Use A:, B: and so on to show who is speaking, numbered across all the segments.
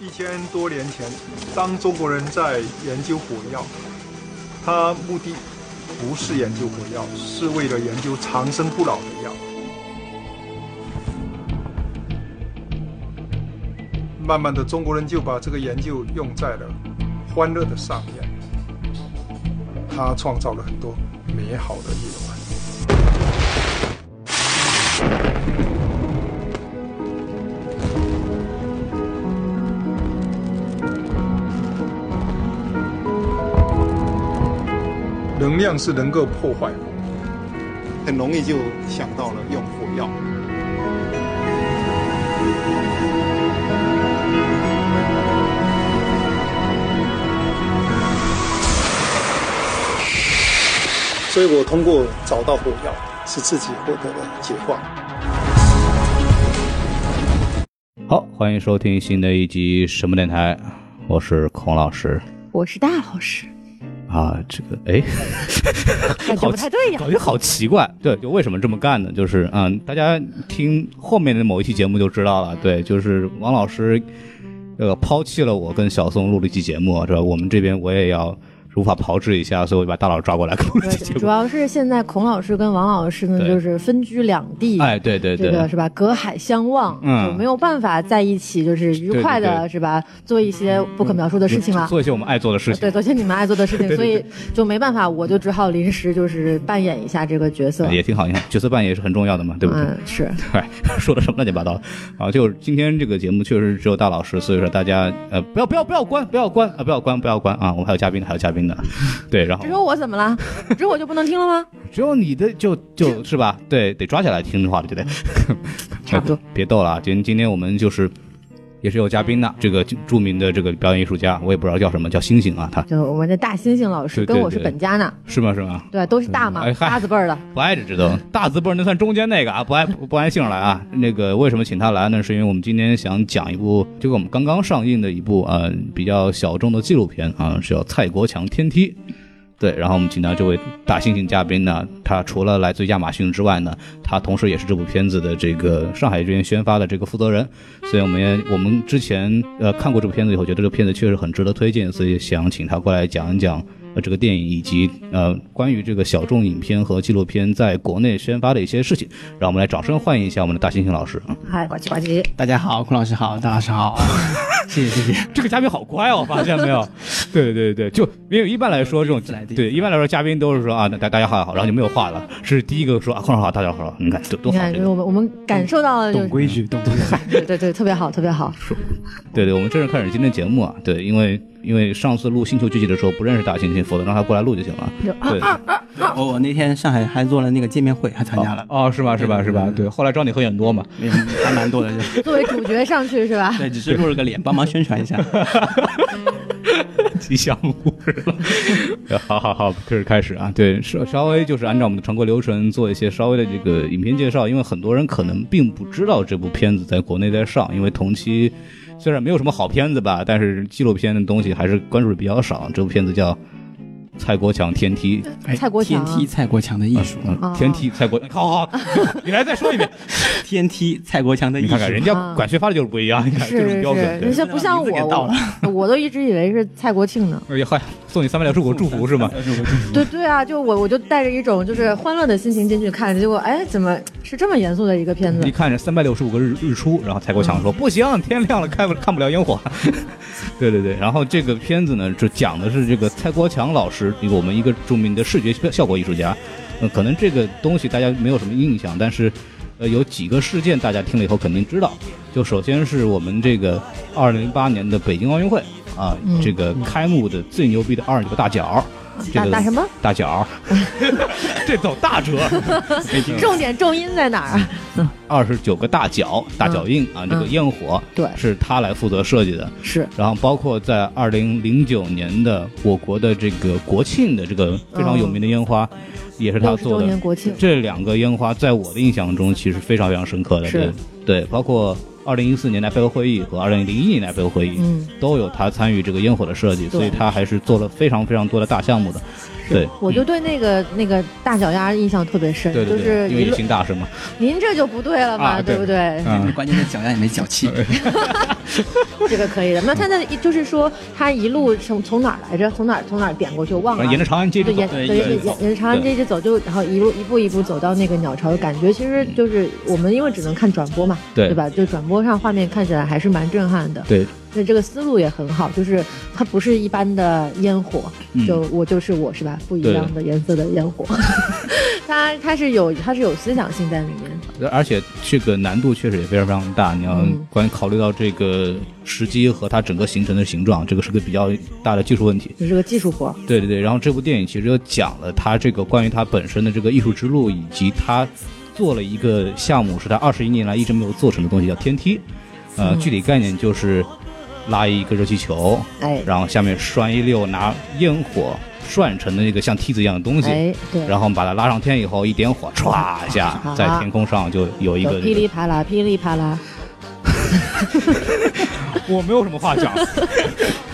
A: 一千多年前，当中国人在研究火药，他目的不是研究火药，是为了研究长生不老的药。慢慢的，中国人就把这个研究用在了欢乐的上面，他创造了很多美好的夜晚。能量是能够破坏我们的，很容易就想到了用火药。所以我通过找到火药，使自己获得了解放。
B: 好，欢迎收听新的一集什么电台，我是孔老师
C: 我是大老师，
B: 啊。这个哎，
C: 感觉不太对呀。
B: 感觉好奇怪。对，就为什么这么干呢？就是嗯，大家听后面的某一期节目就知道了。对，就是王老师，呃，抛弃了我跟小宋录了一期节目，是吧？我们这边我也要无法炮制一下，所以我就把大佬抓过来跟我录一 期节
C: 主
B: 目。
C: 要是现在孔老师跟王老师呢，
B: 对
C: 就是分居两地，
B: 哎，对对对，
C: 这个是吧？隔海相望，
B: 嗯
C: 就没有办法在一起，就是愉快
B: 对对嗯
C: 的是吧？做一些不可描述的事情了。
B: 做一些我们爱做的事情。
C: 对，做一些你们爱做的事 情，
B: 对对对
C: 所以就没办法，我就只好临时就是扮演一下这个角色。
B: 哎也挺好，你看角色扮演也是很重要的嘛，对不对？
C: 嗯，是
B: 哎， 说的什么乱七八糟啊！就是今天这个节目确实只有大老师，所以说大家呃不要不要不要关不要关啊不要关不要关啊！我们还有嘉宾呢还有嘉宾呢，对，然后
C: 只有我怎 么了？只有我就不能听了吗？
B: 只有你的就就是吧，对，得抓起来听的话就得 哎
C: 差不多。
B: 别逗了啊！今今天我们就是也是有嘉宾的，这个著名的这个表演艺术家，我也不知道叫什么，叫星星啊，他
C: 就我们的大猩猩老师
B: 对对
C: 跟我是
B: 对
C: 本家呢，
B: 是吗是吗？
C: 对，都是大嘛
B: 哎，嗨
C: 八字辈儿的。
B: 不爱这知道，大字辈儿那算中间那个啊，不爱不不按姓来啊。那个为什么请他来呢？是因为我们今天想讲一部，这个我们刚刚上映的一部呃比较小众的纪录片啊，是叫《蔡国强天梯》。对，然后我们请到这位大猩猩嘉宾呢，他除了来自亚马逊之外呢，他同时也是这部片子的这个上海这边宣发的这个负责人，所以我们也我们之前呃看过这部片子以后，觉得这个片子确实很值得推荐，所以想请他过来讲一讲呃这个电影以及呃关于这个小众影片和纪录片在国内宣发的一些事情。让我们来掌声欢迎一下我们的大猩猩老师。嗯
C: 嗨，呱唧呱唧。
D: 大家好，孔老师好，大老师 好，谢谢谢谢。
B: 这个嘉宾好乖哦，发现没有？ 对对对，就因为一般来说这种
D: 第一次来第一次
B: 对一般来说嘉宾都是说啊，大大家好好，然后就没有话了，是第一个说啊，空上好，大家好，你看多多
C: 你
B: 好
C: 看，
B: 这
C: 就是
B: 个。
C: 我们我们感受到了，就
D: 懂
C: 是
D: 规矩，懂规矩。
C: 对对对，特别好，特别好。
B: 对对，我们正式开始今天节目啊，对，因为因为上次录星球聚集的时候不认识大猩猩，否则让他过来录就行了。
C: 就啊
B: 对，
D: 哦我我那天上海还做了那个见面会，还参加了，
B: 哦，是吧？是吧？是吧？对，后来找你喝很多嘛，
D: 嗯还蛮多的。 就 是
C: 作为主角上去是 吧？
D: 对，只是露了个脸，帮忙宣传一下。
B: 吉祥物是吧？ 好好好，开始开始啊！对，稍稍微就是按照我们的常规流程做一些稍微的这个影片介绍，因为很多人可能并不知道这部片子在国内在上，因为同期虽然没有什么好片子吧，但是纪录片的东西还是关注的比较少。这部片子叫《蔡国强天梯》，
D: 哎
C: 蔡国强
D: 天梯蔡国强的艺术，
C: 哦
B: 嗯，天梯蔡国，好好， 好你来再说 一遍，
D: 天梯蔡国强的艺
B: 你
D: 术
B: 看。看人家管学发的就是不一样，你看这种
C: 啊是
B: 标
C: 是，
B: 准。
C: 你
B: 对
C: 像不像
D: 名字
C: 我？
D: 给到了
C: 我我都一直以为是蔡国庆呢。
B: 哎呀，嗨，送你三百六十五祝福是吗？
C: 对对啊，就我我就带着一种就是欢乐的心情进去看，结果哎，怎么是这么严肃的一个片
B: 一
C: 子？
B: 看着三百六十五个日日出，然后蔡国强
C: 嗯
B: 说、不行，天亮了看不看不了烟火。 对对对，然后这个片子呢，就讲的是这个蔡国强老师，一个我们一个著名的视觉效果艺术家。呃，可能这个东西大家没有什么印象，但是，呃，有几个事件大家听了以后肯定知道。就首先是我们这个二零零八年的北京奥运会啊，
C: 嗯
B: 这个开幕的最牛逼的二十九个大脚，这个
C: 打打什么
B: 大脚， 这走大折，没听
C: 重点重音在哪儿啊？
B: 二十九个大脚大脚印
C: 嗯
B: 啊，这个烟火
C: 对
B: 是他来负责设计的。
C: 是
B: 然后包括在二零零九年的我国的这个国庆的这个非常有名的烟花，
C: 嗯
B: 也是他
C: 六十
B: 做
C: 周年
B: 的。
C: 国庆，
B: 这两个烟花在我的印象中其实非常非常深刻的，
C: 是
B: 对对，包括二零一四年的非洲会议和二零零一年的非洲会议，
C: 嗯，
B: 都有他参与这个烟火的设计，
C: 对
B: 所以他还是做了非常非常多的大项目的。对，嗯
C: 我就对那个那个大脚丫印象特别深，
B: 对对
C: 就
B: 对，
C: 是
B: 因为
C: 一
B: 疫
C: 路
B: 情大师嘛，
C: 您这就不对了嘛，
B: 啊对
C: 对不对？
B: 嗯，
D: 关键是脚丫也没脚气，
C: 这个可以的。那他那就是说，他一路从从哪儿来着？从哪儿从哪儿点过去？我忘了。
B: 啊
C: 啊
B: 沿着长安街
C: 对
B: 就走
C: 沿对
D: 对沿着
C: 沿
D: 走
C: 沿着长安街一直走，就然后一路一步一步走到那个鸟巢，感觉其实就是我们因为只能看转播嘛，
B: 嗯对
C: 对吧？就转播上画面看起来还是蛮震撼的。
B: 对，
C: 那这个思路也很好，就是它不是一般的烟火，
B: 嗯
C: 就我就是我是吧？不一样的颜色的烟火， 它它是有它是有思想性在里面。
B: 而且这个难度确实也非常非常大，你要
C: 嗯
B: 关考虑到这个时机和它整个形成的形状，这个是个比较大的技术问题。
C: 这是个技术活儿，
B: 对对对，然后这部电影其实就讲了他这个关于他本身的这个艺术之路，以及他做了一个项目，是他二十一年来一直没有做成的东西，叫天梯。呃，
C: 嗯
B: 具体概念就是拉一个热气球，
C: 哎
B: 然后下面拴一溜拿烟火涮成的那个像梯子一样的东西，
C: 哎，对，
B: 然后把它拉上天以后，一点火，歘一下，在天空上就啊有一
C: 有
B: 个
C: 噼里啪啦，噼里啪啦，
B: 我没有什么话讲，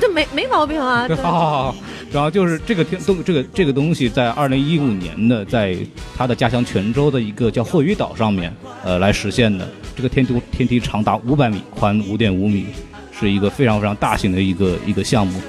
C: 这没没毛病 啊，
B: 对，
C: 对
B: 好好好好。然后就是这个天动，这个这个东西在二零一五年的，在他的家乡泉州的一个叫惠屿岛上面，呃，来实现的。这个天梯天梯长达五百米，宽五点五米，是一个非常非常大型的一个一个项目。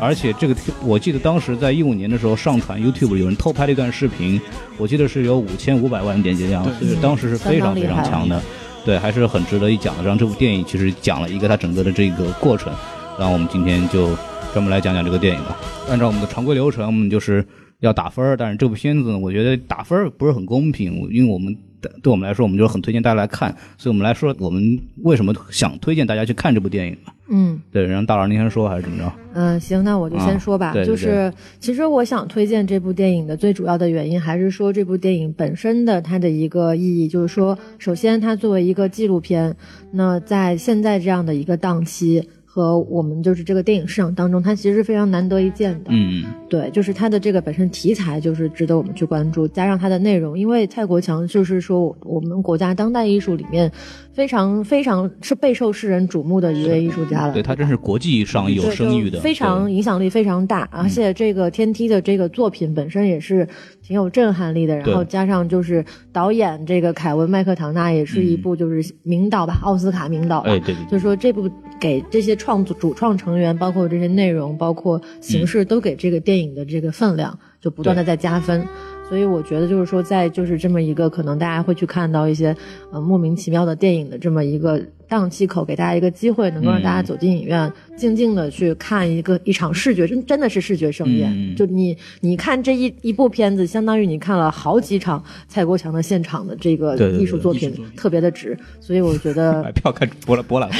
B: 而且这个天我记得当时在一五年的时候上传 YouTube 有人偷拍了一段视频，我记得是有五千五百万点击量，所以当时是非常非常强的。对，还是很值得一讲的。让这部电影其实讲了一个它整个的这个过程，然后我们今天就专门来讲讲这个电影吧。按照我们的常规流程，我们就是要打分儿，但是这部片子呢，我觉得打分儿不是很公平，因为我们。对我们来说，我们就是很推荐大家来看，所以我们来说，我们为什么想推荐大家去看这部电影吧？
C: 嗯。
B: 对，让大老师您先说还是怎么着？
C: 嗯，行，那我就先说吧。
B: 啊对对
C: 就是其实我想推荐这部电影的最主要的原因，还是说这部电影本身的它的一个意义，就是说，首先它作为一个纪录片，那在现在这样的一个档期和我们就是这个电影市场当中，它其实是非常难得一见的。
B: 嗯，
C: 对，就是它的这个本身题材就是值得我们去关注，加上它的内容，因为蔡国强就是说我们国家当代艺术里面非常非常是备受世人瞩目的一位艺术家了。
B: 对，它真是国际上有
C: 对
B: 声誉
C: 就
B: 的，
C: 非常
B: 对嗯
C: 影响力非常大，而且这个天梯的这个作品本身也是挺有震撼力的。然
B: 对
C: 后加上就是导演这个凯文麦克唐纳也是一
B: 嗯
C: 部就是名导吧，奥斯卡名导吧，
B: 哎，对对
C: 就是说这部给这些创作主创成员，包括这些内容，包括形式，
B: 嗯
C: 都给这个电影的这个分量就不断的在加分。所以我觉得就是说，在就是这么一个可能大家会去看到一些呃莫名其妙的电影的这么一个档期口，给大家一个机会，能够让大家
B: 嗯
C: 走进影院，静静的去看一个一场视觉，真真的是视觉盛宴。
B: 嗯
C: 就你你看这一一部片子，相当于你看了好几场蔡国强的现场的这个
B: 对对对
C: 艺术作
D: 艺术
C: 品，
D: 作品
C: 特别的值。所以我觉得
B: 买票看博览博览会，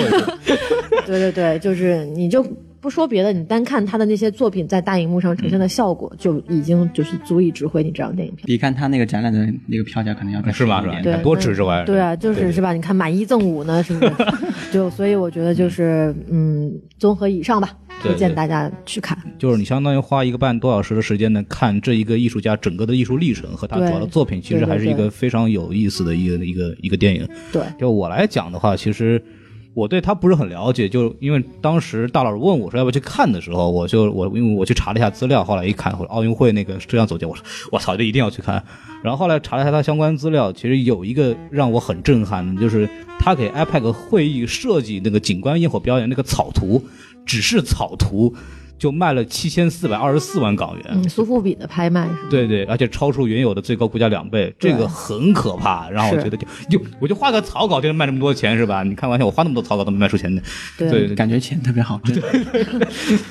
C: 对对对，就是你就不说别的，你单看他的那些作品在大荧幕上呈现的效果，就已经就是足以值回你这张电影票。
D: 比看他那个展览的那个票价可能要更
B: 是吧？是吧？
D: 便宜一
B: 你
D: 点
C: 对
B: 看多值这玩意儿，
C: 对啊，就是是吧？你看买一赠五呢，是不是？ 就所以我觉得就是嗯，综合以上吧，
B: 对
C: 推荐
B: 对
C: 大家去看。
B: 就是你相当于花一个半多小时的时间呢，看这一个艺术家整个的艺术历程和他主要的
C: 对
B: 作品，其实还是一
C: 对
B: 个
C: 对
B: 非常有意思的一个一个一个电影。
C: 对，
B: 就我来讲的话，其实我对他不是很了解，就因为当时大老师问我说要不要去看的时候，我就我因为我去查了一下资料，后来一看奥运会那个摄像总监，我说我操，这一定要去看。然后后来查了一下他相关资料，其实有一个让我很震撼的，就是他给 IPAC 会议设计那个景观烟火表演那个草图，只是草图。就卖了七千四百二十四万港元，
C: 嗯，苏富比的拍卖是吗？
B: 对对，而且超出原有的最高估价两倍，这
C: 对
B: 个很可怕。然后我
C: 是
B: 觉得就就我就画个草稿就能卖这么多钱是吧？你开玩笑，我画那么多草稿都没卖出钱的。
C: 对
B: 对对
D: 感觉钱特别好挣。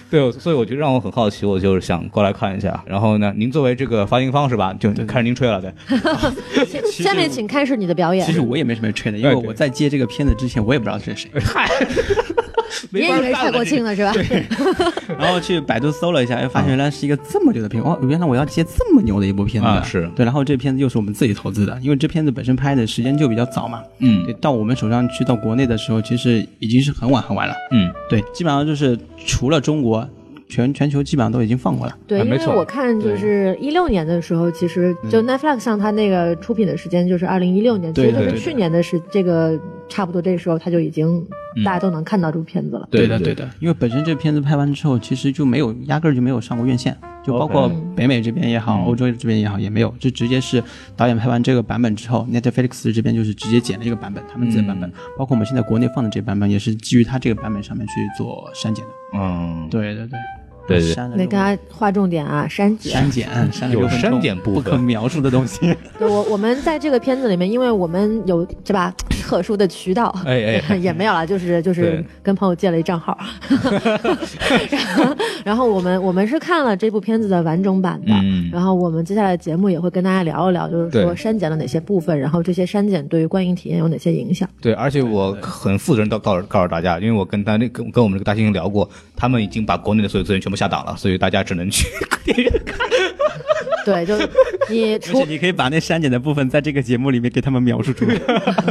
B: 对，所以我就让我很好奇，我就是想过来看一下。然后呢，您作为这个发行方是吧？就开始您吹了， 对，
D: 其实
C: 下面请开始你的表演
D: 其。实我也没什么吹的，因为
B: 哎对
D: 我在接这个片子之前，我也不知道这是谁。
B: 嗨，没
C: 你也
B: 法
C: 以为是
B: 干
C: 蔡
B: 了
C: 国
B: 这
C: 庆
B: 个。
C: 了是吧？
D: 然后去百度搜了一下，哎
B: 啊
D: 发现原来是一个这么牛的片，哦，原来我要接这么牛的一部片子
B: 啊是
D: 对。然后这片子又是我们自己投资的，因为这片子本身拍的时间就比较早嘛，对，
B: 嗯
D: 到我们手上去到国内的时候，其实已经是很晚很晚了，
B: 嗯，
D: 对，基本上就是除了中国，全全球基本上都已经放过了，
C: 对，
B: 啊
C: 因
B: 没
C: 为
B: 错嗯
C: 我看就是一六年的时候，其实就 Netflix 上它那个出品的时间就是二零一六年，其实
D: 对
C: 就
B: 对
C: 是
B: 对
C: 去年的时这个差不多这时候，它就已经
B: 嗯
C: 大家都能看到这部片子了。
B: 对
D: 的，对
B: 对，
D: 的，因为本身这片子拍完之后，其实就没有，压根儿就没有上过院线，就包括
B: OK
D: 北美这边也好，
B: 嗯
D: 欧洲这边也好，也没有，就直接是导演拍完这个版本之后，Netflix 这边就是直接剪了一个版本，他们自己的版本，
B: 嗯
D: 包括我们现在国内放的这版本，也是基于他这个版本上面去做删减的。
B: 嗯，
D: 对对对，
B: 对对
D: 删了
C: 那
D: 六
C: 给大家划重点啊，删节。
D: 删减，删了
B: 有
D: 六分钟
B: 删减部
D: 不
B: 分
D: 可描述的东西。
C: 对我我们在这个片子里面，因为我们有这把 特殊的渠道，
B: 哎哎
C: 也没有啦，就是就是
B: 对
C: 跟朋友借了一账号， 然后然后我们我们是看了这部片子的完整版的，
B: 嗯
C: 然后我们接下来的节目也会跟大家聊一聊，就是说
B: 对
C: 删减了哪些部分，然后这些删减对于观影体验有哪些影响。
B: 对，而且我很负责任地告告告诉大家，因为我跟他那跟跟我们这个大猩猩聊过，他们已经把国内的所有资源全部下档了，所以大家只能去电影院看。
C: 对，就你
D: 而且
C: 除
D: 你可以把那删减的部分在这个节目里面给他们描述出来，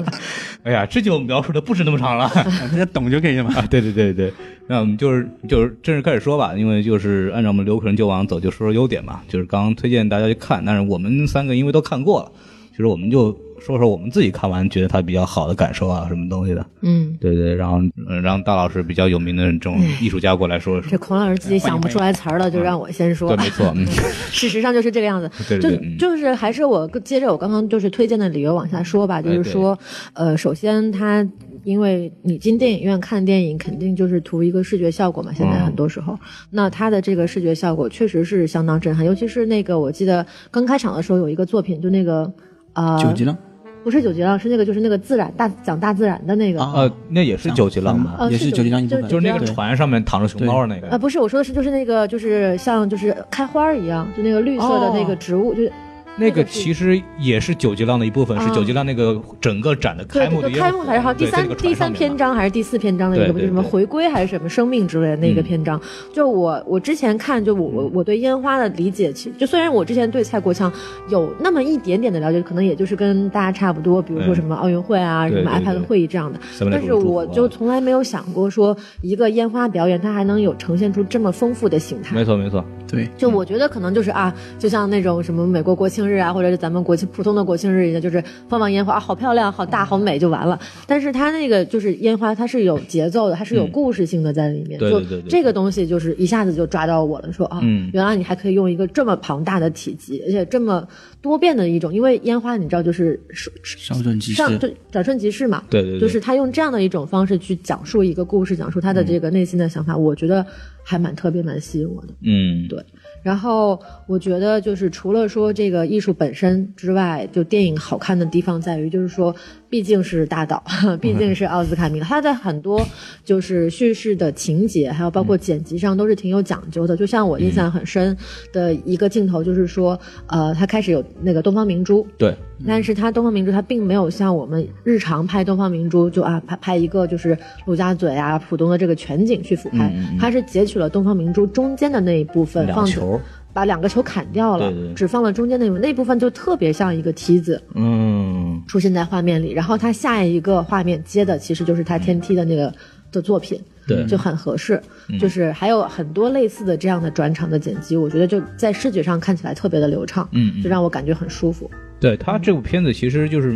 B: 哎呀，这就描述的不是那么长了。
D: 大家懂就可以了嘛。
B: 啊，对对对对，那我们就是就是正式开始说吧，因为就是按照我们流程就往走，就说说优点嘛。就是刚刚推荐大家去看，但是我们三个因为都看过了，就是我们就说说我们自己看完觉得它比较好的感受啊，什么东西的。
C: 嗯，
B: 对对，然后嗯，让大老师比较有名的这种艺术家过来说一
C: 哎这
B: 说。
C: 孔老师自己想不出来词儿了，就让我先说
B: 对，
C: 吧
B: 没。错，嗯，
C: 事实上就是这个样子。
B: 对对对嗯
C: 就就是还是我接着我刚刚就是推荐的理由往下说吧，就
B: 哎
C: 是
B: 对
C: 说，呃，首先它因为你进电影院看电影，肯定就是图一个视觉效果嘛，现在
B: 嗯
C: 很多时候，那它的这个视觉效果确实是相当震撼，尤其是那个我记得刚开场的时候有一个作品，就那个。啊、
D: 九级了，
C: 不是九级浪，是那个，就是那个自然大讲大自然的那个，
D: 啊
B: 呃，那也是九级浪漫。
C: 呃
D: 也是
C: 是
D: 九级浪一部分，
C: 就
B: 就是那个
C: 对
B: 船上面躺着熊猫的那
C: 啊，
B: 个，
C: 不是，我说的是就是那个，就是像就是开花儿一样，就那个绿色
B: 哦
C: 的那个植物，就是
B: 那个其实也是九级浪的一部分，是
C: 啊
B: 九级浪那个整个展的
C: 对
B: 开幕的
C: 对开幕还是好像第
B: 对在
C: 三
B: 那个船
C: 第
B: 上
C: 三
B: 面
C: 篇
B: 嘛
C: 章还是第四篇章的一
B: 对对
C: 个不是什么
B: 对
C: 回归还是什么生命之类的那个
B: 嗯
C: 篇章。就我我之前看，就我我我对烟花的理解，其就虽然我之前对蔡国强有那么一点点的了解，可能也就是跟大家差不多，比如说
B: 嗯
C: 什么奥运会啊，
B: 对
C: 什么
B: 对对
C: iPad 会议这样的。
B: 咱们来
C: 但
B: 说
C: 是
B: 说
C: 我
B: 中国
C: 就
B: 啊
C: 从来没有想过说一个烟花表演，它还能有呈现出这么丰富的形态。
B: 没错没错，
D: 对，
C: 就
B: 嗯
C: 我觉得可能就是啊，就像那种什么美国国庆日啊，或者是咱们国庆普通的国庆日一样，就是放放烟花，啊好漂亮，好大，好美就完了。但是它那个就是烟花，它是有节奏的，它是有
B: 嗯
C: 故事性的在里面。
B: 对对对
C: 就
B: 对
C: 这个东西就是一下子就抓到我了，说啊，
B: 嗯
C: 原来你还可以用一个这么庞大的体积，而且这么多变的一种，因为烟花你知道就是
D: 稍纵即逝。
C: 上就转瞬即逝嘛，
B: 对对对
C: 就是他用这样的一种方式去讲述一个故事，讲述他
B: 嗯
C: 的这个内心的想法，我觉得还蛮特别，蛮吸引我的。
B: 嗯，
C: 对然后我觉得就是除了说这个艺术本身之外，就电影好看的地方在于，就是说毕竟是大导， 毕竟是奥斯卡米勒，他在很多就是叙事的情节，还有包
B: 嗯
C: 括剪辑上都是挺有讲究的。就像我印象很深的一个镜头，就是说，呃，他开始有那个东方明珠，
B: 对，
C: 但是它东方明珠它并没有像我们日常拍东方明珠就啊拍拍一个就是陆家嘴啊浦东的这个全景去俯拍，
B: 嗯嗯嗯
C: 它是截取了东方明珠中间的那一部分
B: 两
C: 放
B: 球，
C: 把两个球砍掉了，
B: 对对对
C: 只放了中间那部分那部分就特别像一个梯子
B: 嗯，
C: 出现在画面里，然后它下一个画面接的其实就是它天梯的那个的作品。
B: 对嗯
C: 就很合适，就是还有很多类似的这样的转场的剪辑，我觉得就在视觉上看起来特别的流畅，
B: 嗯嗯
C: 就让我感觉很舒服。
B: 对他这部片子其实就是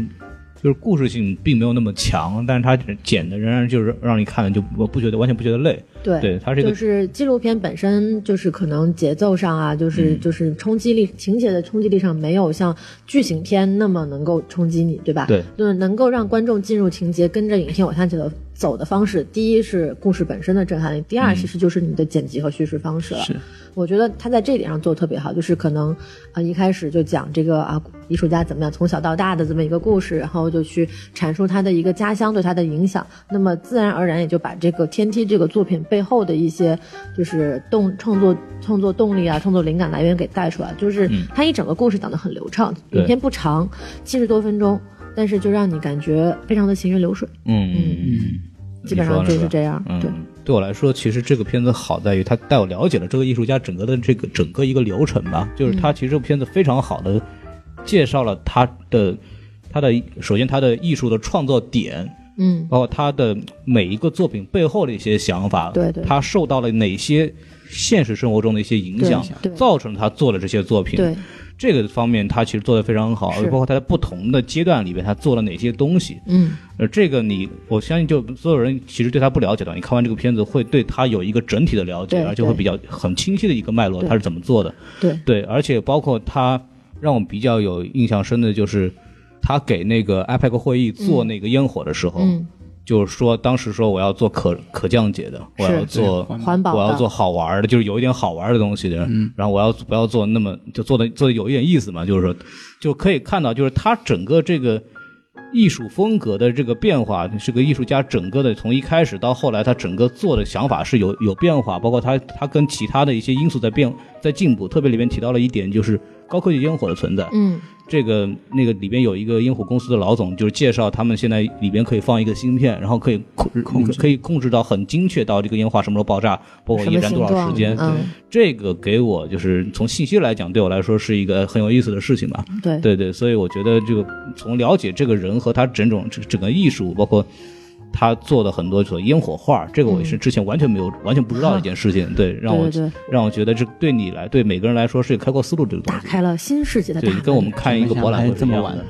B: 就是故事性并没有那么强，但是他剪的仍然就是让你看了就我不觉得完全不觉得累，
C: 对，
B: 对它是一个
C: 就是纪录片本身就是可能节奏上啊，就是、
B: 嗯
C: 就是冲击力、情节的冲击力上没有像剧情片那么能够冲击你，对吧？
B: 对，
C: 就是能够让观众进入情节，跟着影片往下走的走的方式，第一是故事本身的震撼力，第二
B: 嗯
C: 其实就是你的剪辑和叙事方式了。
D: 是，
C: 我觉得他在这一点上做的特别好，就是可能啊、呃一开始就讲这个啊艺术家怎么样从小到大的这么一个故事，然后就去阐述他的一个家乡对他的影响，那么自然而然也就把这个《天梯》这个作品背后的一些就是动创作创作动力啊、创作灵感来源给带出来，就是
B: 嗯
C: 他一整个故事讲得很流畅，
B: 对
C: 影片不长，七十多分钟，但是就让你感觉非常的行云流水，
B: 嗯
C: 基本上就是这样，
B: 嗯
C: 对。
B: 对我来说，其实这个片子好在于它带我了解了这个艺术家整个的这个整个一个流程吧，就是
C: 嗯
B: 它其实这部片子非常好的介绍了他的他的首先他的艺术的创作点，
C: 嗯，
B: 包括他的每一个作品背后的一些想法，
C: 对对
B: 他受到了哪些现实生活中的一些影响
C: 对对，
B: 造成他做了这些作品。
C: 对，
B: 这个方面他其实做的非常好，
C: 是
B: 包括他在不同的阶段里边他做了哪些东西。
C: 嗯，
B: 呃，这个你我相信就所有人其实对他不了解的，你看完这个片子会对他有一个整体的了解，
C: 对
B: 而且会
C: 对
B: 比较很清晰的一个脉络，
C: 对
B: 他是怎么做的。
C: 对，
B: 对，而且包括他让我比较有印象深的就是。他给那个 IPAC 会议做那个烟火的时候，
C: 嗯，
B: 就是说当时说我要做可可降解的，我要
C: 是
B: 做
D: 对
C: 环保的嗯
B: 我要做好玩的，就是有一点好玩的东西的。然后我要不要做那么就做的做的有一点意思嘛？就是说，就可以看到，就是他整个这个艺术风格的这个变化，是个艺术家整个的从一开始到后来，他整个做的想法是有有变化，包括他他跟其他的一些因素在变在进步。特别里面提到了一点，就是高科技烟火的存在。
C: 嗯，
B: 这个那个里边有一个烟火公司的老总，就是介绍他们现在里边可以放一个芯片，然后可以控
D: 控制
B: 可以控制到很精确到这个烟花什么时候爆炸，包括
C: 什
B: 延
C: 么
B: 燃
C: 形
B: 哦多少
C: 状？
B: 时间。
C: 嗯，
B: 这个给我就是从信息来讲，对我来说是一个很有意思的事情吧。
C: 嗯对，
B: 对对，所以我觉得这个从了解这个人和他整种这整个艺术，包括。他做的很多所烟火画，这个我也是之前完全没有、完全不知道的一件事情，对，让我
C: 嗯对对对
B: 让我觉得这对你来，对每个人来说是开阔思路这个东
C: 打
B: 西，
C: 开了新世界的大
B: 对，
C: 门。
B: 跟我们看一个博览
D: 还
B: 会
D: 是这么
B: 是一样
D: 晚
B: 的，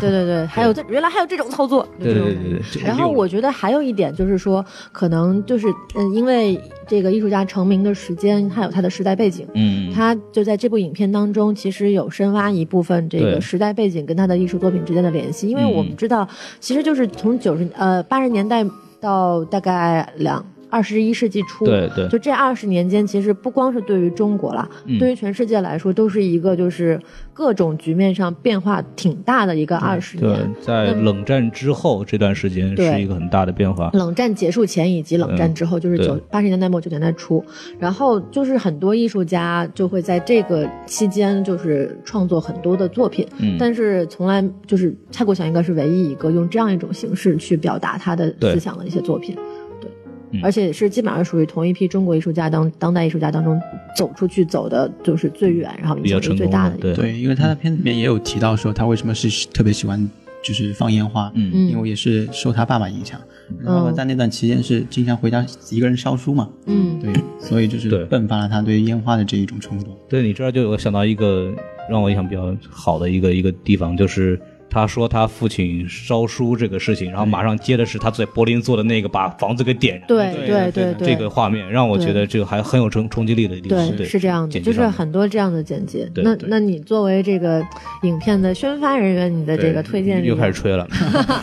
C: 对对对，还有这原来还有这种操作，
B: 对
C: 就这
B: 对对
C: 种感觉
B: 对对。
C: 然后我觉得还有一点就是说，可能就是嗯，因为这个艺术家成名的时间，还有他的时代背景，
B: 嗯，
C: 他就在这部影片当中，其实有深挖一部分这
B: 对嗯
C: 个时代背景跟他的艺术作品之间的联系，因为我们知道，其实就是从九十呃八十年代到大概两二十一世纪初，
B: 对对
C: 就这二十年间，其实不光是对于中国啦，
B: 嗯
C: 对于全世界来说，都是一个就是各种局面上变化挺大的一个二十
B: 对
C: 年。，
B: 在冷战之后这段时间是
C: 对嗯
B: 一个很大的变化，
C: 冷战结束前以及冷战之后，就是
B: 啊嗯对
C: 九八十年代末九十年代初，然后就是很多艺术家就会在这个期间就是创作很多的作品，
B: 嗯，
C: 但是从来就是蔡国强应该是唯一一个用这样一种形式去表达他的
B: 对
C: 思想的一些作品，对，
B: 嗯
C: 而且是基本上属于同一批中国艺术家当当代艺术家当中走出去走的就是最远，然后影
B: 比较
C: 响
B: 成
C: 力最
B: 功
C: 大
B: 了
C: 的，一个，
B: 对，
D: 对，因为他的片子里面也有提到说他为什么是特别喜欢就是放烟花，
B: 嗯
D: 因为我也是受他爸爸影响，他
C: 哦
D: 爸爸在那段期间是经常回家一个人烧书嘛，
C: 嗯
D: 对，所以就
B: 对
D: 是迸发了他对烟花的这一种冲动。
B: 对你这儿就有想到一个让我印象比较好的一个一个地方，就是他说他父亲烧书这个事情，然后马上接的是他在柏林做的那个把房子给点燃，
C: 对
D: 对
C: 对
D: 对
C: 对，
B: 这个画面让我觉得这个还很有冲冲击力的一个地方，
C: 对，是这样的，
B: 剪辑
C: 就是
B: 上面
C: 很多这样的剪辑。
B: 对
C: 那
B: 对
C: 那你作为这个影片的宣发人员，你的这个
B: 对
C: 推荐
B: 又
C: 里
B: 开始 吹了，
D: 啊，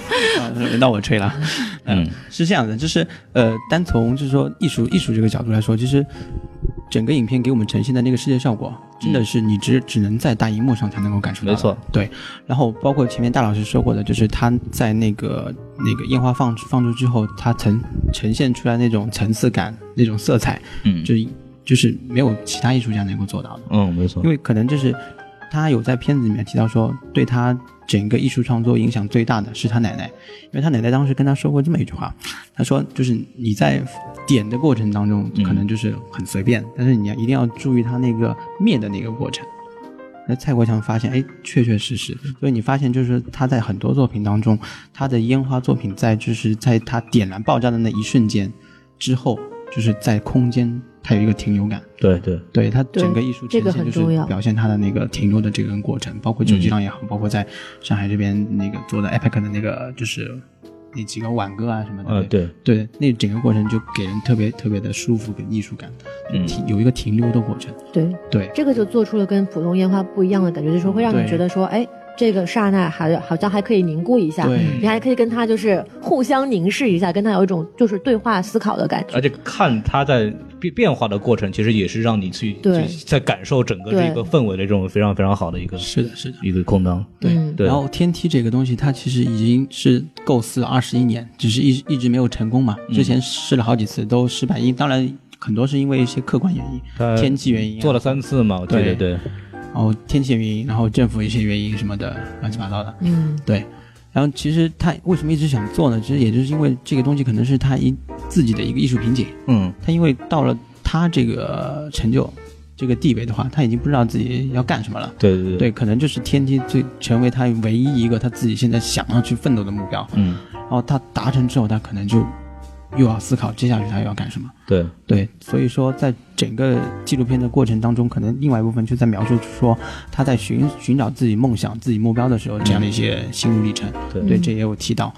D: 轮到我吹了。
B: 嗯，
D: 是这样的，就是呃，单从就是说艺术艺术这个角度来说，其实整个影片给我们呈现的那个视觉效果，真的是你只只能在大荧幕上才能够感受
B: 嗯
D: 到。
B: 没错，
D: 对。然后包括前面大老师说过的，就是他在那个那个烟花放出放出之后，它呈呈现出来那种层次感、那种色彩，
B: 嗯
D: 就就是没有其他艺术家能够做到的。
B: 嗯，没错
D: 因，为可能就是他有在片子里面提到说，对他整个艺术创作影响最大的是他奶奶，因为他奶奶当时跟他说过这么一句话，他说就是你在点的过程当中
B: 嗯
D: 可能就是很随便，但是你要一定要注意他那个灭的那个过程。那蔡国强发现，哎，确确实实，所以你发现就是他在很多作品当中，他的烟花作品在就是在他点燃爆炸的那一瞬间之后，就是在空间它有一个停留感，
B: 对对，
D: 对它整个
C: 对
D: 艺术
C: 这
D: 呈
C: 个
D: 现
C: 很
D: 就
C: 重要
D: 是表现它的那个停留的这个过程，包括
B: 嗯
D: 九级浪也好，包括在上海这边那个做的 epic 的那个就是那几个挽歌啊什么的，
B: 呃对，
D: 对，那整个过程就给人特别特别的舒服跟艺术感，
B: 嗯
D: 停有一个停留的过程，
C: 对
D: 对，
C: 这个就做出了跟普通烟花不一样的感觉，就是说会让你
D: 对
C: 觉得说，哎，这个刹那还好像还可以凝固一下，
D: 对
C: 你还可以跟他就是互相凝视一下，跟他有一种就是对话思考的感觉。
B: 而且看它在变变化的过程，其实也是让你去
C: 对
B: 去在感受整个这个氛围的这种非常非常好的一个
D: 是的，是的。
B: 一个空档。
D: 对，
C: 嗯
B: 对
D: 然后天梯这个东西，它其实已经是构思了二十一年，只是一一直没有成功嘛。
B: 嗯
D: 之前试了好几次都失败，因当然很多是因为一些客观原
B: 它
D: 因，天气原因、啊，
B: 做了三次嘛，我记得
D: 对
B: 对，
D: 然后天气原因，然后政府一些原因什么的，乱七八糟的。
C: 嗯，
D: 对，然后其实他为什么一直想做呢？其实也就是因为这个东西可能是他一自己的一个艺术瓶颈。
B: 嗯
D: 他因为到了他这个成就、这个地位的话，他已经不知道自己要干什么了。
B: 对对
D: 对，可能就是天梯最成为他唯一一个他自己现在想要去奋斗的目标。
B: 嗯
D: 然后他达成之后，他可能就又要思考接下去他又要干什么。
B: 对
D: 对，所以说在整个纪录片的过程当中，可能另外一部分就在描述说他在寻寻找自己梦想、自己目标的时候，这样的一些心路历程。
B: 对
D: 对，这也有提到。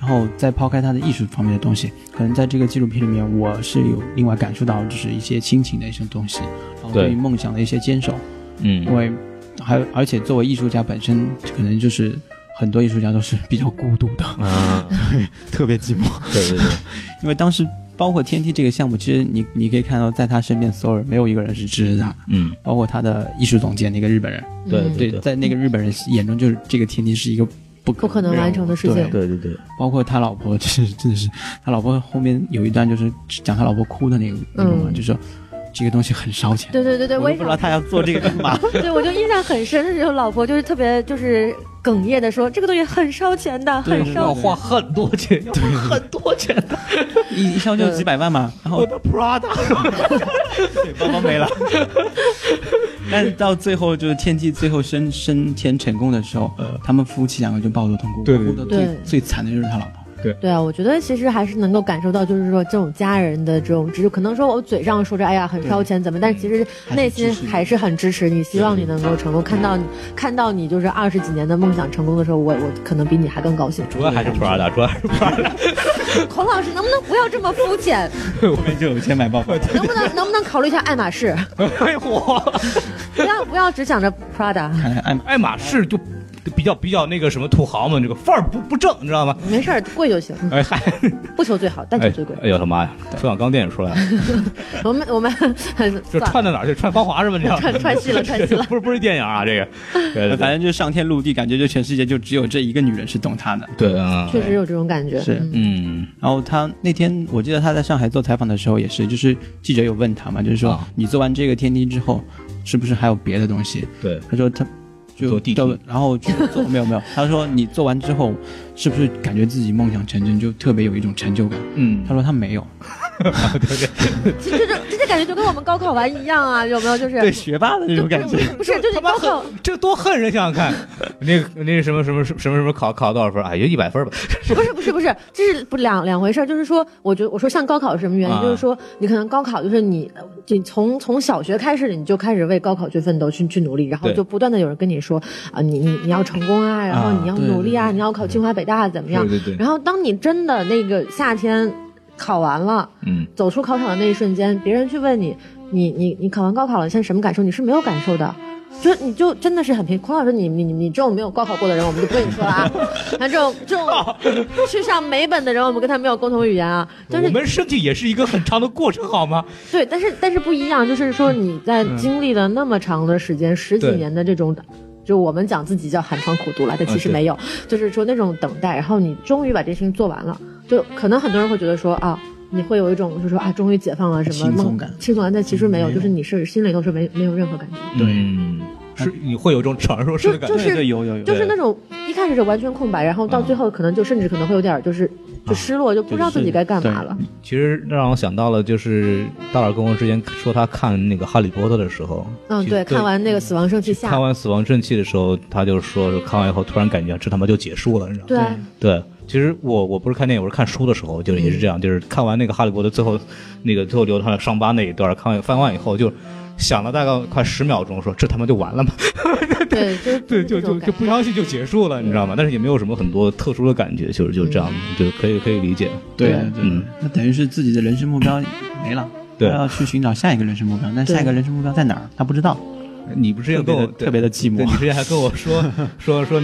D: 然后再抛开他的艺术方面的东西，可能在这个纪录片里面，我是有另外感受到就是一些亲情的一些东西，然后
B: 对
D: 对于梦想的一些坚守。因
B: 嗯
D: 为还有而且作为艺术家本身，可能就是很多艺术家都是比较孤独的，
B: 啊，
D: 特别寂寞。
B: 对对对，
D: 因为当时包括天梯这个项目，其实你你可以看到，在他身边所有人没有一个人是支持他，
B: 嗯
D: 包括他的艺术总监那个日本人。
B: 对
C: 嗯
B: 对
D: 在那个日本人眼中，就是这个天梯是一个不
C: 不可能完成的事情
D: 对
B: 对对对，
D: 包括他老婆，真是真的是他老婆后面有一段就是讲他老婆哭的那个那种嘛，
C: 嗯
D: 就说这个东西很烧钱。
C: 对对对对，
D: 我
C: 我
D: 也
C: 也
D: 不知道他要做这个干嘛。
C: 对我就印象很深的时候，老婆就是特别就是哽咽的说，这个东西很烧钱的，
D: 对
C: 很
D: 对
C: 烧
B: 要。花 很多钱，要花很多钱的，
D: 一一烧就几百万嘛，然后我的 Prada，对，包 包没了。但是到最后，就是天梯最后升升天成功的时候，他们夫妻两个就抱头痛哭，
B: 嗯对对
D: 哭的最
C: 对
D: 最惨的就是他老婆。
C: 对啊，我觉得其实还是能够感受到，就是说这种家人的这种支持，可能说我嘴上说着哎呀很烧钱怎么，但其实内心还是很支持你，希望你能够成功。看到你看到你就是二十几年的梦想成功的时候，我我可能比你还更高兴。
B: 主要还是 Prada，主要还是 Prada，
C: 孔老师能不能不要这么肤浅？
D: 后面就有钱买 包包。
C: 能不能能不能考虑一下爱马仕？
B: 哎我
C: 不要不要只想着 Prada，
D: 看来爱
B: 爱马仕就比较比较那个什么土豪们，这个范儿不不正，你知道吗？
C: 没事儿，贵就行，
B: 哎嗨，
C: 不求最好，但求最贵。
B: 哎呦他妈呀，冯小刚电影出来了。
C: 我们我们
B: 就
C: 算
B: 串到哪儿去？串芳华是吧？你知道
C: 串串 戏了串戏了
B: 不是不是电影啊，这个，对对
D: 反
B: 对
D: 正就是上天入地，感觉就全世界就只有这一个女人是懂他的。
B: 对啊，
C: 确实有这种感觉。
D: 是
C: 嗯
B: 嗯
D: 然后他那天，我记得他在上海做采访的时候，也是，就是记者有问他嘛，就是说、
B: 啊
D: 你做完这个天梯之后，是不是还有别的东西？
B: 对，
D: 他说他就
B: 做地
D: 就
B: 图
D: 然后就 做没有没有，他说你做完之后，是不是感觉自己梦想成真，就特别有一种成就感？
B: 嗯
D: 他，说他没有，
C: 其实这种这些感觉就跟我们高考完一样啊，有没有？就是
D: 对学霸的那种感觉。
C: 不 是，就是
B: 他妈
C: 高考
B: 恨，这多恨人！想想看，那个那个什么什么什么什么什么考考多少分？哎，也一百分吧。
C: 不是不是不是，这是不两两回事儿。就是说，我觉得我说像高考是什么原因，
B: 啊
C: 就是说你可能高考就是你，就从从小学开始你就开始为高考去奋斗去去努力，然后
B: 对
C: 就不断的有人跟你说啊，你你你要成功啊，然后
B: 啊
C: 你要
D: 对
C: 努力啊，你要考清华北大怎么样？
B: 对对对
C: 然后当你真的那个夏天考完了，
B: 嗯，
C: 走出考场的那一瞬间，别人去问你，你你你考完高考了，你现在什么感受？你是没有感受的。就你就真的是很平，孔老师，你你你你这种没有高考过的人，我们就不跟你说了啊。像这种这种去上美本的人，我们跟他没有共同语言啊。但
B: 我
C: 是
B: 们身体也是一个很长的过程，好吗？
C: 对，但是但是不一样，就是说你在经历了那么长的时间，十几
B: 嗯对
C: 年的这种。就我们讲自己叫寒窗苦读了，但其实
B: 嗯对
C: 没有，就是说那种等待，然后你终于把这事情做完了，就可能很多人会觉得说啊，你会有一种就是说啊，终于解放了什么
D: 轻松
C: 梦
D: 感
C: 轻松感，但其实没有，
D: 没有
C: 就是你是心里头是没没有任何感觉，
D: 对
B: 嗯，是你会有一种怅然若失的感
C: 就
B: 觉。
C: 是
D: 对对有有有，
C: 就是那种一开始是完全空白，然后到最后可能就甚至可能会有点儿就是
B: 啊
C: 就失落，就不知道自己该干嘛了。
B: 其实让我想到了，就是大耳跟我之前说他看那个《哈利波特》的时候，
C: 嗯，
B: 其实
C: 对，看完那个死亡圣器
B: 看
C: 下，
B: 完《死亡正气》的时候，他就说是看完以后突然感觉这他妈就结束了，你知道吗？
C: 对，啊
B: 对，其实我我不是看电影，我是看书的时候，就是也是这
C: 嗯
B: 样，就是看完那个《哈利波特》最后那个最后留他上班那一段，看完翻完以后就想了大概快十秒钟，说这他妈就完了 吗？
C: 对，就是
B: 对，就
C: 这种
B: 就
C: 感
B: 就
C: 觉
B: 不相信就结束了，你知道吗？但是也没有什么很多特殊的感觉，就是就是这样，就可以可以理解。
D: 对
C: 对
D: 对对
B: 嗯，
D: 那等于是自己的人生目标没了。
B: 对
D: 他要去寻找下一个人生目标，但
C: 对
D: 下一个人生目标在哪儿？他不知道，
B: 你不是之前
D: 特
B: 跟
D: 别
B: 我
D: 的特别的寂
B: 对
D: 寞
B: 你。之前还跟我 说说说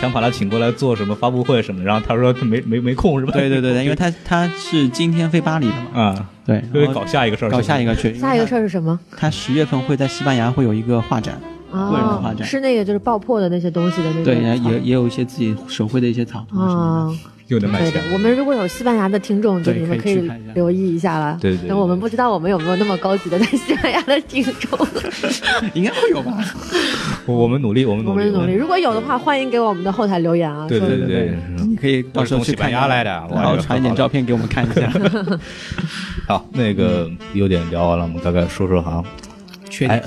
B: 想把他请过来做什么发布会什么的，然后他说没没没空是吧？
D: 对对对对，因为他他是今天飞巴黎的嘛，
B: 啊，
D: 对，
B: 所以
D: 然后
B: 搞下一个事儿，
D: 搞下一
B: 个
D: 个去，因为
C: 下一个
D: 他
C: 事儿是什么？
D: 他十月份会在西班牙会有一个画展，个人的画
C: 哦，
D: 展
C: 是那个就是爆破的那些东西的那个
D: 对，
C: 草
D: 也也有一些自己手绘的一些草图什么
C: 啊
D: 的。，
B: 又能卖
C: 对的
B: 钱。，
C: 我们如果有西班牙的听众，就
D: 对
C: 你们
D: 可
C: 以
D: 以去看一下
C: 留意一下啦。
B: 对对对
C: 但我们不知道我们有没有那么高级的在西班牙的听众，
D: 应该会有吧？
B: 我我们努力，我们
C: 我
B: 努
C: 们
B: 力，
C: 努力。如果有的话，欢迎给我们的后台留言啊。
B: 对
C: 说
B: 对对对，嗯
D: 你可以到时候去看一下
B: 我是从西班牙来的
D: 然后传一点照片给我们看一 下。
B: 好，那个有点聊完了，我们大概说说哈，
D: 缺
B: 哎，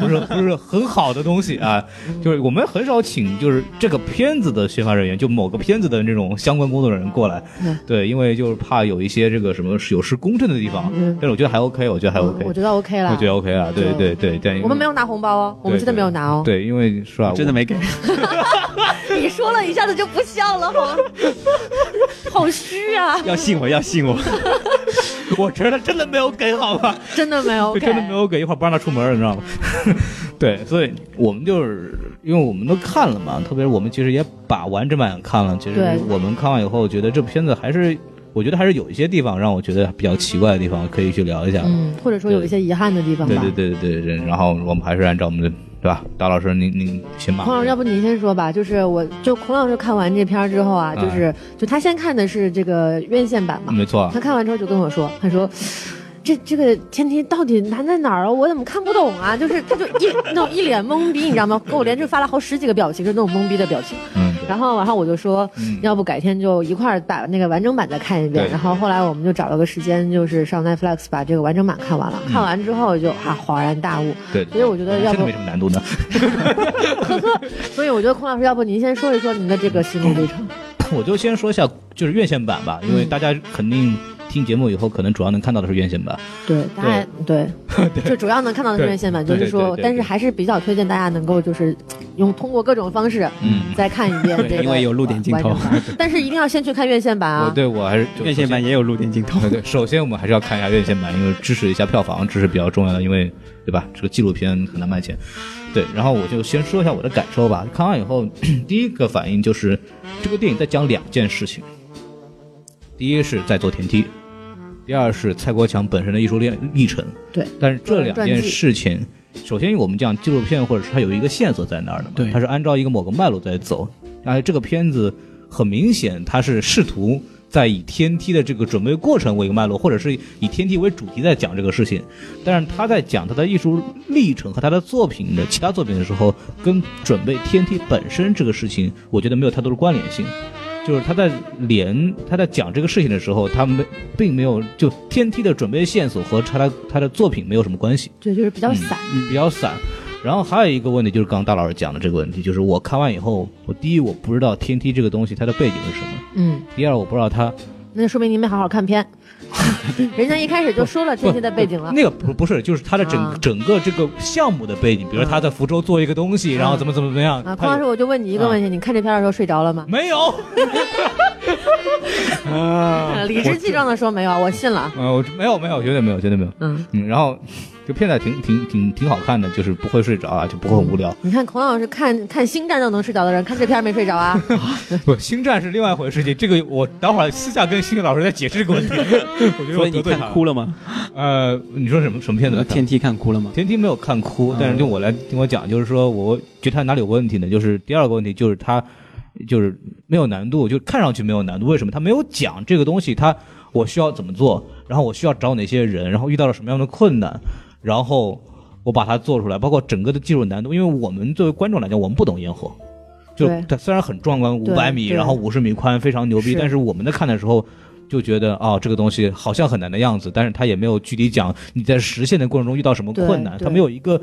B: 不是不是很好的东西啊，就是我们很少请就是这个片子的宣发人员，就某个片子的那种相关工作人员过来
C: 嗯，
B: 对，因为就是怕有一些这个什么有失公正的地方，但是我觉得还 OK，我觉得还 OK，
C: 嗯我觉得 OK 啦。
B: 我觉得 OK 啊，对对
C: 对
B: 对对，
C: 我们没有拿红包哦，我们真的没有拿哦。
B: 对，因为是吧，
D: 真的没给，
C: 你说了一下子就不笑了，好，好虚啊！
D: 要信我，要信我。
B: 我，我觉得真的没有给，好吧。
C: 真的没有
B: 就
C: OK，
B: 真的没有给，一会儿不让他出门儿，你知道吗？ 对，所以我们就是因为我们都看了嘛，特别是我们其实也把完整版看了，其实
C: 对
B: 我们看完以后觉得这片子还是，我觉得还是有一些地方让我觉得比较奇怪的地方，可以去聊一下。
C: 嗯，或者说有一些遗憾的地方吧。
B: 对对对对对对，然后我们还是按照我们的，对吧？大老师，您您先吧。
C: 孔老师，要不你先说吧？就是我，就孔老师看完这片儿之后啊，
B: 嗯
C: 就是就他先看的是这个院线版嘛，
B: 没错
C: 他，看完之后就跟我说，他说。这这个天梯到底难在哪儿啊？我怎么看不懂啊？就是他就一那种一脸懵逼，你知道吗？给我连续发了好十几个表情，就那种懵逼的表情。
B: 嗯，
C: 然后，然后我就说，
B: 嗯
C: 要不改天就一块儿把那个完整版再看一遍。
B: 对
C: 然后后来我们就找了个时间，就是上 Netflix 把这个完整版看完了。
B: 嗯
C: 看完之后就啊恍然大悟，
B: 对，
C: 所以我觉得要
B: 真
C: 不
B: 的没什么难度的。
C: 所以我觉得孔老师，要不您先说一说您的这个心路历程？
B: 我就先说一下就是院线版吧，因为大家肯定听节目以后，可能主要能看到的是院线版。
C: 对，当然对，就主要能看到的是
B: 对
C: 院线版，就是
B: 对对
C: 说
B: 对，对
C: 但是还是比较推荐大家能够就是用通过各种方式
B: 嗯
C: 再看一遍
D: 对
C: 这个，
D: 因为有露点镜头，
C: 但是一定要先去看院线版
B: 我
C: 啊。
B: 哦对我还是就
D: 院线版也有露点镜头
B: 对。 对，首先我们还是要看一下院线版，因为支持一下票房，这是比较重要的，因为对吧？这个纪录片很难卖钱。对，然后我就先说一下我的感受吧。看完以后，第一个反应就是这部电影在讲两件事情，第一是在做田梯，第二是蔡国强本身的艺术历历程。
C: 对，
B: 但是这两
C: 传记
B: 件事情，首先我们讲纪录片，或者是它有一个线索在那儿的嘛，
D: 对
B: 它是按照一个某个脉络在走。而这个片子很明显，它是试图在以天梯的这个准备过程为一个脉络，或者是以天梯为主题在讲这个事情。但是他在讲他的艺术历程和他的作品的其他作品的时候，跟准备天梯本身这个事情，我觉得没有太多的关联性。就是他在连他在讲这个事情的时候，他没并没有就天梯的准备线索和他的他的作品没有什么关系，
C: 对，就是比较散。
B: 比较散。然后还有一个问题就是刚刚大老师讲的这个问题，就是我看完以后，我第一我不知道天梯这个东西它的背景是什么，
C: 嗯，
B: 第二我不知道它
C: 那说明您没好好看片。人家一开始就说了天
B: 不
C: 气的背景了。
B: 那个不不是，就是他的整、
C: 啊
B: 整个这个项目的背景，比如说他在福州做一个东西，然后怎么怎么怎么样，
C: 啊，
B: 他
C: 孔老师，
B: 有
C: 我就问你一个问题，你看这片儿的时候睡着了吗？
B: 没 有？嗯啊
C: 呃理直气壮的说没有，啊我信了。
B: 呃，我没有没有，绝对没有，绝对没有。
C: 嗯，
B: 嗯，然后这片子还挺挺挺挺好看的，就是不会睡着啊，就不会很无聊。
C: 你看孔老师看看星战都能睡着的人，看这片儿没睡着啊？
B: 不，星战是另外一回事情，这个我等会儿私下跟星宇老师再解释这个 问题。我觉得
D: 所
B: 我
D: 以你
B: 得罪
D: 看
B: 他了。
D: 哭了吗？
B: 呃，你说什么什么片子？
D: 天梯看哭了吗？
B: 田梯没有看
C: 嗯
B: 哭，但是就我来听我讲，就是说我觉得他哪里有问题呢？就是第二个问题就是他就是没有难度，就看上去没有难度，为什么？他没有讲这个东西，他我需要怎么做，然后我需要找哪些人，然后遇到了什么样的困难，然后我把它做出来，包括整个的技术难度，因为我们作为观众来讲，我们不懂烟火。就
C: 对
B: 它虽然很壮观，五
C: 对
B: 百米，
C: 对
B: 然后五十米宽，非常牛逼，
C: 是
B: 但是我们在看的时候，就觉得啊、这个东西好像很难的样子，但是他也没有具体讲你在实现的过程中遇到什么困难，
C: 对对
B: 他没有一个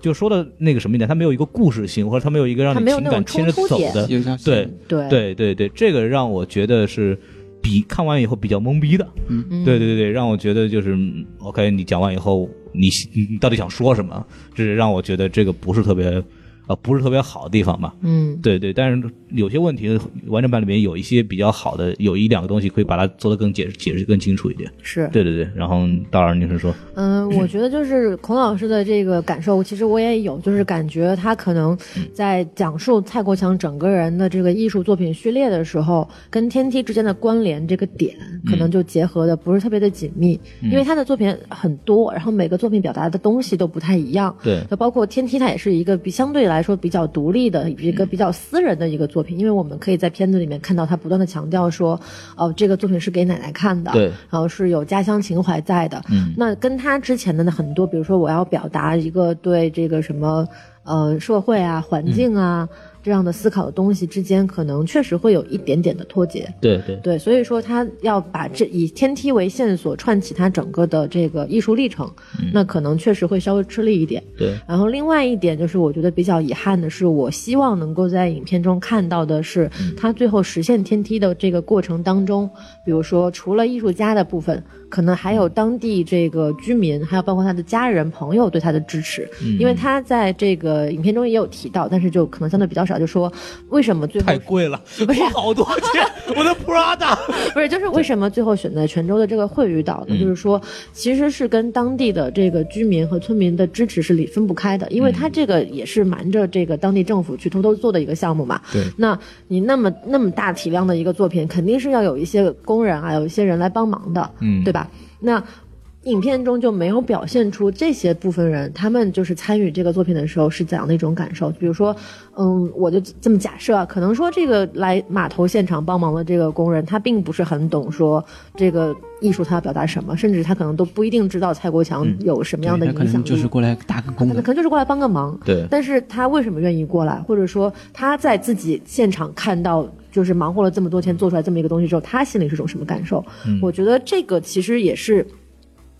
B: 就说的那个什么一点，他没有一个故事性，或者他没有一个让
C: 它
B: 你
C: 没有
B: 情
C: 那种
B: 感牵着
C: 冲突
B: 走
C: 点
B: 的，
D: 有啥
B: 对
C: 对，
B: 对对对，这个让我觉得是比看完以后比较懵逼的，
C: 嗯
B: 对对对，让我觉得就是嗯 OK，你讲完以后，你你你到底想说什么？这是让我觉得这个不是特别。啊、不是特别好的地方吧？
C: 嗯，
B: 对对，但是有些问题完整版里面有一些比较好的，有一两个东西可以把它做得更解解释更清楚一点。
C: 是。
B: 对对对，然后大老师你是说，
C: 嗯，我觉得就是孔老师的这个感受，其实我也有，就是感觉他可能在讲述蔡国强整个人的这个艺术作品序列的时候，跟天梯之间的关联这个点，可
B: 嗯
C: 能就结合的不是特别的紧密，因为他的作品很多，然后每个作品表达的东西都不太一样。
B: 对
C: 就包括天梯，它也是一个比相对来来说比较独立的一个比较私人的一个作品，因为我们可以在片子里面看到他不断的强调说，哦、这个作品是给奶奶看的，
B: 对，
C: 然后是有家乡情怀在的。
B: 嗯
C: 那跟他之前的呢很多，比如说我要表达一个对这个什么呃社会啊、环境啊、这样的思考的东西之间，可能确实会有一点点的脱节。
B: 对对
C: 对，所以说他要把这以天梯为线索串起他整个的这个艺术历程，那可能确实会稍微吃力一点。
B: 嗯对，
C: 然后另外一点就是，我觉得比较遗憾的是，我希望能够在影片中看到的是，
B: 嗯
C: 他最后实现天梯的这个过程当中，比如说除了艺术家的部分，可能还有当地这个居民，还有包括他的家人朋友对他的支持，
B: 嗯
C: 因为他在这个影片中也有提到，但是就可能相对比较少，就说为什么最后
B: 太贵了，花好多钱，我的 Prada。
C: 不是，就是为什么最后选在泉州的这个惠屿岛呢？就是说，其实是跟当地的这个居民和村民的支持是离分不开的，因为它这个也是瞒着这个当地政府去偷偷做的一个项目嘛。
B: 对
C: 那你那么那么大体量的一个作品，肯定是要有一些工人啊，有一些人来帮忙的，
B: 嗯
C: 对吧？那。影片中就没有表现出这些部分人，他们就是参与这个作品的时候是怎样的一种感受。比如说，嗯，我就这么假设啊，可能说这个来码头现场帮忙的这个工人，他并不是很懂说这个艺术他要表达什么，甚至他可能都不一定知道蔡国强有什么样的
D: 嗯对
C: 影
D: 他可
C: 响力。
D: 能就是过来打个工
C: 可能
D: 的
C: 可，能就是过来帮个忙。
B: 对
C: 但是他为什么愿意过来，或者说他在自己现场看到，就是忙活了这么多天做出来这么一个东西之后，他心里是种什么感受？
B: 嗯
C: 我觉得这个其实也是。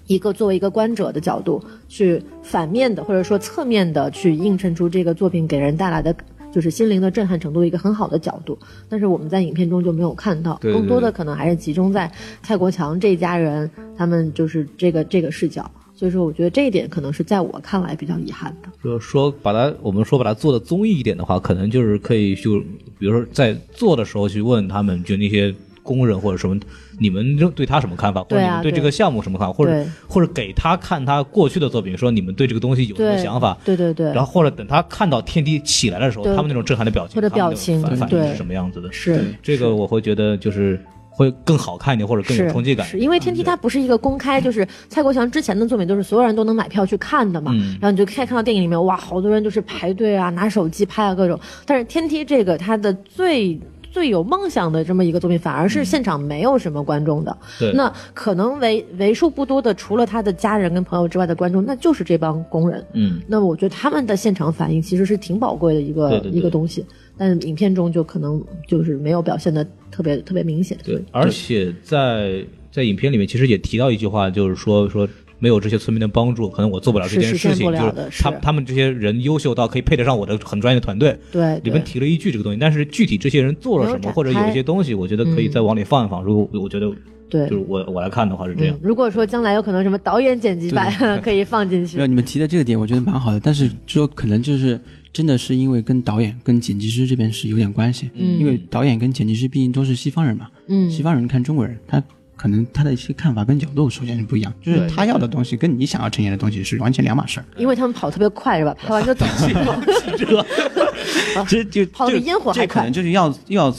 C: 一个作为一个观者的角度，去反面的或者说侧面的去映衬出这个作品给人带来的就是心灵的震撼程度一个很好的角度，但是我们在影片中就没有看到，
B: 对对
C: 更多的
B: 对
C: 可能还是集中在蔡国强这一家人，他们就是这个这个视角。所以说，我觉得这一点可能是在我看来比较遗憾的。
B: 就是说把它，我们说把它做的综艺一点的话，可能就是可以就比如说在做的时候去问他们，就那些工人或者什么，你们就对他什么看法，或者
C: 对
B: 你
C: 啊
B: 们对这个项目什么看法，或者
C: 对
B: 或者给他看他过去的作品，说你们对这个东西有什么
C: 对，
B: 想法。
C: 对对对，
B: 然后或者等他看到天地起来的时候，
C: 对
B: 他们那种震撼的表情，
C: 或者
B: 他们那
C: 表
B: 种
C: 情
B: 反反应是
C: 对
B: 什么样子的？
C: 是
B: 这个我会觉得就是会更好看一点，或者啊更有
C: 是
B: 冲击感。
C: 是因为天梯它不是一个公开，就是蔡国强之前的作品都是所有人都能买票去看的嘛，
B: 嗯
C: 然后你就可以看到电影里面哇，好多人就是排队啊，拿手机拍啊各种，但是天梯这个它的最。最有梦想的这么一个作品，反而是现场没有什么观众的。
B: 嗯对
C: 那可能为为数不多的，除了他的家人跟朋友之外的观众，那就是这帮工人。
B: 嗯，
C: 那我觉得他们的现场反应其实是挺宝贵的一个
B: 对对对
C: 一个东西，但影片中就可能就是没有表现的特别特别明显。
B: 对，而且在在影片里面其实也提到一句话，就是说说没有这些村民的帮助，可能我做不了这
C: 是
B: 件
C: 实
B: 事
C: 现
B: 情。
C: 不了
B: 就
C: 的
B: 是他
C: 是
B: 他们这些人优秀到可以配得上我的很专业的团队。
C: 对，
B: 里
C: 对
B: 面提了一句这个东西，但是具体这些人做了什
C: 没有
B: 么，
C: 展
B: 或者有一
C: 开
B: 些东西，我觉得可以再往里放一放。如果我觉得
C: 对
B: 就是我我来看的话是这样
C: 嗯。，如果说将来有可能什么导演剪辑版 可以放进
D: 没有，
C: 去，
D: 你们提的这个点，我觉得蛮好的，但是说可能就是真的是因为跟导演、跟剪辑师这边是有点关系，
C: 嗯
D: 因为导演跟剪辑师毕竟都是西方人嘛，
C: 嗯，
D: 西方人看中国人，他可能他的一些看法跟角度首先是不一样，就是他要的东西跟你想要呈现的东西是完全两码事儿。
C: 因为他们跑特别快是吧？拍完就走，
D: 这就
C: 跑得比烟火还
D: 这可
C: 快
D: 能就是要要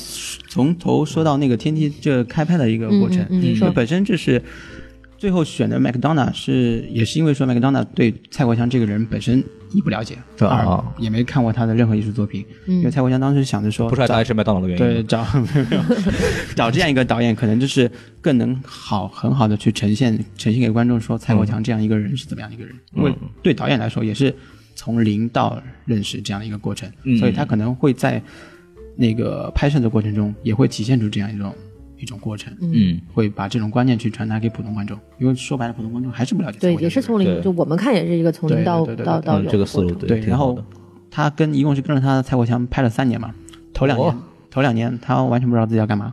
D: 从头说到那个天梯这开拍的一个过程，
C: 嗯嗯嗯你说
D: 本身就是最后选的麦克当娜是也是因为说麦克当娜对蔡国强这个人本身一不了解，
B: 对
D: 二、
B: 啊
D: 也没看过他的任何艺术作品，
C: 嗯
D: 因为蔡国强当时想着说
B: 不是爱
D: 找
B: 爱吃麦当劳的原因。
D: 对，找 没有没有找这样一个导演，可能就是更能好很好的去呈现呈现给观众说蔡国
B: 嗯
D: 强这样一个人是怎么样的一个人，因为对导演来说也是从零到认识这样的一个过程，
B: 嗯
D: 所以他可能会在那个拍摄的过程中也会体现出这样一种一种过程，
B: 嗯，
D: 会把这种观念去传达给普通观众，因为说白了，普通观众还是不了解蔡
C: 对，
D: 国强这个人，
C: 也是从零，
B: 对
C: 就我们看也是一个从零
D: 对
C: 到
D: 对对对
C: 到
D: 对
C: 到
B: 嗯
C: 有
B: 这个
C: 的
B: 思路
C: 过程
B: 对，挺
D: 然
B: 好
D: 后
B: 的。
D: 他跟一共是跟着他蔡国强拍了三年嘛，头两年、
B: 哦
D: 头两年他完全不知道自己要干嘛。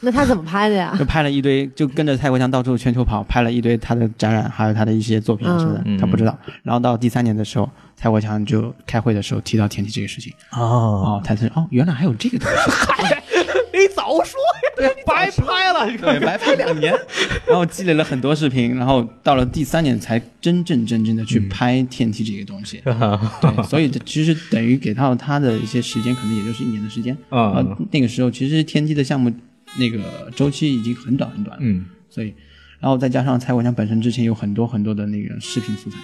C: 那他怎么拍的呀
D: 就？拍了一堆，就跟着蔡国强到处全球跑，拍了一堆他的展览，还有他的一些作品啊什么的，
B: 嗯
D: 他不知道。然后到第三年的时候，蔡国强就开会的时候提到天气这个事情，
B: 哦，
D: 哦，他才哦，原来还有这个东西，
B: 你早说呀，白拍了。
D: 对，白拍 两年，然后积累了很多视频，然后到了第三年才真正真正的
B: 嗯
D: 去拍天梯这个东西，
B: 啊
D: 对，所以这其实等于给到他的一些时间，可能也就是一年的时间，
B: 嗯
D: 呃那个时候其实天梯的项目那个周期已经很短很短了，
B: 嗯，
D: 所以，然后再加上蔡国强本身之前有很多很多的那个视频素材，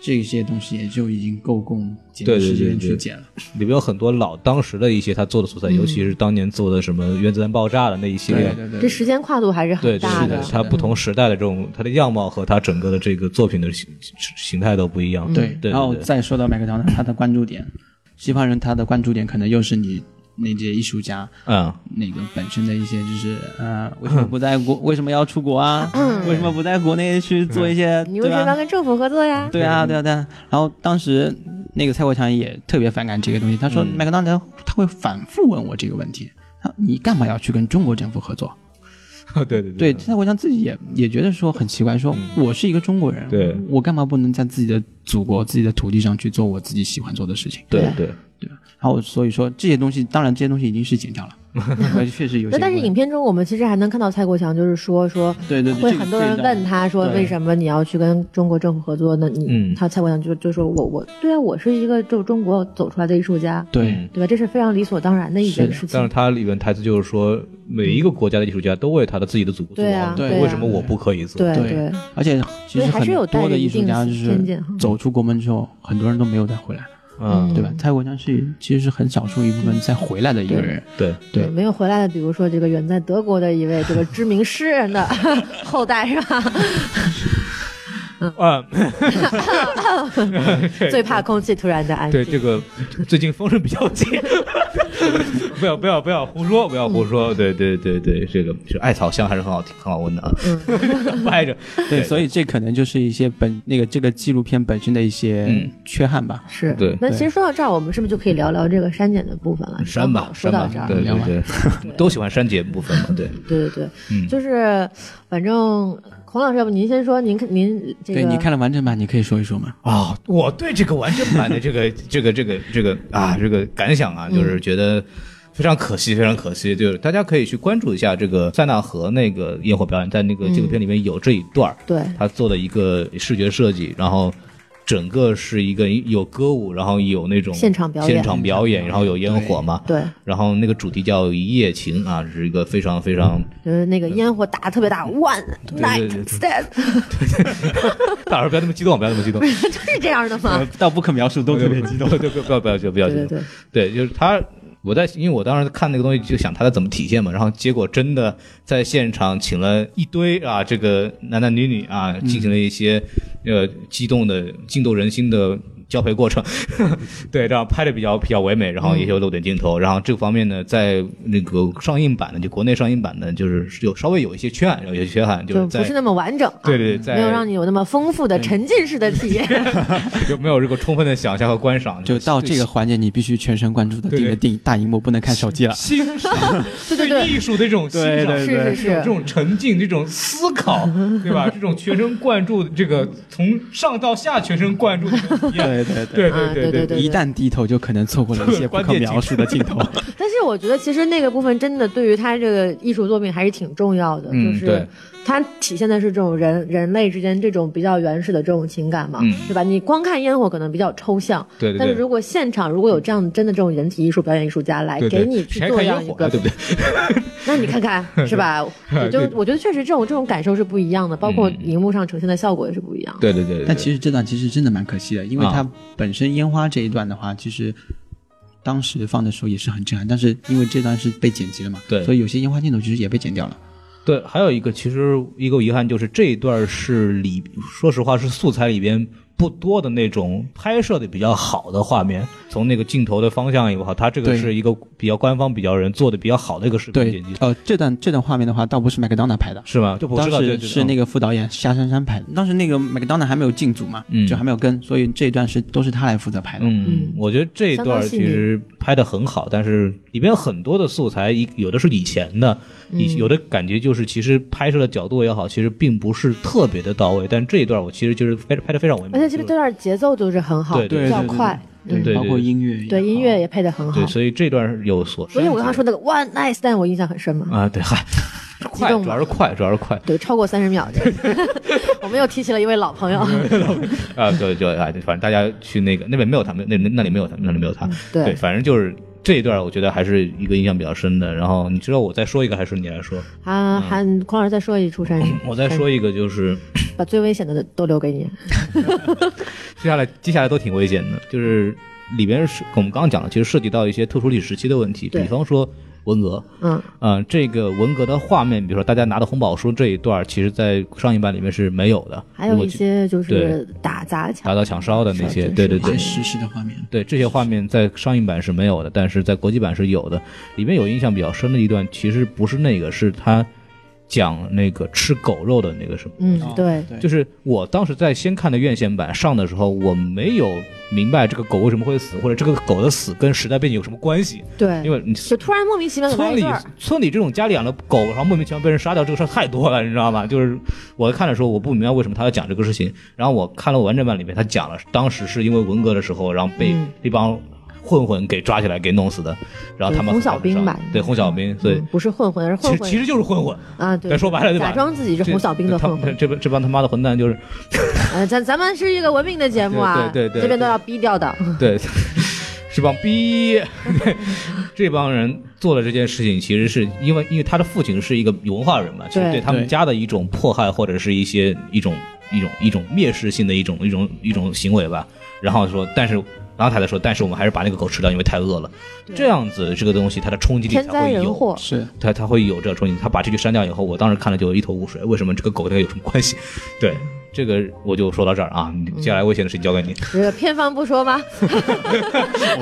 D: 这些东西也就已经够供剪
B: 对对
D: 时
B: 对
D: 间
B: 对
D: 去剪了。
B: 里边有很多老当时的一些他做的素材，尤其是当年做的什么原子弹爆炸的那一系列
D: 对，对对
C: 这时间跨度还是
B: 对，对
C: 很大
B: 是
D: 的
B: 的，
D: 是
B: 它
D: 的
B: 不同时代的这种它的样貌和它整个的这个作品的形形形态都不一样。
D: 对，
B: 对
D: 然后
B: 对
D: 再说到麦克唐纳，他的关注点，西方人他的关注点可能又是你那些艺术家
B: 嗯，
D: 那个本身的一些就是呃，为什么不在国，为什么要出国啊？为什么不在国内去做一些？
C: 嗯啊你为
D: 对
C: 什么要
D: 吧？
C: 跟政府合作呀？
D: 对啊，对啊，对啊。然后当时那个蔡国强也特别反感这个东西，他说麦克唐纳他会反复问我这个问题，他你干嘛要去跟中国政府合作？
B: 对对
D: 对，蔡国强自己也也觉得说很奇怪，说我是一个中国人，
B: 对
D: 我干嘛不能在自己的祖国、自己的土地上去做我自己喜欢做的事情？
B: 对对
D: 对吧？然后所以说这些东西，当然这些东西已经是剪掉了，而且确实
C: 那
D: 有些问。
C: 但是影片中我们其实还能看到蔡国强，就是说说
D: 对对对
C: 会
D: 这个
C: 很多人
D: 这个
C: 问他说
D: 对
C: 为什么你要去跟中国政府合作呢？你、
B: 嗯
C: 他蔡国强就就说我我对啊，我是一个就中国走出来的艺术家，
D: 对
C: 对吧？这是非常理所当然的一件事
B: 嗯但是
C: 情。
B: 它里面台词就是说，每一个国家的艺术家都为他的自己的祖国做
C: 对啊
B: 王
D: 对
B: 为什
C: 啊
B: 么我不可以做？
C: 对
D: 对，而且其
C: 所以
D: 实
C: 还
D: 很
C: 是有带
D: 多
C: 着
D: 的
C: 一
D: 艺术
C: 定
D: 家就
C: 偏
D: 是
C: 见哈
D: 走出国门之后，很多人都没有再回来，
B: 嗯
D: 对吧？蔡国强是
C: 嗯
D: 其实是很少数一部分再回来的一个人，
B: 对
D: 对
C: 没有回来的，比如说这个远在德国的一位这个知名诗人的后代是吧？
B: 啊，
C: 最怕空气突然的安静。
B: 对这个最近风声比较紧，不要不要不要胡说，不要胡说，对对对对，这个是艾草香还是很好听，很好闻的啊， 拍着，
D: 对，所以这可能就是一些本那个这个纪录片本身的一些
B: 嗯
D: 缺憾吧。
C: 是
B: 对
C: 那其实说到这儿，我们是不是就可以聊聊这个删减的部分了？
B: 删吧
C: 刚好说
B: 删
C: 到
B: 吧
C: 这儿，，
B: 对
D: 聊
B: 对
D: 吧
B: 对，都喜欢删节部分嘛，对，
C: 对对对，就是反正孔老师，要不您先说，您看您这个，
D: 对，你看了完整版，你可以说一说吗？
B: 啊、我对这个完整版的这个 这个这个这个啊这个感想啊，就是觉得非常可惜，非常可惜。就是大家可以去关注一下这个塞纳河那个焰火表演，在那个纪录片里面有这一段儿、
C: 对
B: 他做的一个视觉设计，然后。整个是一个有歌舞，然后有那种
C: 现场表演
B: 现场表演，然后有烟火嘛，
C: 对，
B: 然后那个主题叫一夜情啊，是一个非常非常
C: 就是那个烟火打得特别大，One
B: 对
C: Night
B: 对
C: Stand，
B: 大伙儿不要那么激动，不要那么 激动，
C: 就是这样的吗？
D: 到不可描述都特别 激动。
B: 对，不要不要不要不要激
C: 对
B: 动
C: 对，对，
B: 对，就是他，我在因为我当时看那个东西就想他在怎么体现嘛，然后结果真的在现场请了一堆啊，这个男男女女啊，进
C: 嗯
B: 行了一些、呃激动的、激动人心的。交配过程， 对，这样拍的比较比较唯美，然
C: 嗯
B: 后也有露点镜头，然后这个方面呢，在那个上映版呢，就国内上映版呢，就是有稍微有一些缺憾，有一些缺憾，就是
C: 就
B: 在
C: 不是那么完整啊，
B: 对对对，在
C: 没有让你有那么丰富的沉浸式的体验。
B: 就没有这个充分的想象和观赏，
D: 就到这个环节，你必须全神贯注的
B: 对
D: 盯着电影大荧幕，不能看手机了。
B: 欣 赏
C: 对对对
B: 艺术的这种欣
D: 对
B: 赏，
D: 对
C: 对是是是
B: 这种沉浸、这种思考，对吧？这种全神贯注，这个从上到下全神贯注的这种体验，
D: 对对
B: 对
C: 啊对
B: 对
C: 对
D: 一旦低头就可能错过了一些不可描述的镜头。
C: 但是我觉得，其实那个部分真的对于他这个艺术作品还是挺重要的，
B: 嗯
C: 就是
B: 对
C: 它体现的是这种人人类之间这种比较原始的这种情感嘛，
B: 嗯
C: 对吧？你光看烟火可能比较抽象，
B: 对对
C: 但是
B: 对
C: 如果现场如果有这样真的这种人体艺术表演艺术家来
B: 对对
C: 给你去
B: 谁看
C: 做这
B: 烟
C: 样一
B: 火
C: 个，
B: 啊，对不对？
C: 那你看看是吧？
B: 对
C: 就我觉得确实这种这种感受是不一样的，包括
B: 嗯
C: 荧幕上呈现的效果也是不一样的。
B: 对对对。
D: 但其实这段其实真的蛮可惜的，因为
B: 啊
D: 它本身烟花这一段的话，其实当时放的时候也是很震撼，但是因为这段是被剪辑了嘛，
B: 对
D: 所以有些烟花镜头其实也被剪掉了。
B: 对，还有一个其实一个遗憾就是这一段是里，说实话是素材里边不多的那种拍摄的比较好的画面，从那个镜头的方向也好，它这个
D: 对
B: 是一个比较官方比较人做的比较好的一个视频
D: 对
B: 剪辑，，
D: 呃，这段这段画面的话，倒不是麦克当娜拍的。
B: 是吗？就不
D: 当
B: 知道对
D: 时
B: 对
D: 是
B: 嗯
D: 那个副导演夏珊珊拍的，当时那个麦克当娜还没有进组嘛，
B: 嗯
D: 就还没有跟，所以这一段是都是他来负责拍的。
B: 嗯
C: 嗯，
B: 我觉得这一
C: 相
B: 段
C: 当细腻
B: 其实拍的很好，但是里边有很多的素材，一有的是以前的，以有的感觉就是其实拍摄的角度也好，其实并不是特别的到位。但这一段我其实就是拍拍的非常唯美，
C: 而且这个
B: 就
C: 这
B: 是
C: 段节奏就是很好，
B: 嗯对对
C: 比较
D: 对对
C: 快，
D: 对，
C: 嗯
B: 对
D: 包括
B: 对
D: 音乐也好，
C: 对音乐也配得很好
B: 对，。所以这段是有所。
C: 哦所以我刚刚说那个 one night stand 我印象很深嘛，
B: 啊，对， 嗨，快，
C: 动
B: 主要是快，主要是快
C: 对，超过三十秒。这个 我们又提起了一位老朋友，
B: 啊，对对啊，反正大家去那个那边没有他们，那那那里没有他们，那里没有他，
C: 嗯对
B: 对，反正就是。这一段我觉得还是一个印象比较深的，然后你知道我再说一个还是你来说？嗯
C: 啊，还孔老师再说一出山，
B: 我再说一个，就是
C: 把最危险的都留给你。
B: 接下来接下来都挺危险的，就是里边是我们刚刚讲了，其实涉及到一些特殊历史时期的问题，
C: 对
B: 比方说文革，
C: 嗯，
B: 嗯、这个文革的画面，比如说大家拿的红宝书这一段，其实在上一版里面是没有的，
C: 还有一些就
B: 如果
C: 是打砸抢、
B: 打砸抢烧的那些
C: 是
B: 对对
D: 一些
B: 对
D: 实时的画面。
B: 对这些画面在上映版是没有的，但是在国际版是有的。里面有印象比较深的一段，其实不是那个，是他讲那个吃狗肉的那个什么。
C: 嗯，对，
D: 对，
B: 就是我当时在先看的院线版上的时候，我没有明白这个狗为什么会死，或者这个狗的死跟时代背景有什么关系。
C: 对，
B: 因为你
C: 就突然莫名其妙的来
B: 村
C: 一
B: 里
C: 段儿，
B: 村里这种家里养的狗，然后莫名其妙被人杀掉，这个事儿太多了，你知道吗？就是我看的时候，我不明白为什么他要讲这个事情。然后我看了完整版里面，他讲了当时是因为文革的时候，然后被
C: 嗯
B: 一帮混混给抓起来给弄死的，然后他们
C: 对红小兵吧
B: 对红小兵，对，
C: 嗯不是混混，而是
B: 其
C: 混
B: 实
C: 混
B: 其实就是混混，
C: 啊，对，
B: 咱说白了对吧
C: 假装自己是
B: 这
C: 红小兵的
B: 他
C: 混混，
B: 这帮这帮他妈的混蛋就是
C: 呃，咱咱们是一个文明的节目啊，
B: 对对对对
C: 这边都要逼掉的，
B: 对， 这帮逼，对，这帮人做了这件事情，其实是因为因为他的父亲是一个文化人嘛，其实
C: 对
B: 对他们
D: 对
B: 家的一种迫害或者是一些一种一种一种蔑视性的一种一种一种行为吧。然后说，但是。然后他才说，但是我们还是把那个狗吃掉，因为太饿了。这样子，这个东西它的冲击力
C: 天
B: 才
C: 灾
B: 会
C: 人
B: 有，
C: 祸，
D: 是
B: 它它会有这个冲击力。他把这句删掉以后，我当时看了就一头雾水，为什么这个狗跟它有什么关系？ 对，这个我就说到这儿啊，你接下来危险的事情交给你。
C: 这个片方不说吗？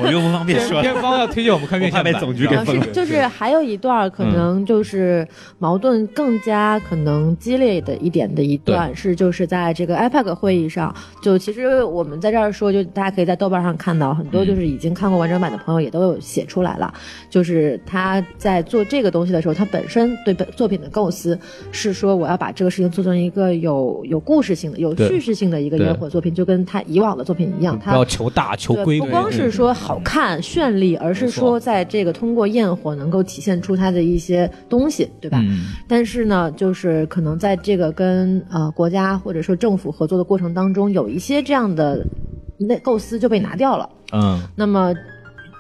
E: 我又不方便说，
B: 片方要推荐我们看院线
E: 我怕
B: 版，
E: 被总局给
B: 你知道吗
C: 啊，是就是还有一段儿可
B: 嗯
C: 能就是矛盾更加可能激烈的一点的一段是就是在这个 IPAC 会议上，就其实我们在这儿说，就大家可以在豆瓣上看到很
B: 嗯
C: 多就是已经看过完整版的朋友也都有写出来了，就是他在做这个东西的时候，他本身对本作品的构思是说我要把这个事情做成一个有有故事性的、有
B: 对
C: 叙事性的一个烟火作品，就跟他以往的作品一样，
B: 不
C: 他
B: 要求大求
C: 对，
B: 规
C: 不
B: 矩，
C: 光是
B: 嗯
C: 说好看绚丽，而是说在这个通过焰火能够体现出它的一些东西，对吧？
B: 嗯，
C: 但是呢，就是可能在这个跟呃国家或者说政府合作的过程当中，有一些这样的那构思就被拿掉了。
B: 嗯
C: 那么。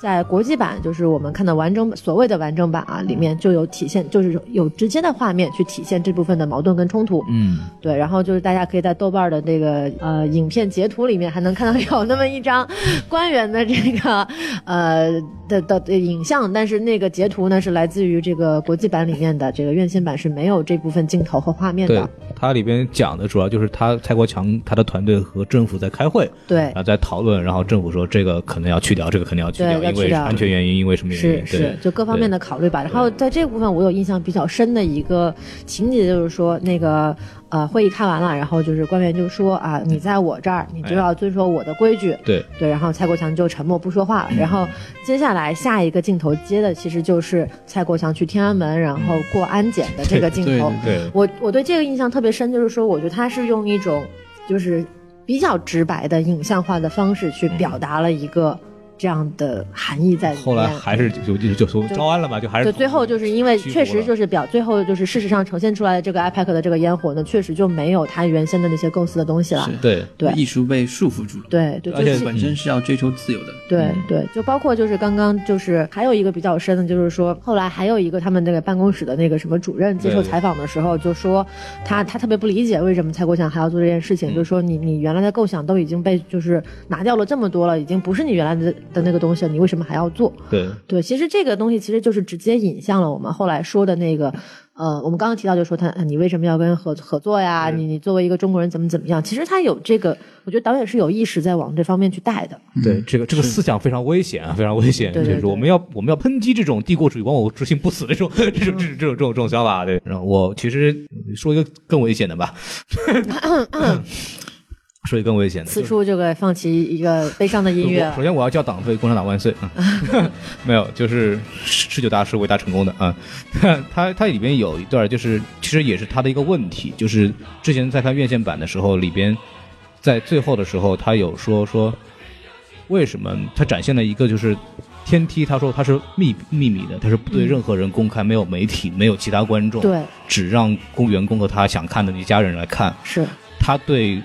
C: 在国际版，就是我们看到完整版所谓的完整版啊，里面就有体现，就是有直接的画面去体现这部分的矛盾跟冲突。
B: 嗯
C: 对，然后就是大家可以在豆瓣的这个呃影片截图里面，还能看到有那么一张
B: 嗯
C: 官员的这个呃的的的影像，但是那个截图呢是来自于这个国际版里面的，这个院线版是没有这部分镜头和画面
B: 对
C: 的。，
B: 它里边讲的主要就是他蔡国强他的团队和政府在开会，
C: 对
B: 然，后在讨论，然后政府说这个可能要去掉，这个可能要去
C: 对
B: 掉，
C: 要
B: 因
C: 去
B: 为
C: 掉
B: 安全原因，因为什么原
C: 是
B: 因？
C: 是
B: 对，，
C: 就各方面的考虑吧。然后在这部分，我有印象比较深的一个情节就是说，那个呃会议开完了，然后就是官员就说啊，你在我这儿，你
B: 哎
C: 就要遵守我的规矩。
B: 对，
C: 对，然后蔡国强就沉默不说话了。然后接下来下一个镜头接的其实就是蔡国强去天安门，然后过安检的这个镜
D: 对
C: 头。
D: 对
B: 对
C: 我我对这个印象特别深，就是说，我觉得他是用一种就是比较直白的影像化的方式去表达了一个这样的含义在里
B: 嗯
C: 面。
B: 后来还是就就就从
C: 就
B: 招安了嘛，就还
C: 对，
B: 是
C: 最后就是因为
B: 屈服
C: 确实
B: 了
C: 就是表，最后就是事实上呈现出来的这个 IPAC 的这个烟火呢，确实就没有他原先的那些构思的东西了。
D: 是，
B: 对
C: 对
D: 艺术被束缚住了，
C: 对对，
B: 而
C: 就
B: 且
C: 是
D: 本身是要追求自由的。
C: 对对，就包括就是刚刚就是还有一个比较深的，就是说后来还有一个他们那个办公室的那个什么主任接受
B: 对
C: 采访的时候就说他他特别不理解为什么蔡国强还要做这件事情，就说你你原来的构想都已经被就是拿掉了这么多了，已经不是你原来的的那个东西了，你为什么还要做？
B: 对
C: 对，其实这个东西其实就是直接引向了我们后来说的那个，呃，我们刚刚提到就说他，呃你为什么要跟合合作呀？你你作为一个中国人怎么怎么样？其实他有这个，我觉得导演是有意识在往这方面去带的。
B: 对，这个这个思想非常危险啊，非常危险，
C: 嗯对对
B: 就是
C: 对
B: 我们要我们要抨击这种帝国主义亡我之心不死的这种 这种这种这种这种这种想
C: 嗯
B: 法。对，然后我其实嗯说一个更危险的吧，
C: 嗯
B: 说一个更危险的，
C: 此处这个放起一个悲伤的音 乐啊
B: 我首先我要叫党费，共产党万岁啊！ 没有，就是十九大是伟大成功的啊。 它它里边有一段，就是其实也是他的一个问题，就是之前在看院线版的时候，里边在最后的时候，他有说说为什么他展现了一个就是天梯，他说他是秘秘密的，他是不对任何人公开，没有媒体，没有其他观众，
C: 对，
B: 只让公员工和他想看的那家人来看。
C: 是
B: 他对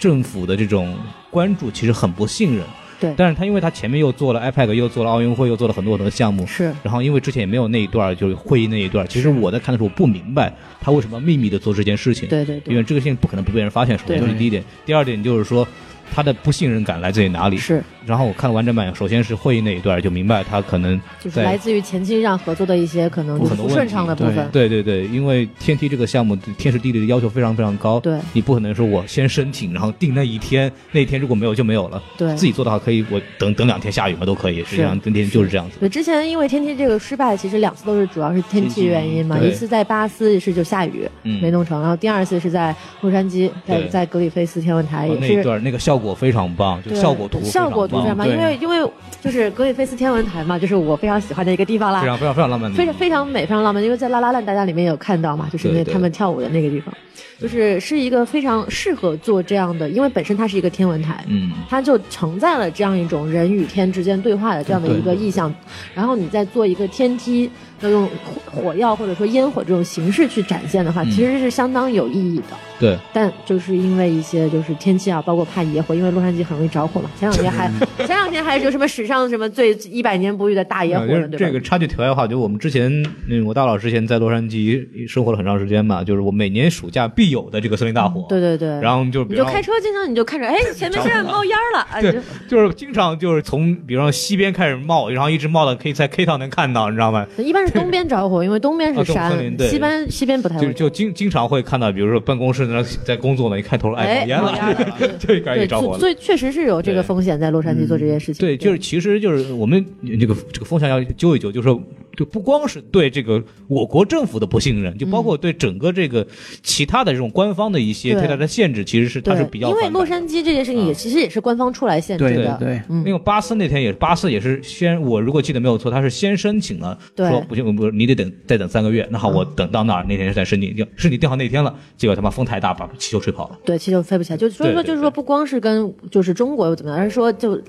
B: 政府的这种关注其实很不信任，
C: 对
B: 但是他因为他前面又做了 iPad，又做了奥运会，又做了很多很多项目，
C: 是
B: 然后因为之前也没有那一段儿就是会议那一段儿，其实我在看的时候我不明白他为什么要秘密的做这件事情。
C: 对对对
B: 因为这个事情不可能不被人发现，首先
C: 对
B: 这是第一点。第二点就是说他的不信任感来自于哪里？
C: 是，
B: 然后我看了完整版，首先是会议那一段儿就明白他可能
C: 就是
B: 在
C: 来自于前期让合作的一些可能就是
B: 很多
C: 不
B: 问
C: 顺
B: 题
C: 畅的部
D: 对
C: 分。
B: 对对对，因为天梯这个项目，天时地利的要求非常非常高。
C: 对
B: 你不可能说我先申请，然后定那一天，那一天如果没有就没有了。
C: 对
B: 自己做的话可以，我等等两天下雨嘛都可以。实际上
C: 是
B: 今天就是这样子。
C: 对，之前因为天气这个失败，其实两次都是主要是天气原因嘛。
B: 对
C: 一次在巴斯是就下雨、
B: 嗯
C: 没弄成，然后第二次是在洛杉矶，在
B: 对
C: 在格里菲斯天文台
B: 哦
C: 也
B: 那
C: 是
B: 一段那个效果非常棒，就
C: 对
B: 效果图非常
C: 效果图非常
B: 棒，
C: 棒，因为因为就是格里菲斯天文台嘛，就是我非常喜欢的一个地方啦
B: 非，常非常非常浪漫的一幕，
C: 非常非常美，非常浪漫。因为在《拉拉烂》大家里面有看到嘛，就是
B: 嗯对
C: 那
B: 对
C: 他们跳舞的那个地方，就是是一个非常适合做这样的，因为本身它是一个天文台，
B: 嗯，
C: 它就承载了这样一种人与天之间对话的这样的一个意象。然后你再做一个天梯，要用火火药或者说烟火这种形式去展现的话，
B: 嗯
C: 其实是相当有意义的。
B: 对，
C: 但就是因为一些就是天气啊，包括怕野火，因为洛杉矶很容易着火嘛。前两 天还前两天还有什么史上什么最一百年不遇的大野火
B: 我觉
C: 呢，
B: 得
C: 对吧？
B: 呃这个插句题外话，就我们之前，嗯，我大佬之前在洛杉矶生活了很长时间嘛，就是我每年暑假必有的这个森林大火，
C: 对对对，
B: 然后就比
C: 你就
B: 方
C: 开车经常你就看着，哎，前面是在冒烟儿了，哎，你
B: 对
C: 就，
B: 就是经常就是从比方说西边开始冒，然后一直冒到可以在 K 套能看到，你知道吗？
C: 一般是东边着火，因为东边是
B: 啊东
C: 山
B: 森林，对
C: 西边西边不太
B: 就
C: 会。
B: 就经经常会看到，比如说办公室在那在工作呢，一看头哎
C: 哎
B: 冒烟
C: 冒烟
B: 了
C: 了，
B: 就一开始
C: 对，
B: 着火
C: 所
B: 了。
C: 所以确实是有这个
B: 对嗯
C: 风险在洛杉矶做这件事情。
B: 对，就是其实就是我们这个这个风向要揪一揪，就是说就不光是对这个我国政府的不信任，就包括对整个这个其他的这种官方的一些
C: 嗯对
B: 对它的限制，其实是它
C: 对，
B: 是比较
C: 因为
B: 反
C: 洛
B: 感的啊
C: 杉矶这件事情也其实也是官方出来限制
D: 对对
C: 的，
D: 对，
C: 嗯
B: 因为巴斯那天也是，巴斯也是先，我如果记得没有错，他是先申请了，
C: 对
B: 说不行，我不，你得等再等三个月。那好，我等到那儿那天是在申请，定申请定好那天了，结果他妈风太大，把气球吹跑了。
C: 对，气球飞不起来。就所以
B: 对
C: 说，
B: 对
C: 就是
B: 对
C: 说，不光是跟就是中国又怎么样，而是说就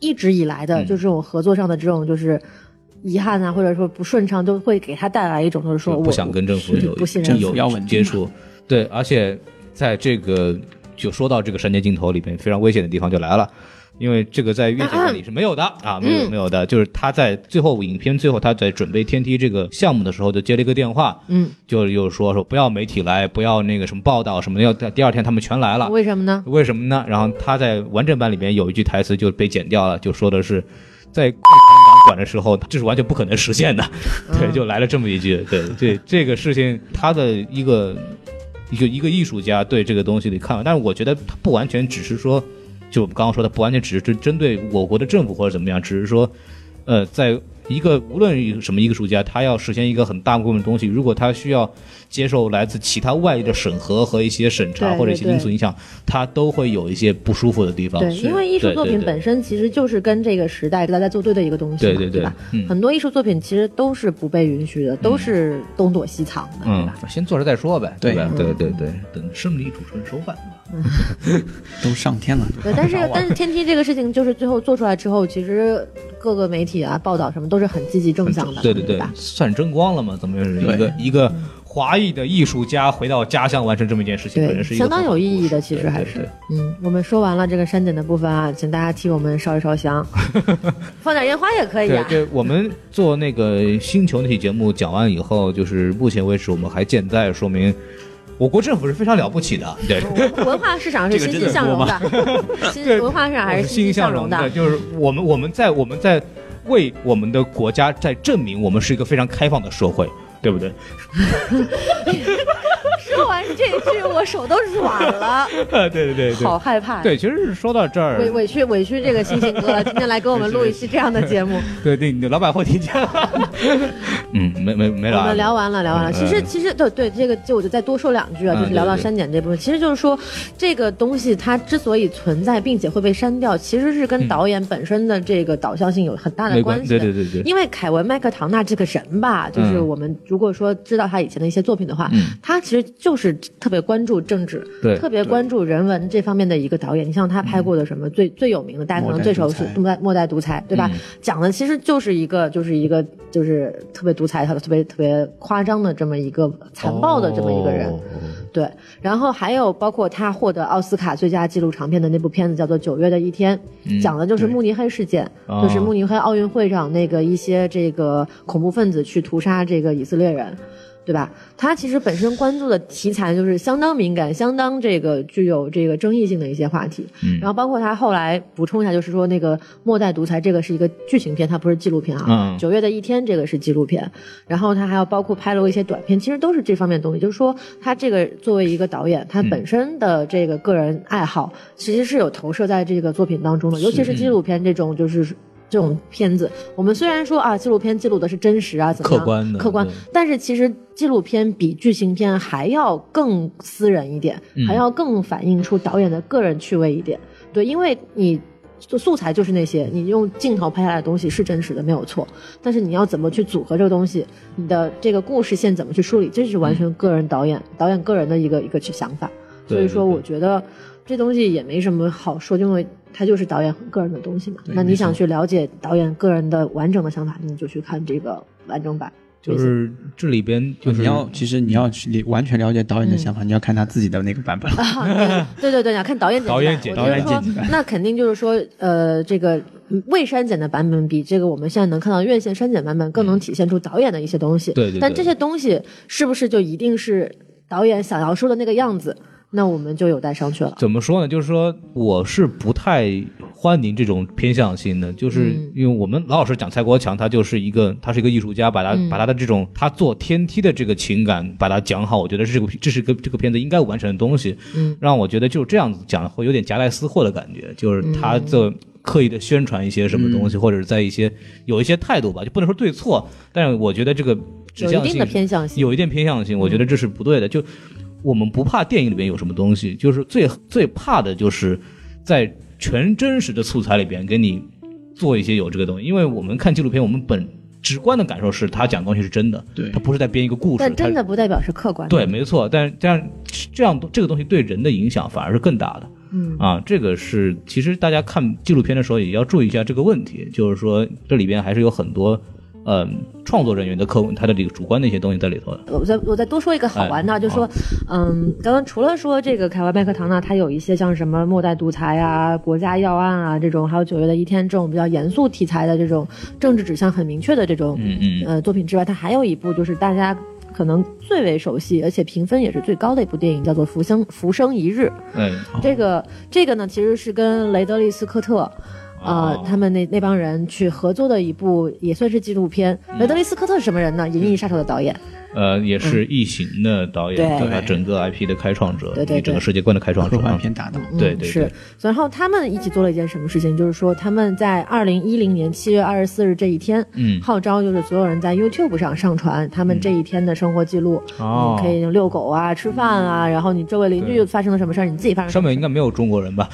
C: 一直以来的，
B: 嗯
C: 就这种合作上的这种就是遗憾啊，或者说不顺畅，都会给他带来一种就是说
B: 就
C: 我
B: 不想跟政府
C: 是
B: 有
C: 不信任
D: 政
C: 的。
D: 府要稳定
B: 接触。对，而且在这个就说到这个删节镜头里面非常危险的地方就来了。因为这个在月姐那里是没有的啊，没有
C: 嗯
B: 没有的，就是他在最后影片最后他在准备天梯这个项目的时候，就接了一个电话，
C: 嗯，
B: 就又说说不要媒体来，不要那个什么报道什么的，要第二天他们全来了，
C: 为什么呢？
B: 为什么呢？然后他在完整版里面有一句台词就被剪掉了，就说的是，在共产党管的时候，这是完全不可能实现的。
C: 嗯
B: 对，就来了这么一句。对对，这个事情他的一个一个一个艺术家对这个东西的看法，但是我觉得他不完全只是说，就我们刚刚说的，不完全只是针针对我国的政府或者怎么样，只是说，呃，在一个无论什么艺术家，他要实现一个很大部分的东西，如果他需要接受来自其他外力的审核和一些审查
C: 对
B: 或者一些
C: 对对
B: 因素影响，他都会有一些不舒服的地方。
C: 对，因为艺术作品
B: 对对对
C: 本身其实就是跟这个时代大家做对的一个东西嘛，
B: 对对对
C: 吧？
B: 嗯
C: 很多艺术作品其实都是不被允许的，都是东躲西藏的，对
B: 嗯
C: 吧？，
B: 先做着再说呗，
D: 对
B: 吧？嗯对对对，等胜利主顺手反吧。
D: 都上天了。
C: 对， 但是但是天梯这个事情，就是最后做出来之后，其实各个媒体啊报道什么都是很积极正向的，
B: 对对对
C: 吧，？
B: 算争光了嘛？怎么又是一个
D: 对
B: 一个华裔的艺术家回到家乡完成这么一件事情，本
C: 对，
B: 身是一个
C: 相当有意义的，其
B: 对
C: 实还
B: 对
C: 是
B: 对
C: 嗯，我们说完了这个删减的部分啊，请大家替我们烧一 烧香，放点烟花也可以
B: 对
C: 啊。
B: 对，我们做那个星球那期节目讲完以后，就是目前为止我们还健在，说明我国政府是非常了不起的，对。
C: 文化市场是欣欣向荣的， 欣
B: 对
C: 文化市场还
B: 我
C: 是
B: 欣
C: 欣
B: 向
C: 向荣
B: 的，。就是我们我们在我们在为我们的国家在证明我们是一个非常开放的社会，对不对？
C: 说完这句，我手都软 了，
B: 呃，对对对对
C: 好害怕。
B: 对，其实说到这儿，
C: 委委屈委屈这个星星哥了，今天来给我们录一期这样的节目。
B: 对对，你的老板会听见。 嗯，没没 没
C: 我
B: 了。
C: 们聊完了，聊完
B: 嗯
C: 了。其实，其实对对，这个就我就再多说两句啊，
B: 嗯
C: 就是聊到
B: 对对
C: 删减这部分，其实就是说，这个东西它之所以存在，并且会被删掉，其实是跟导演本身的这个导向性有很大的
B: 嗯没
C: 关
B: 关
C: 系的。
B: 对对对对
C: 因为凯文麦克唐纳这个人吧，就是
B: 嗯
C: 我们如果说知道他以前的一些作品的话，
B: 嗯
C: 他其实就是特别关注政治，
B: 对
C: 特别关注人文这方面的一个导演。你像他拍过的什
B: 嗯
C: 么最、最有名的，大家可能最熟悉
D: 末代独裁
C: 《末代末代独裁》，对吧？讲的其实就是一个就是一个就是特别独裁、特别特别夸张的这么一个残暴的这么一个人。
B: 哦
C: 对，然后还有包括他获得奥斯卡最佳纪录长片的那部片子叫做《九月的一天》，讲的就是慕尼黑事件，
B: 啊
C: 就是慕尼黑奥运会上那个一些这个恐怖分子去屠杀这个以色列人。对吧？他其实本身关注的题材就是相当敏感、相当这个具有这个争议性的一些话题。
B: 嗯
C: 然后包括他后来补充一下，就是说那个《末代独裁》这个是一个剧情片，它不是纪录片啊。
B: 嗯
C: 九月的一天这个是纪录片，然后他还有包括拍了一些短片，其实都是这方面的东西。就是说，他这个作为一个导演，
B: 嗯
C: 他本身的这个个人爱好，其实是有投射在这个作品当中的，尤
E: 嗯
C: 其是纪录片这种就是。这种片子，我们虽然说啊，纪录片记录的是真实啊，怎么样
E: 客观的
C: 客观
E: 对，
C: 但是其实纪录片比剧情片还要更私人一点，
E: 嗯
C: 还要更反映出导演的个人趣味一点。对，因为你素素材就是那些，你用镜头拍下来的东西是真实的，没有错。但是你要怎么去组合这个东西，你的这个故事线怎么去梳理，这是完全个人导演、导演个人的一个一个去想法。
B: 对
C: 所以说，
B: 对对
C: 我觉得这东西也没什么好说，因为它就是导演个人的东西嘛。
D: 对
C: 那
D: 没
C: 你
D: 错
C: 想去了解导演个人的完整的想法，你就去看这个完整版。
B: 就是这里边
D: 就
B: 就是
D: 你要，其实你要去理完全了解导演的想法，你要看他自己的那个版本。
C: 啊， 对对对对，要看导演剪辑版
B: 导演剪
C: 我觉得
D: 导演剪辑
C: 说那肯定就是说，呃，这个未删减的版本比这个我们现在能看到院线删减版本更能体现出导演的一些东西。
B: 嗯对对对
C: 但这些东西是不是就一定是导演想要说的那个样子？那我们就有待商榷了。
B: 怎么说呢？就是说，我是不太欢迎这种偏向性的，就是
C: 嗯
B: 因为我们老老实讲，蔡国强他就是一个，他是一个艺术家，把他、
C: 嗯
B: 把他的这种他做天梯的这个情感，把它讲好，我觉得是这个这是个这个片子应该完成的东西，
C: 嗯，
B: 让我觉得就是这样子讲会有点夹带私货的感觉，就是他
C: 嗯
B: 这刻意的宣传一些什么东西，或者是在一些有一些态度吧，就不能说对错，但是我觉得这个指
C: 有一
B: 向
C: 定
B: 性
C: 的
B: 是
C: 偏向性。
B: 有一点偏向
C: 嗯
B: 性，我觉得这是不对的。就我们不怕电影里面有什么东西，就是最最怕的就是在全真实的素材里边给你做一些有这个东西，因为我们看纪录片，我们本直观的感受是他讲的东西是真的，
D: 对
B: 他不是在编一个故事，
C: 但真的
B: 它
C: 不代表是客观的。
B: 对，没错。但这样这样这个东西对人的影响反而是更大的。
C: 嗯
B: 啊，这个是其实大家看纪录片的时候也要注意一下这个问题，就是说这里边还是有很多。嗯，创作人员的客观，他的这个主观的一些东西在里头的。
C: 我再我再多说一个好玩的，啊
B: 哎
C: 就说，嗯，刚刚除了说这个凯文麦克唐纳，他有一些像什么《末代独裁》啊、《国家要案啊》这种，还有《九月的一天》这种比较严肃题材的这种政治指向很明确的这种、
B: 嗯嗯，
C: 呃作品之外，他还有一部就是大家可能最为熟悉，而且评分也是最高的一部电影，叫做《浮生浮生一日》。
B: 哎，
C: 这个这个呢，其实是跟雷德利·斯科特。呃
B: 哦，
C: 他们那那帮人去合作的一部也算是纪录片。
B: 嗯
C: 雷德利·斯科特是什么人呢？《银翼杀手》的导演，
B: 呃，也是《异形》的导演，
C: 嗯对
B: 吧？整个 IP 的开创者，
C: 对对对
B: 也整个世界观的开创者
D: 科幻
B: 啊。
D: 片大导，
B: 对
C: 嗯
B: 对
C: 是
B: 对。
C: 然后他们一起做了一件什么事情，就是说他们在二零一零年七月二十四日这一天，
B: 嗯
C: 号召就是所有人在 YouTube 上上传他们这一天的生活记录，
B: 哦
C: 你可以遛狗啊、吃饭啊，然后你周围邻居
B: 对
C: 发生了什么事儿，你自己发生什
B: 上
C: 么
B: 面
C: 事
B: 应
C: 儿。
B: 该没有中国人吧？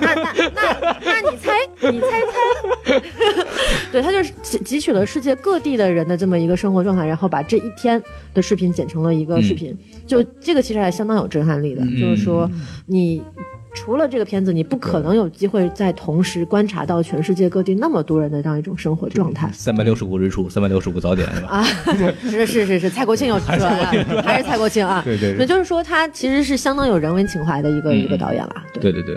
C: 那那那那你猜，你猜猜， 对他就是汲汲取了世界各地的人的这么一个生活状态，然后把这一天的视频剪成了一个视频，就这个其实还相当有震撼力的，就是说你。除了这个片子，你不可能有机会在同时观察到全世界各地那么多人的这样一种生活状态
B: 三百六十五日出，三百六十五早点，是吧？
C: 啊！是是是是，蔡国庆又出来了，还是蔡国庆 啊？
B: 对对
C: 也就是说，他其实是相当有人文情怀的一个一个
B: 嗯
C: 导演啦。
B: 对
C: 对。
B: 对对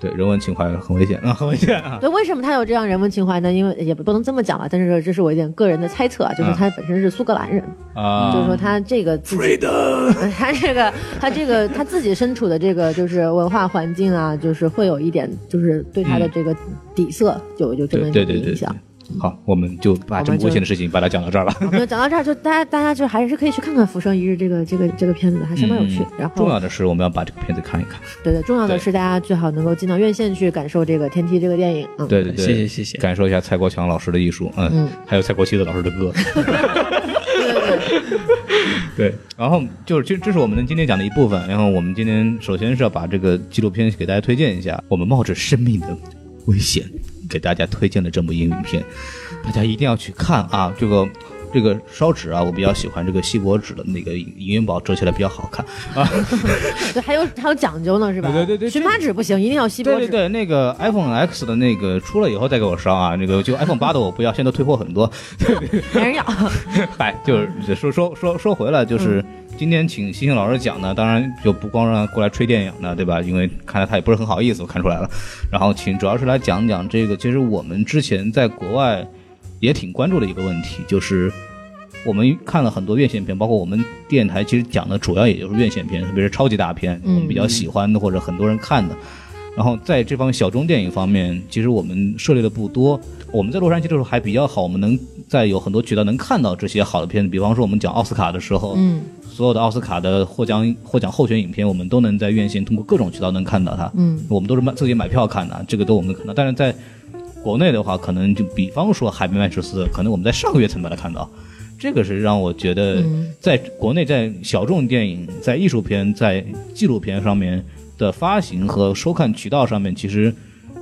B: 对，人文情怀很危险啊， 很危险啊。
C: 对，为什么他有这样人文情怀呢？因为也不能这么讲吧，但是这是我一点个人的猜测啊，
B: 嗯
C: 就是他本身是苏格兰人，
B: 啊，
C: 就是说他这个自己， 他这个他这个他自己身处的这个就是文化环境啊，就是会有一点就是对他的这个底色有有这么
B: 嗯对对
C: 一个
B: 对
C: 影
B: 对
C: 响
B: 对。。好，我们就把这么
C: 我们就
B: 危险的事情把它讲到这儿吧。
C: 我们讲到这儿，就大家大家就还是可以去看看《浮生一日》这个这个这个片子的，还相当有趣。
B: 嗯
C: 然
B: 重
C: 后
B: 要的是我们要把这个片子看一看。
C: 对对，重要的
B: 对
C: 是大家最好能够进到院线去感受这个《天梯》这个电影。嗯，
B: 对对对，
D: 谢谢谢谢
B: 感受一下蔡国强老师的艺术，嗯，
C: 嗯
B: 还有蔡国熙的老师的歌。
C: 对对对。
B: 对，然后就是这这是我们今天讲的一部分。然后我们今天首先是要把这个纪录片给大家推荐一下。我们冒着生命的危险给大家推荐了这部影片，大家一定要去看啊！这个这个烧纸啊，我比较喜欢这个锡箔纸的那个银元宝折起来比较好看啊。
C: 对，还有还有讲究呢，是吧？
B: 对对对对
C: 荨麻纸不行，一定要锡箔
B: 对对
C: 纸。
B: 对，那个 iPhone X 的那个出了以后再给我烧啊，那个就 iPhone 八的我不要，现在都退货很多。
C: 没人要。
B: 嗨，就是说说说说回来，就是今天请星星老师讲呢，当然就不光让他过来吹电影呢，对吧？因为看来他也不是很好意思，我看出来了。然后请主要是来讲讲这个，其实我们之前在国外也挺关注的一个问题，就是我们看了很多院线片，包括我们电台其实讲的主要也就是院线片，特别是超级大片，我
C: 嗯
B: 们比较喜欢的或者很多人看的。然后在这方面小众电影方面，其实我们涉猎的不多。我们在洛杉矶的时候还比较好，我们能在有很多渠道能看到这些好的片子，比方说我们讲奥斯卡的时候，
C: 嗯
B: 所有的奥斯卡的获奖获奖候选影片，我们都能在院线通过各种渠道能看到它。
C: 嗯，
B: 我们都是买自己买票看的，这个都我们能看到。但是在国内的话，可能就比方说《海边曼彻斯特》，可能我们在上个月才能把它看到，这个是让我觉得
C: 嗯
B: 在国内在小众电影、在艺术片、在纪录片上面的发行和收看渠道上面，其实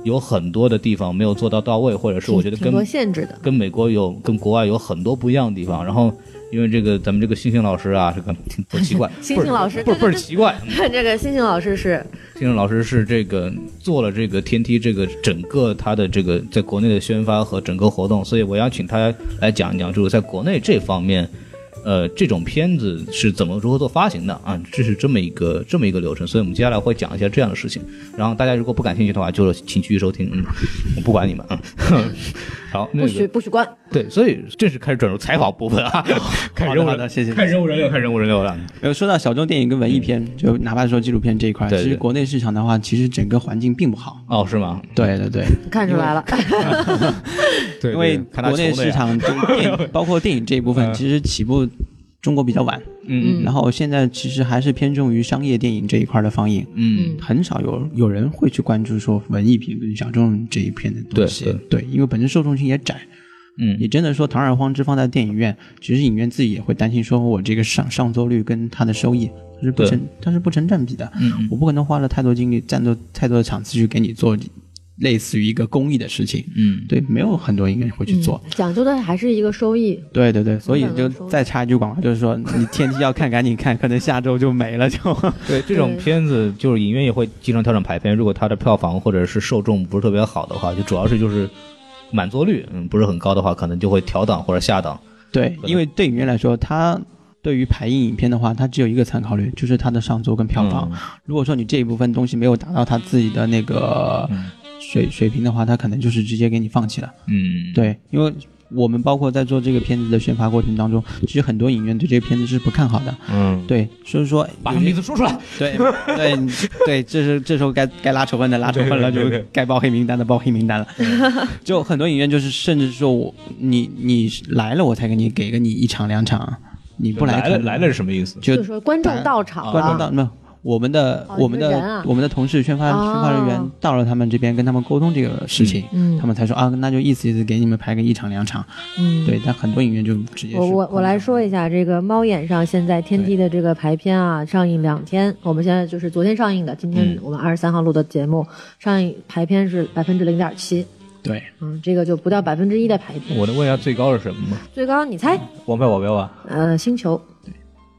B: 有很多的地方没有做到到位，或者是我觉得
C: 挺挺
B: 跟
C: 多限制的。
B: 跟美国有跟国外有很多不一样的地方。然后因为这个咱们这个星星老师啊，这个挺挺奇怪，
C: 星星老师
B: 倍儿
C: 对
B: 倍儿
C: 对对
B: 奇怪。
C: 看 这个星星老师是，
B: 星星老师是这个做了这个天梯这个整个他的这个在国内的宣发和整个活动，所以我要请他来讲一讲，就是在国内这方面。呃，这种片子是怎么如何做发行的啊？这是这么一个这么一个流程，所以我们接下来会讲一下这样的事情。然后大家如果不感兴趣的话，就请继续收听。嗯，我不管你们啊。 好，那
C: 不许
B: 个
C: 不许关。
B: 对，所以正式开始转入采访部分啊，开始
D: 好
B: 人物
D: 的，好
B: 人
D: 的，谢谢。
B: 看人物人流，看人物人流了。
D: 呃，说到小众电影跟文艺片，就哪怕说纪录片这一块，
B: 嗯对
D: 其实
B: 对
D: 国内市场的话，其实整个环境并不好。
B: 哦，是吗？
D: 对对对，
C: 看出来了，
B: 嗯对
D: 因为
B: 看他
D: 国内
B: 穷的
D: 市
B: 呀，
D: 场就
B: 嗯
D: 电，包括电影这一部分，其实起步中国比较晚，
B: 嗯
D: 然后现在其实还是偏重于商业电影这一块的放映，
B: 嗯
D: 很少有有人会去关注说文艺片跟小众这一片的东西。
B: 对
D: 因为本身受众群也窄，
B: 嗯
D: 你真的说堂而皇之放在电影院，其实影院自己也会担心说我这个上上座率跟它的收益。它是不成，它是不成正比的。
B: 嗯
D: 我不可能花了太多精力、占多太多的场次去给你做类似于一个公益的事情。
B: 嗯，
D: 对，没有很多影院会去做。
C: 嗯讲究的还是一个收益。
D: 对对对，所以
C: 本
D: 就
C: 来说
D: 再插一句广告，就是说你天梯要看，赶紧看，可能下周就没 了。就
B: 对这种
C: 对
B: 片子，就是影院也会经常调整排片。如果它的票房或者是受众不是特别好的话，就主要是就是满座率嗯不是很高的话，可能就会调档或者下档。
D: 对
B: 可，能
D: 因为对影院来说，它对于排映影片的话，它只有一个参考率，就是它的上座跟票
B: 嗯
D: 房。如果说你这一部分东西没有达到它自己的那个
B: 嗯
D: 水、水平的话，它可能就是直接给你放弃了。
B: 嗯，
D: 对，因为我们包括在做这个片子的宣发过程当中，其实很多影院对这个片子是不看好的。
B: 嗯，
D: 对，所以说
B: 把
D: 有
B: 他
D: 些
B: 名字说出来。
D: 对 对你对，这是这时候该该拉仇恨的拉仇恨了，就
B: 对对对
D: 该报黑名单的报黑名单了。 就很多影院就是，甚至说我你你来了我才给你给个你一场两场，你不
B: 来
D: 来
B: 了
D: 了
B: 来了是什么意思？
D: 就
C: 就说观众到场了，啊
D: 观众到没有？我们的、
C: 哦
D: 我们
C: 你
D: 的、
C: 们人啊
D: 我们的同事宣发、宣发人员
C: 哦
D: 到了他们这边跟他们沟通这个事情，
C: 嗯嗯
D: 他们才说啊，那就意思意思给你们排个一场两场。
C: 嗯，
D: 对，但很多影院就直接
C: 我
D: 是
C: 我我来说一下这个猫眼上现在天梯的这个排片啊，上映两天，我们现在就是昨天上映的，
B: 嗯
C: 今天我们二十三号录的节目、上映排片是百分之零点七，
D: 对
C: 嗯，这个就不到百分之一的排片，
B: 我能问一下最高是什么吗？
C: 最高你猜？
B: 王牌保镖啊，
C: 呃，星球，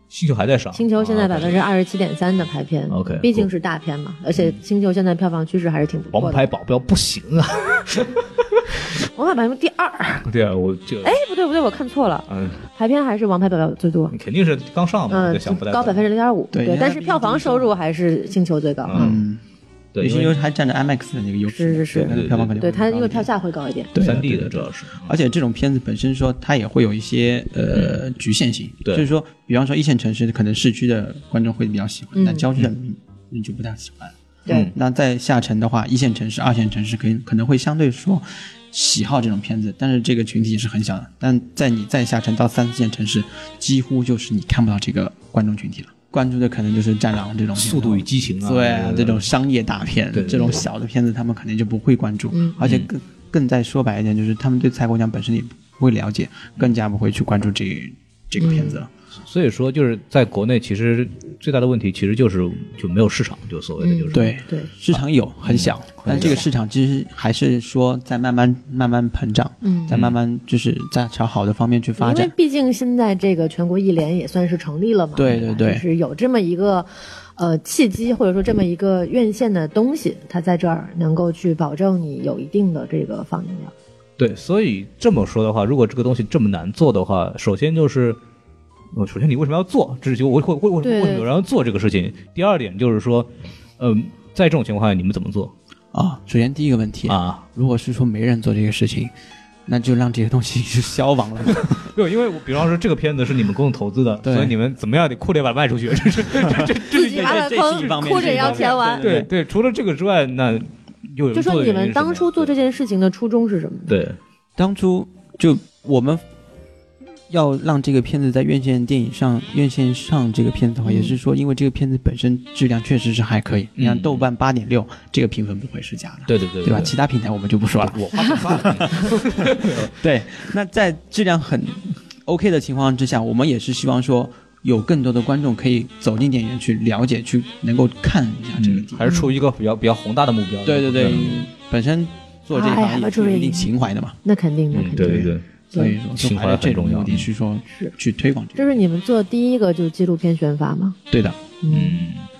B: 星球还在上。
C: 星球现在百分之
B: 啊
C: 二十七点三的排片
B: OK，嗯
C: 毕竟是大片嘛，而且星球现在票房趋势还是挺不
B: 王
C: 错的，
B: 牌保镖不行啊！
C: 王牌排名第二， 哎，
B: 对啊，我这
C: 不对不对，我看错了，
B: 嗯，
C: 排片还是王牌表表最多。
B: 肯定是刚上嘛，我
C: 嗯
B: 就想不，太
C: 高百分之零点五，
D: 对
C: 对，
D: 人家
C: 但是票房收入还是星球最高，
B: 嗯
C: 嗯，
D: 嗯，
B: 对，
D: 有
B: 因
D: 些
B: 为
D: 优还占着 IMAX 的那个优势，
C: 是是是
D: 对它的票房肯定
C: 对
D: 会
C: 它
D: 高
C: 因为
D: 一点
C: 票价会高一点，
D: 对
B: 三 D
D: 对
B: 的
D: 对
B: 主要是，啊
D: 而且这种片子本身说它也会有一些呃局限性，
B: 对
D: 就是说，比方说一线城市可能市区的观众会比较喜欢，
C: 嗯
D: 但郊区的你就不太喜欢。
B: 嗯
C: 对，
D: 那在下沉的话，一线城市、二线城市可以可能会相对说喜好这种片子，但是这个群体也是很小的。但在你再下沉到三线城市，几乎就是你看不到这个观众群体了。关注的可能就是《战狼》这种片子
B: 速度与激情啊，
D: 对啊，这种商业大片
B: 对对，对
D: 这种小的片子他们肯定就不会关注
C: 嗯，
D: 而且更更再说白一点，就是他们对蔡国强本身也不会了解，更加不会去关注这这个片子了。
B: 所以说就是在国内，其实最大的问题其实就是就没有市场，就所谓的就是、
D: 嗯对
C: 对，
D: 市场有很小，但这个市场其实还是说在慢慢慢慢膨胀，
C: 嗯
D: 在慢慢就是在朝好的方面去发
C: 因为
D: 展。
C: 毕竟现在这个全国艺联也算是成立了嘛，
D: 对
C: 吧
D: 对对
C: 就是有这么一个呃契机，或者说这么一个院线的东西，它在这儿能够去保证你有一定的这个放映量。
B: 对，所以这么说的话，如果这个东西这么难做的话，首先就是，呃，首先你为什么要做？这是就为为为为
C: 对
B: 为什么有人要做这个事情？第二点就是说，嗯、在这种情况下你们怎么 做
D: 啊，首先第一个问题，
B: 啊？
D: 如果是说没人做这个事情，那就让这些东西就消亡了。
B: 没有，因为我比方说这个片子是你们共同投资的，
D: 对
B: 所以你们怎么样得哭着把它卖出去，这是
C: 自己挖了
E: 这是
C: 坑
E: 一方，面
C: 哭着也要填完。
B: 对对。除了这个之外，那又有
C: 就说你们当初做这
B: 些
C: 件事情的初衷是什么？
B: 对
D: 当初就我们要让这个片子在院线电影上院线上这个片子的话，
C: 嗯
D: 也是说，因为这个片子本身质量确实是还可以。你看
B: 嗯
D: 豆瓣八点六，这个评分不会是假的，
B: 对对对
D: 对吧？其他平台我们就不说了。
B: 我花不花了？
D: 对，那在质量很 OK 的情况之下，我们也是希望说。有更多的观众可以走进电影院去了解，去能够看一下这个
B: 嗯
D: 地方。
B: 还是出于一个比较比较宏大的目嗯标。
D: 对对对，本身做这一
C: 哎呀
D: 行也
C: 不注
D: 有
C: 意
D: 一定情怀的嘛，
C: 那肯定，那
B: 嗯
C: 肯定。
B: 对对对，
D: 所以说
B: 情
D: 就
B: 怀
D: 怀着这
B: 很
D: 种
B: 重要嗯
D: 目的去说
C: 是
D: 去推广这
C: 这
D: 个。
C: 是你们做第一个就是纪录片宣发吗？
D: 对的，
B: 嗯，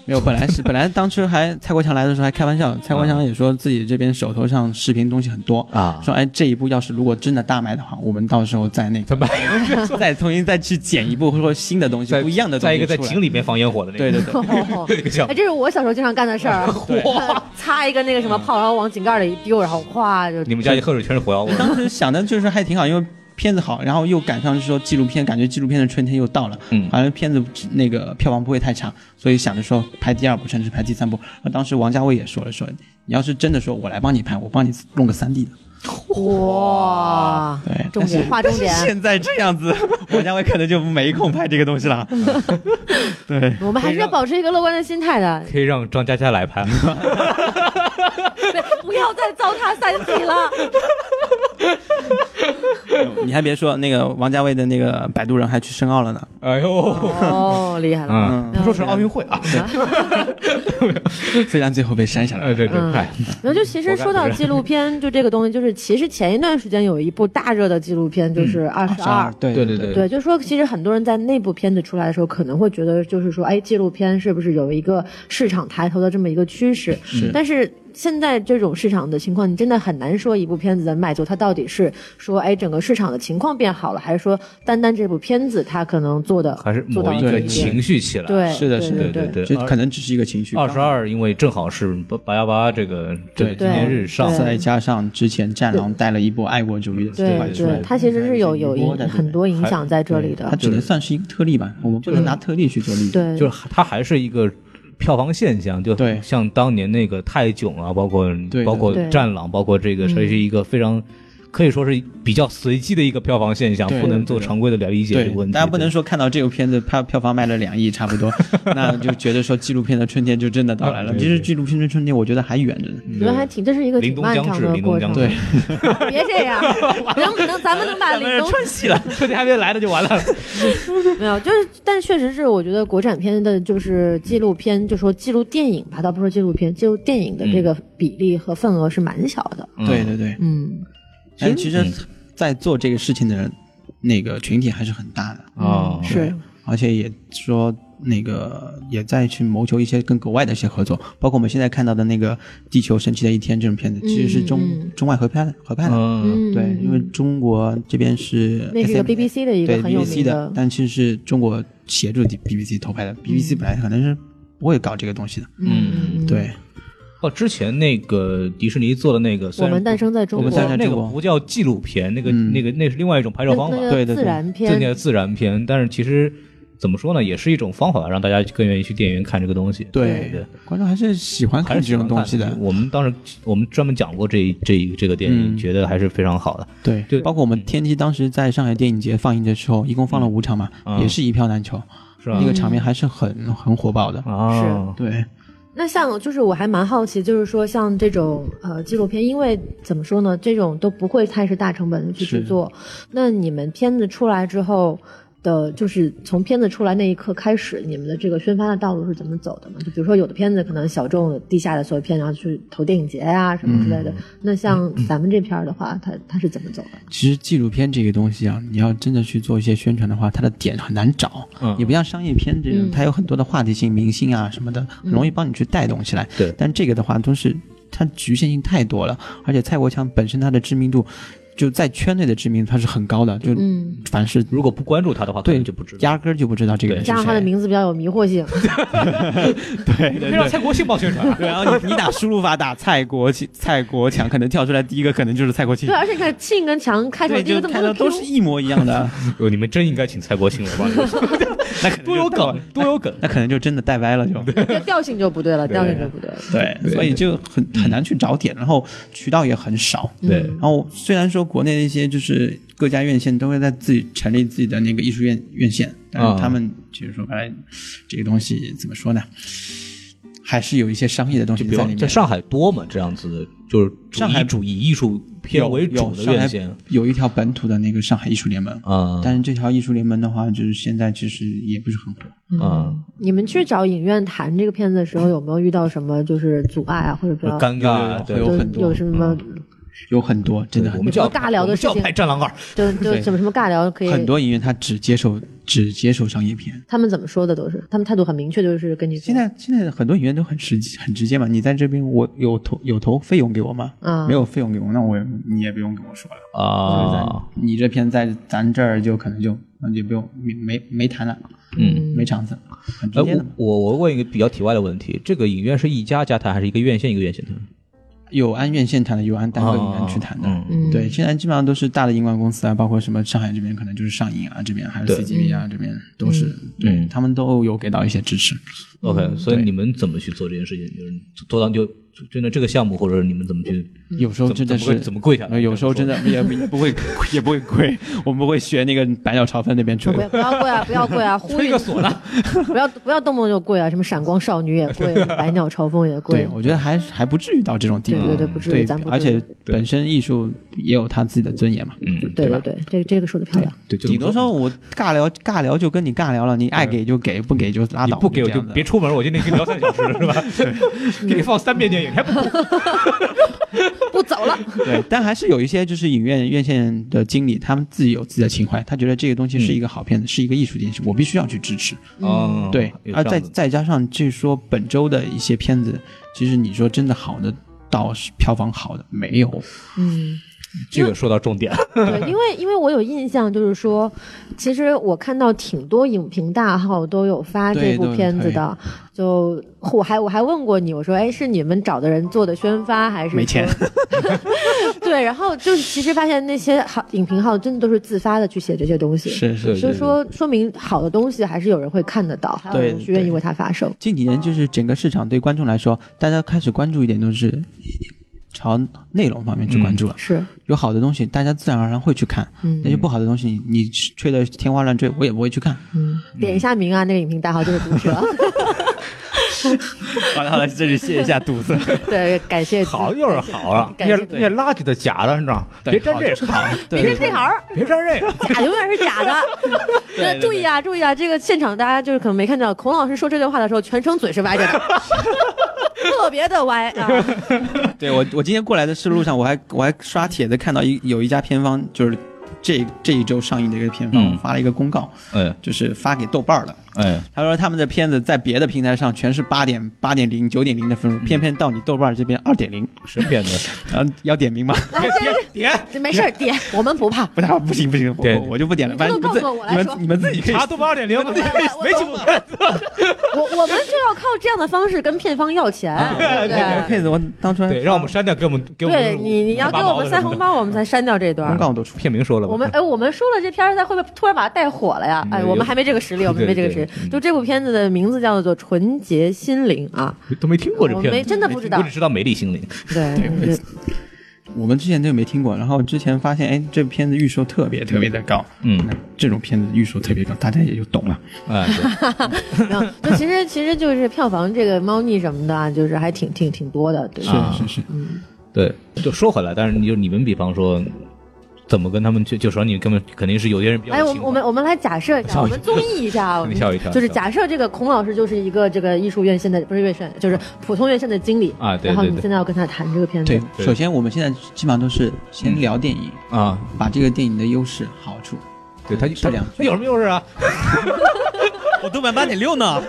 D: 没有，本来是本来当初还蔡国强来的时候还开玩笑，蔡国强也说自己这边手头上视频东西很多。
B: 啊，
D: 说哎，这一部要是如果真的大卖的话，我们到时候再那
B: 再
D: 个，再重新再去剪一部，或者说新的东西，
B: 在
D: 不一样的东
B: 在
D: 西
B: 一个在
D: 出来
B: 井里面放烟火的那
D: 对
B: 个，
D: 对对，
B: 那个项目
C: 哎，这是我小时候经常干的事儿，啊呃擦一个那个什么泡，然后往井盖里一丢，然后咵 就
B: 嗯你们家一喝水全是火药味儿。
D: 当时想的就是还挺好，因为片子好，然后又赶上是说纪录片，感觉纪录片的春天又到了，
B: 嗯
D: 好像片子那个票房不会太差，所以想着说拍第二部甚至拍第三部。那当时王家卫也说了说，你要是真的说我来帮你拍，我帮你弄个三 D 的，
C: 哇，
D: 对，
C: 重点划重点。
D: 现在这样子，王家卫可能就没空拍这个东西了。对，
C: 我们还是要保持一个乐观的心态的，
B: 可以让张嘉佳来拍，
C: 不要再糟蹋三体 了。
D: 你还别说，那个王家卫的那个《摆渡人》还去申奥了呢。
B: 哎呦，
C: 哦，厉害了，
B: 嗯，他说是奥运会啊，
D: 虽然最后被删下 来
B: 哎
D: 了，
B: 对对，
C: 嗯
B: 哎，
C: 然后就其实说到纪录片，就这个东西，就是其实前一段时间有一部大热的纪录片，
B: 嗯
C: 就是《二十二》，
D: 对
B: 对
D: 对
B: 对
C: 对，就是说，其实很多人在那部片子出来的时候，可能会觉得就是说，哎，纪录片是不是有一个市场抬头的这么一个趋势？
D: 是
C: 但是现在这种市场的情况，你真的很难说一部片子的卖座，它到底是说，哎，整个市场的情况变好了，还是说单单这部片子它可能做的
B: 还是
C: 做
B: 某
C: 到
B: 一
C: 了
B: 个
C: 这
B: 情绪起来。
C: 对，
D: 是的
C: 对
D: 是的
C: 对
B: 对对
D: 就可能只是一个情绪。
B: 二十二，因为正好是八幺八这个这个纪
D: 对
B: 念日上，
C: 对
D: 再加上之前战狼带了一波爱国主义的情怀
C: 对
D: 出来
C: 对，，它其实是有有
D: 一
C: 影很多影响在这里的
D: 它，只能算是一个特例吧，我们不能拿特例去做例子。
C: 对，
B: 就是它还是一个票房现象，就
D: 对
B: 像当年那个泰囧啊，包括
D: 对
B: 包括
C: 对
B: 战狼，包括这个，
C: 嗯
B: 所以是一个非常。可以说是比较随机的一个票房现象，
D: 对
B: 不能做
D: 对
B: 常规的来理解这个问题。
D: 大家不能说看到这部片子票票房卖了两亿差 不多，那就觉得说纪录片的春天就真的到来了。其实纪录片的春天，我觉得还远着呢。
C: 我觉得还挺，这是一个
B: 林
C: 挺
B: 东
C: 漫
B: 将
C: 长
B: 至，
C: 的
B: 林东
C: 过程
B: 将。至，
C: 别这样，能能咱们能把林东
B: 戏 了，春天还没来呢就完了。
C: 没有，就是，但确实是，我觉得国产片的，就是纪录片，就说记录电影吧，倒不是纪录片，记录电影的这个比例和份额是蛮小的。
D: 对对对，
C: 嗯，
D: 哎，其实，在做这个事情的人，那个群体还是很大的，
C: 嗯
B: 啊，
C: 是，
D: 而且也说那个也在去谋求一些跟国外的一些合作，包括我们现在看到的那个《地球神奇的一天》这种片子，其实是中、
C: 嗯嗯
D: 中外合拍的合拍的。
B: 嗯，
C: 嗯，
D: 对，因为中国这边是
C: 那是一个
D: SM
C: BBC 的一个
D: 对
C: 很有
D: BBC
C: 名
D: 的，但其实是中国协助 BBC 投拍的。BBC 本来可能是不会搞这个东西的。
C: 嗯，
D: 对，
B: 哦，之前那个迪士尼做的那个，虽
C: 我
B: 然
C: 们诞生在中
D: 我们
C: 国，
D: 诞生
C: 那
B: 那个
D: 中国
B: 不叫纪录片，那个
D: 嗯
B: 那个那是另外一种拍摄方法，
C: 那
D: 对
C: 个
D: 对对
C: 自然
B: 这叫
C: 片，
B: 自然片。但是其实怎么说呢，也是一种方法，让大家更愿意去电影院看这个东西。
D: 对
B: 对，
D: 观众还是喜欢
B: 还
D: 看
B: 是
D: 这种东西
B: 喜欢看
D: 的。
B: 我们当时我们专门讲过这一这一这个电影，
D: 嗯
B: 觉得还是非常好的。
D: 对，
B: 对
D: 包括我们天梯当时在上海电影节放映的时候，一共放了五场嘛，
B: 嗯
D: 也是一票难求，
B: 是吧
C: 嗯
D: 那个场面还是很很火爆的。
B: 啊，
D: 对，
C: 那像就是我还蛮好奇，就是说像这种呃纪录片，因为怎么说呢，这种都不会太是大成本的去制
D: 是
C: 作。那你们片子出来之后，的，就是从片子出来那一刻开始，你们的这个宣发的道路是怎么走的吗？就比如说有的片子可能小众地下的所有片，然后去投电影节啊什么之类的。那像咱们这片儿的话，它它是怎么走的？
D: 其实纪录片这个东西啊，你要真的去做一些宣传的话，它的点很难找。
B: 嗯
D: 你不像商业片这种，
C: 嗯
D: 它有很多的话题性、明星啊什么的，很容易帮你去带动起来。
B: 对
D: 但这个的话都是它局限性太多了，而且蔡国强本身他的知名度，就在圈内的知名度他是很高的，就
C: 嗯，
D: 凡是
B: 如果不关注他的话，可
D: 对
B: 能就不知道。
D: 压根儿就不知道这个人是
C: 加上它的
D: 谁。
C: 名字比较有迷惑性，
D: 对对
B: 别让
D: 对。
B: 蔡国庆报宣传啊。
D: 对，然后你你打输入法打蔡国庆、蔡国强，可能跳出来第一个可能就是蔡国庆
C: 对，。而且你看庆跟强开头
D: 对，
C: 第一
D: 就
C: 个
D: 看到
C: 么
D: 都是一模一样的，
B: 哟，哦你们真应该请蔡国庆来帮你们，
D: 那可能就
B: 多有
D: 到
B: 梗，多有梗。
D: 那可能就真的带歪了就。
C: 调性就不对了，调性就不对了。
D: 对，所以就很很难去找点，然后渠道也很少。
B: 对
D: 然后虽然说国内的一些就是各家院线都会在自己成立自己的那个艺术院院线，但
B: 啊
D: 是他们其实说白了，这个东西怎么说呢，还是有一些商业的东西
B: 就比
D: 在
B: 方
D: 里面
B: 在。上海多嘛，这样子就是主
D: 嗯上海
B: 以主以艺术片为主
D: 有
B: 的
D: 上
B: 院
D: 海
B: 线
D: 有一条本土的那个上海艺术联盟，
B: 啊
D: 但是这条艺术联盟的话，就是现在其实也不是很火。
B: 啊，
C: 你们去找影院谈这个片子的时候，有没有遇到什么就是阻碍啊，或者比较
B: 尴尬啊，对
D: 有
C: 就
D: 很多
C: 有什么
D: 有很多，真的
B: 我
D: 很
B: 们
D: 多
B: 就要
C: 尬聊的
B: 我们就要
C: 事情
B: 拍《战狼二》，
C: 就就
D: 对
C: 什么什么尬聊可以？
D: 很多影院它只接受只接受商业片。
C: 他们怎么说的都是，他们态度很明确，就是跟你说
D: 现在现在很多影院都很实际很直接嘛，你在这边我有投有投费用给我吗？
C: 嗯
D: 没有费用给我，那我也你也不用跟我说了。
B: 啊，
D: 你这片在咱这儿就可能就那就不用没没没谈了，
B: 嗯，
D: 没场子，很直
B: 哎，
D: 接的
B: 我
D: 嘛。
B: 我我问一个比较体外的问题，这个影院是一家加谈，还是一个院线一个院线谈？
D: 有按院线谈的，有按单个影院去谈的。
B: 嗯
C: 嗯
D: 对，现在基本上都是大的影管公司啊，包括什么上海这边可能就是上影啊，这边还有
B: 对
D: CGV 啊，这边都是，
B: 嗯
D: 对他们都有给到一些支持。
B: OK，所以
D: 对
B: 你们怎么去做这件事情？就是做到就就真的这个项目，或者你们怎么去
D: 有时候真的
B: 怎么
D: 是呃
B: 怎么跪下来
D: 有时候真的也也 不会也不会跪，我们会学那个百鸟朝凤那边去
C: 不。要不要跪啊，不要跪啊，呼
B: 吹
C: 吁
B: 个唢呐？
C: 不要不要动不动就跪啊，什么闪光少女也跪，百鸟朝凤也跪
D: 对，，我觉得还还不至于到这种地步。啊
C: 对对对，不至于，咱不
D: 而
C: 至于
D: 且本身艺术也有它自己的尊严嘛。
B: 嗯，
C: 对
D: 对吧
C: 对对，这个这个说的漂亮，
B: 对，就
D: 顶多
B: 是
D: 说我尬聊尬聊就跟你尬聊了，你爱给就给，不给就拉
B: 你
D: 倒。
B: 不给我
D: 这
B: 就
D: 样子
B: 别出门，我今天跟你聊三小时是吧？给你放三遍电影，还不
C: 不走了，
D: 对，但还是有一些就是影院院线的经理，他们自己有自己的情怀，他觉得这个东西
B: 嗯
D: 是一个好片子，是一个艺术电影，我必须要去支持。
B: 哦
D: 对，而再再加上据说本周的一些片子，其实你说真的好的，到是票房好的没有，
C: 嗯。
B: 这个说到重点，
C: 对，因为因为我有印象，就是说，其实我看到挺多影评大号都有发这
D: 对
C: 部
D: 都有
C: 片子
D: 推
C: 的，就我还我还问过你，我说，哎，是你们找的人做的宣发还是
D: 没钱
C: 说？ 对，然后就是其实发现那些好影评号真的都是自发的去写这些东西，
D: 是是
C: 所以说说明好的东西还是有人会看得到，还有
D: 对
C: 人去愿意
D: 对
C: 为它发声。
D: 近几年就是整个市场对观众来说，大家开始关注一点，都是朝内容方面去关注了。
C: 嗯是，
D: 有好的东西，大家自然而然会去看；
C: 嗯
D: 那些不好的东西，你你吹的天花乱坠，我也不会去看。
C: 嗯，点一下名啊，那个影评大号就是毒蛇。
D: 好了好了，这里泄一 下肚子。
C: 对，感谢
B: 好就是好啊，
C: 感
B: 那
C: 谢
B: 那些垃圾的假的，你知道吗？别沾这个，
D: 行，
C: 别
D: 对
C: 是这行儿。
B: 别沾这个。
C: 假永远是假的。 对，注意啊，注意啊！这个现场大家就是可能没看到，孔老师说这段话的时候，全程嘴是歪着 的，特别的歪啊！
D: 对我我今天过来的是路上，我还我还刷帖子看到一有一家片方就是这这一周上映的一个片方、
B: 嗯
D: 发了一个公告，
B: 哎
D: 就是发给豆瓣儿了。
B: 哎，
D: 他说他们的片子在别的平台上全是八点八点零九点零的分数，
B: 嗯
D: 偏偏到你豆瓣儿这边二点零，
B: 神片子，
D: 然后要点名吗？
B: 点
C: 没事儿，点我们不怕。
D: 不太不行不行，我
B: 对
D: 我我就不点了，
C: 你
D: 反正
C: 都
D: 你们自
C: 告诉我我来
D: 你们
C: 说
D: 你们自己可以
B: 查豆瓣二点零，没
C: 我
B: 没几部片子。
C: 我我们就要靠这样的方式跟片方要钱，啊对不
D: 对
C: 对？
D: 片子我当初还
B: 对，让我们删掉，给我们给我们
C: 嗯对你你要给我们塞红包，我们才删掉这段
D: 公。告我都出。
B: 片名说了吧，
C: 我们哎，我们说了这片儿，它会不会突然把它带火了呀？哎，我们还没这个实力，我们没这个实力。就这部片子的名字叫做《纯洁心灵》啊，
B: 都没听过这
C: 我
B: 片
C: 没
B: 子，
C: 真的不知道
B: 我只知道《美丽心灵》。
C: 对，对
D: 我们之前都没听过，然后之前发现，哎，这片子预售特别特别的高，
B: 嗯
D: 那这种片子预售特别高，大家也就懂了。
B: 哎，对
C: 没有，就其实其实就是票房这个猫腻什么的啊，就是还挺挺挺多的，对吧？
B: 啊
D: 是是是，
B: 对，就说回来，但是你就你们比方说，怎么跟他们去？就说你根本肯定是有些人比较
C: 哎，我
B: 轻
C: 们我们我们来假设一下，
B: 吓我
C: 我
B: 一
C: 们综艺一下啊，我 们
B: 你吓我一跳
C: 就是
B: 吓我一跳
C: 假设这个孔老师就是一个这个艺术院线的，不是院线，就是普通院线的经理
B: 啊对
C: 然后
B: 对
C: 你
B: 对
C: 现在要跟他谈这个片子，
D: 对，
B: 对
D: 首先我们现在基本上都是先聊电影，
B: 啊，
D: 把这个电影的优势、好处，
B: 对他
D: 质量
B: 他有什么优势啊？
E: 我豆瓣八点六呢，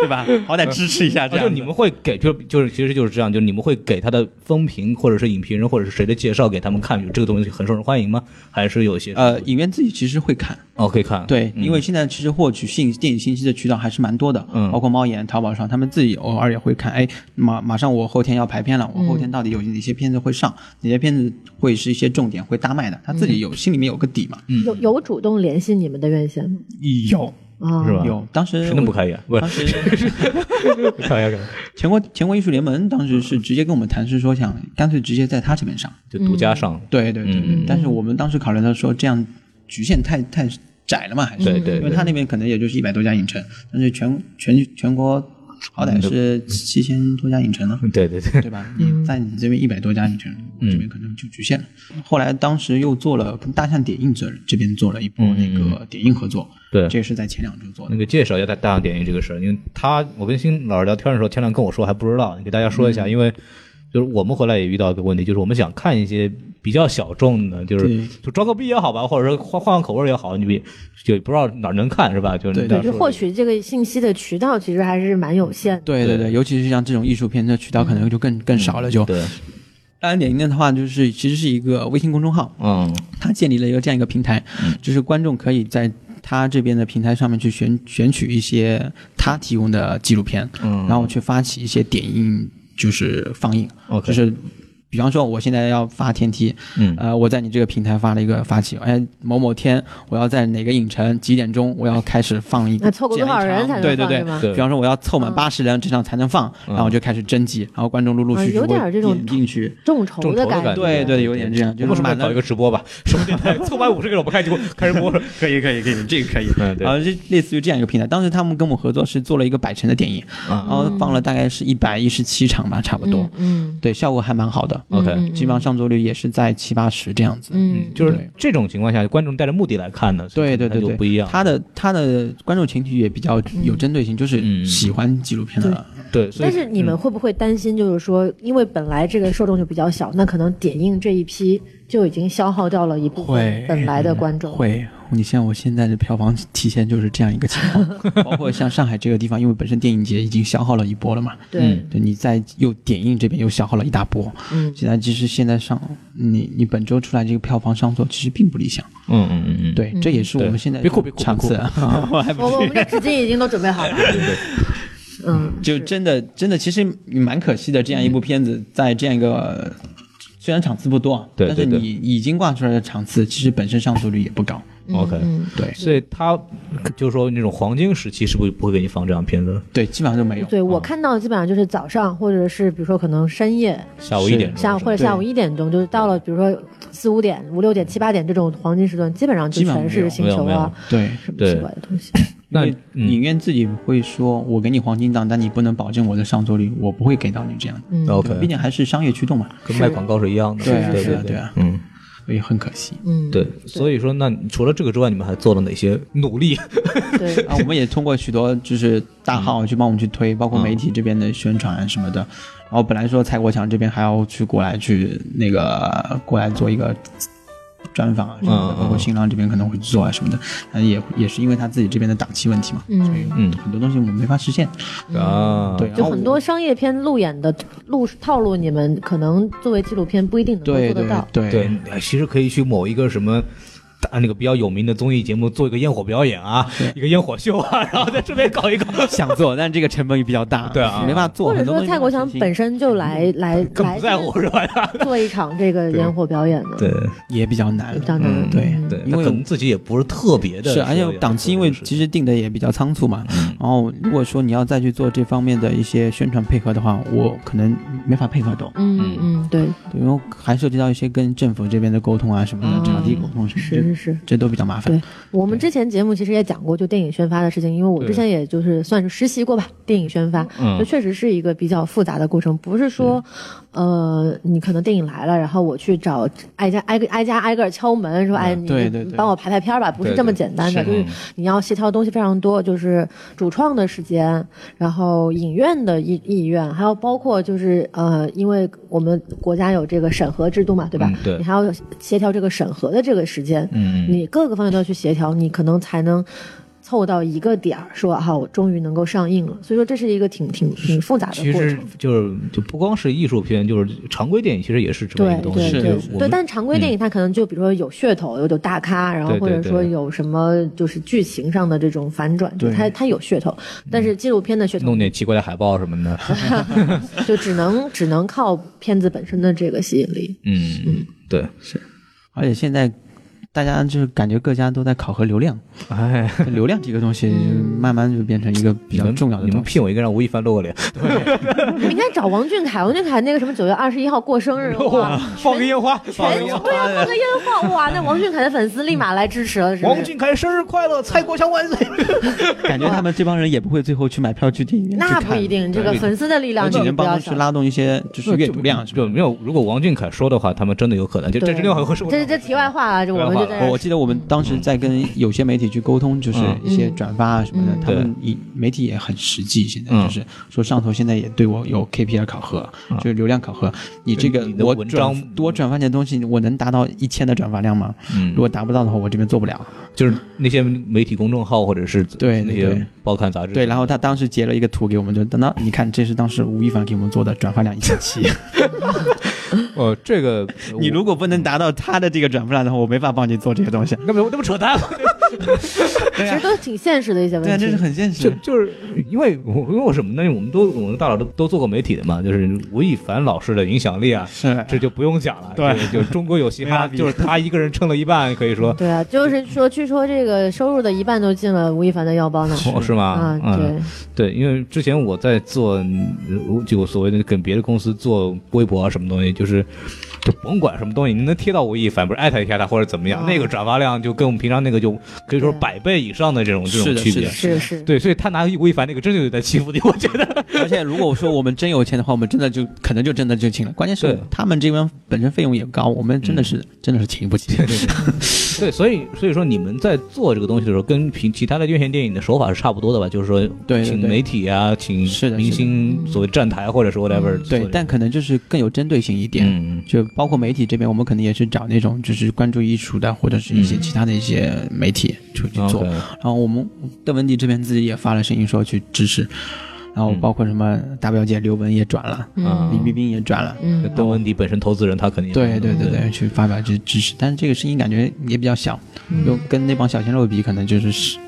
E: 对吧？好歹支持一下这
B: 啊、
E: 样
B: 就
E: 的。
B: 你们会给，就就是其实就是这样，就你们会给他的风评，或者是影评人，或者是谁的介绍给他们看，有这个东西很受人欢迎吗？还是有一些
D: 呃，影院自己其实会看，
B: 哦可以看
D: 对，
B: 嗯
D: 因为现在其实获取信电影信息的渠道还是蛮多的，
B: 嗯
D: 包括猫眼、淘宝上，他们自己偶尔也会看。哎，马马上我后天要排片了，我
B: 嗯
D: 后天到底有哪些片子会上，哪些片子会是一些重点会大卖的，他自己有、心里面有个底嘛。
C: 有有主动联系你们的院线吗？
D: 有
C: 啊，
B: 是吧？
D: 有，啊当时
B: 谁能不开眼？不
D: 当
B: 是，
D: 时
B: 开眼开眼，
D: 全国全国艺术联盟当时是直接跟我们谈是说想干脆直接在他这边上，
B: 就独家上，
D: 对对对，
B: 嗯
D: 但是我们当时考虑到说这样局限太太窄了嘛，还是
B: 对对
D: 因为他
B: 对，
D: 那边可能也就是一百多家影城，但是全全全国好歹
B: 嗯
D: 是七千多家影城了。
B: 对对对，
D: 对吧？你在你这边一百多家影城，
B: 嗯
D: 这边可能就局限了。后来当时又做了跟大象点映这这边做了一波
B: 嗯
D: 那
B: 嗯嗯
D: 个点映合作，
B: 对
D: 这也是在前两周做的
B: 那。个介绍一下大大量点映这个事儿，因为他我跟辛老师聊天的时候，前两天跟我说还不知道，你给大家说一
D: 嗯
B: 下，因为就是我们回来也遇到一个问题，就是我们想看一些比较小众的，就是
D: 对
B: 就装个逼也好吧，或者说换换个口味也好，你别就不知道哪儿能看是吧？就是你这
D: 对
C: 对，
B: 样
C: 就
B: 说
C: 获取这个信息的渠道其实还是蛮有限的。
D: 对对对，尤其是像这种艺术片，这渠道可能就更更少了。就
B: 嗯对，
D: 大象点映的话，就是其实是一个微信公众号，
B: 嗯
D: 他建立了一个这样一个平台，就是观众可以在他这边的平台上面去选选取一些他提供的纪录片，
B: 嗯
D: 然后去发起一些点映，就是放映
B: OK
D: 就是。比方说，我现在要发天梯，
B: 嗯
D: 呃，我在你这个平台发了一个发起，哎，某某天我要在哪个影城几点钟，我要开始放一，
C: 那凑够多少人才能
D: 对对
C: 放
D: 对
C: 是吗
B: 对嗯
D: 比方说我要凑满
C: 嗯
D: 八十人，这场才能放，然后我就开始征集，然后观众陆陆续
C: 啊
D: 续
C: 有点
D: 会
C: 这种
D: 点进去，
C: 众筹
B: 众筹
C: 的
B: 的感
C: 感
B: 觉，
D: 对对有点这样
B: 我
D: 就
B: 们
D: 是
B: 是不
D: 买
B: 是
D: 了
B: 搞一个直 播吧？什么电台凑满五十个人，我们开直播，开直播。
D: 可以可以可以，这个可以。
B: 嗯，对
D: 然，后就类似于这样一个平台，当时他们跟我合作是做了一个百城的电影，
B: 啊
D: 然后放了大概是一百一十七场吧，差不多，
C: 嗯
D: 对，效果还蛮好的。
B: OK
C: 嗯嗯
D: 基本上上座率也是在七八十这样子。
C: 嗯，
B: 就是这种情况下，观众带着目的来看的，所以
D: 对对
B: 它
D: 对
B: 就
D: 对，
B: 不一样。
D: 他的他的观众群体也比较有针对性，就
B: 嗯
D: 是喜欢纪录片的。
B: 对，所以嗯
C: 但是你们会不会担心，就是说，因为本来这个受众就比较小，那可能点映这一批就已经消耗掉了一部分
D: 会
C: 本来的观众。，
D: 会，你像我现在的票房体现就是这样一个情况， 包括像上海这个地方，因为本身电影节已经消耗了一波了嘛，
C: 对，
D: 对，你在又点映这边又消耗了一大波，
C: 嗯
D: 现在其实现在上你你本周出来这个票房上座其实并不理想，
B: 嗯嗯嗯嗯，
D: 对，这也是我们现在
B: 别哭别哭别
D: 场
B: 哭
D: 次啊，我还
C: 我
D: 不
C: 我们
D: 去，
C: 这纸巾已经都准 备好了。嗯，
D: 就真的真的其实蛮可惜的，这样一部片子在这样一个。虽然场次不多，
B: 嗯
D: 啊
B: 对
D: 但是
B: 对对
D: 你已经挂出来的场次，其实本身上座率也不高。
C: 嗯
B: ，OK，
D: 对
B: 所以他就是说那种黄金时期是不不会给你放这样片子，
D: 对，基本上就没有。
C: 对我看到基本上就是早上，或者是比如说可能深夜，
B: 下午一点钟
C: 下午或者下午一点钟，就是到了比如说四五点、五六点、七八点这种黄金时段，基本上就
D: 基本上
C: 全是星
B: 没有
C: 球
B: 没有
C: 啊
D: 对，
C: 什么
B: 对
C: 奇怪的东西。
B: 那
D: 因为
B: 嗯
D: 影院自己会说，我给你黄金档，但你不能保证我的上座率，我不会给到你这样的。
C: 嗯
D: 对吧毕竟还是商业驱动嘛。
B: 跟卖广告是一样的，
D: 对啊
B: 对
D: 是啊
B: 对
D: 对啊
B: 嗯。
D: 所以很可惜。
C: 嗯，
B: 对，所以说，那除了这个之外，你们还做了哪些努力？
C: 对，
D: 啊，我们也通过许多就是大号
B: 嗯
D: 去帮我们去推，包括媒体这边的宣传啊什么的。然后本来说蔡国强这边还要去过来去那个过来做一个专访啊什么
B: 嗯
D: 的，
B: 嗯
D: 包括新浪这边可能会做啊什么的，但也也是因为他自己这边的档期问题嘛，所以
B: 嗯
D: 很多东西我们没法实现。
C: 嗯
B: 啊，
D: 对，，
C: 就
D: 然后
C: 很多
D: 我
C: 商业片路演的路套路，你们可能作为纪录片不一定能够
D: 对
C: 做得
D: 对
C: 到。
D: 对
B: 对，哎其实可以去某一个什么。大那个比较有名的综艺节目做一个烟火表演啊，一个烟火秀啊，然后在这边搞一个，
D: 想做，但这个成本也比较大，
B: 对啊
D: 没办法做。
C: 或者
D: 很多嗯
C: 说
D: 东西
C: 蔡国强本身就来来
B: 更
C: 来
B: 不在乎是吧？
C: 做一场这个烟火表演的，
B: 对
D: 也比较难
C: 比，较难。
B: 嗯
D: 对
C: 嗯
B: 对，
D: 因
B: 他
D: 为
B: 可能自己也不是哎特别的
D: 是，
B: 说要
D: 而
B: 做这个事情，
D: 且档期因为其实定的也比较仓促嘛，
B: 嗯
D: 然后如果说你要再去做这方面的一些宣传配合的话，我可能没法配合到，
C: 嗯嗯，对，
D: 因为还涉及到一些跟政府这边的沟通啊什么
C: 嗯
D: 的，场地沟通什
C: 是
D: 么的，
C: 是。
D: 这都比较麻烦
C: 对。我们之前节目其实也讲过，就电影宣发的事情，因为我
B: 对
C: 之前也就是算是实习过吧，电影宣发，
B: 嗯
C: 这确实是一个比较复杂的过程，不是说，
B: 嗯
C: 呃，你可能电影来了，然后我去找挨家挨个挨家挨个敲门说，哎，你
D: 对对对
C: 帮我排排片儿吧，不是
B: 对
C: 这么
B: 对
C: 简单的，
B: 是
C: 就是你要协调的东西非常多，就是主创的时间，然后影院的意意愿，还有包括就是呃，因为我们国家有这个审核制度嘛，对吧？
B: 嗯对
C: 你还要协调这个审核的这个时间，
B: 嗯嗯
C: 你各个方面都要去协调，你可能才能。凑到一个点儿，说哈、我终于能够上映了。所以说，这是一个挺挺挺复杂的
B: 其
C: 过
B: 实
C: 程。
B: 就是就不光是艺术片，就是常规电影，其实也是这么一
C: 对
B: 个东西。
C: 对
B: 就是
D: 是
C: 对
B: 我们
C: 对，
B: 嗯
C: 但常规电影它可能就比如说有噱头，有有大咖，然后
B: 对对
C: 或者说
B: 对
C: 有什么就是剧情上的这种反转，就
D: 对
C: 它它有噱头，但是纪录片的噱头
B: 嗯弄点奇怪的海报什么 的。
C: 就只能只能靠片子本身的这个吸引力。
B: 嗯，对，
D: 而且现在大家就是感觉各家都在考核流 量，
B: 哎，
D: 流量这个东西
C: 嗯
D: 慢慢就变成一个比
B: 你
D: 较
B: 们
D: 重要的
B: 你们
D: 东西。
B: 骗我一个让吴亦凡露个脸，
C: 我应该找王俊凯，王俊凯那个什么九月二十一号过生日，哇，
B: 放个烟花，放
C: 全对啊，放个烟花，哇，那王俊凯的粉丝立马来支持了，是不
B: 王
C: 是？
B: 俊凯生日快乐，蔡国强万岁！
D: 感觉他们这帮人也不会最后去买票去电影院去
C: 那
D: 看，
C: 不一定，这个粉丝的力量
D: 而且
C: 你
D: 能
C: 不
D: 帮
C: 要
D: 助去
C: 小
D: 拉动一些就是阅读量。是吧
B: 就没有。如果王俊凯说的话，他们真的有可能，就这是另外一回事。
C: 这这题外话啊，这我们就在这
D: 我
C: 儿
D: 我记得我们当时在跟有些媒体去沟通，就是
B: 嗯
D: 一些转发啊什么的，
C: 嗯
D: 他们以媒体也很实际，现在
B: 嗯
D: 就是说上头现在也对我有 KPI 考核，就是流量考核。你这个
B: 你的
D: 我
B: 文
D: 转
B: 章
D: 我转发你的东西，我能达到一千的转发量吗？
B: 嗯
D: 如果达不到的话，我这边做不了。
B: 就是那些媒体公众号或者是
D: 对
B: 那
D: 对
B: 些
D: 对
B: 报刊杂志，
D: 对，然后他当时截了一个图给我们，就等到你看，这是当时吴亦凡给我们做的转发量一 千七。
B: 呃，这个
D: 你如果不能达到他的这个转发量的话，我没法帮你做这些东西。
B: 那不那不扯淡吗？
C: 其实都挺现实的一些
D: 对啊，
C: 问
D: 这是
C: 题。
D: 很现
B: 就
D: 实。
B: 就是因为我因为我什么呢？我们都我们大佬都都做过媒体的嘛，就是吴亦凡老师的影响力啊，
D: 是
B: 这就不用讲了。
D: 对
B: 这就中国有嘻
D: 没
B: 哈，
D: 法比
B: 就是他一个人撑了一半，可以说
C: 对啊，就是说，据说这个收入的一半都进了吴亦凡的腰包呢。
B: 哦是吗
C: 啊？，对，
B: 对，因为之前我在做，嗯就所谓的跟别的公司做微博啊什么东西，就是就甭管什么东西，你能贴到吴亦凡，不是艾特一下他或者怎么样，
C: 啊
B: 那个转发量就跟我们平常那个就可以说
C: 对
B: 百倍以上的这种这种
D: 是的
B: 区
D: 是
B: 别
D: 的。
C: 是是。
B: 对，所以他拿吴亦凡那个真的有点欺负你，我觉得。
D: 而且如果说我们真有钱的话，我们真的就可能就真的就请了。关键是
B: 对嗯
D: 他们这边本身费用也高，我们真的是、真的是请不起。
B: 对，所以所以说你们在做这个东西的时候，跟平其他的院线电影的手法是差不多的吧？就是说，
D: 对对
B: 请
D: 对
B: 媒体啊，请
D: 是的
B: 明
D: 是的
B: 星所谓站台或者是 whatever 嗯做这
D: 对
B: 个。，
D: 但可能就是更有针对性一点。
B: 嗯，
D: 就包括媒体这边，我们可能也是找那种就是关注艺术的，或者是一些
B: 嗯
D: 其他的一些媒体出去做。
B: OK
D: 然后我们邓文迪这边自己也发了声音说去支持，然后包括什么大表姐刘雯也转了，
B: 嗯
D: 李冰冰也转了，
C: 嗯，
B: 邓文迪本身投资人，他肯定
D: 对对对
B: 对
D: 对，去发表去支持。但是这个声音感觉也比较小，就跟那帮小鲜肉比，可能就是是。
B: 嗯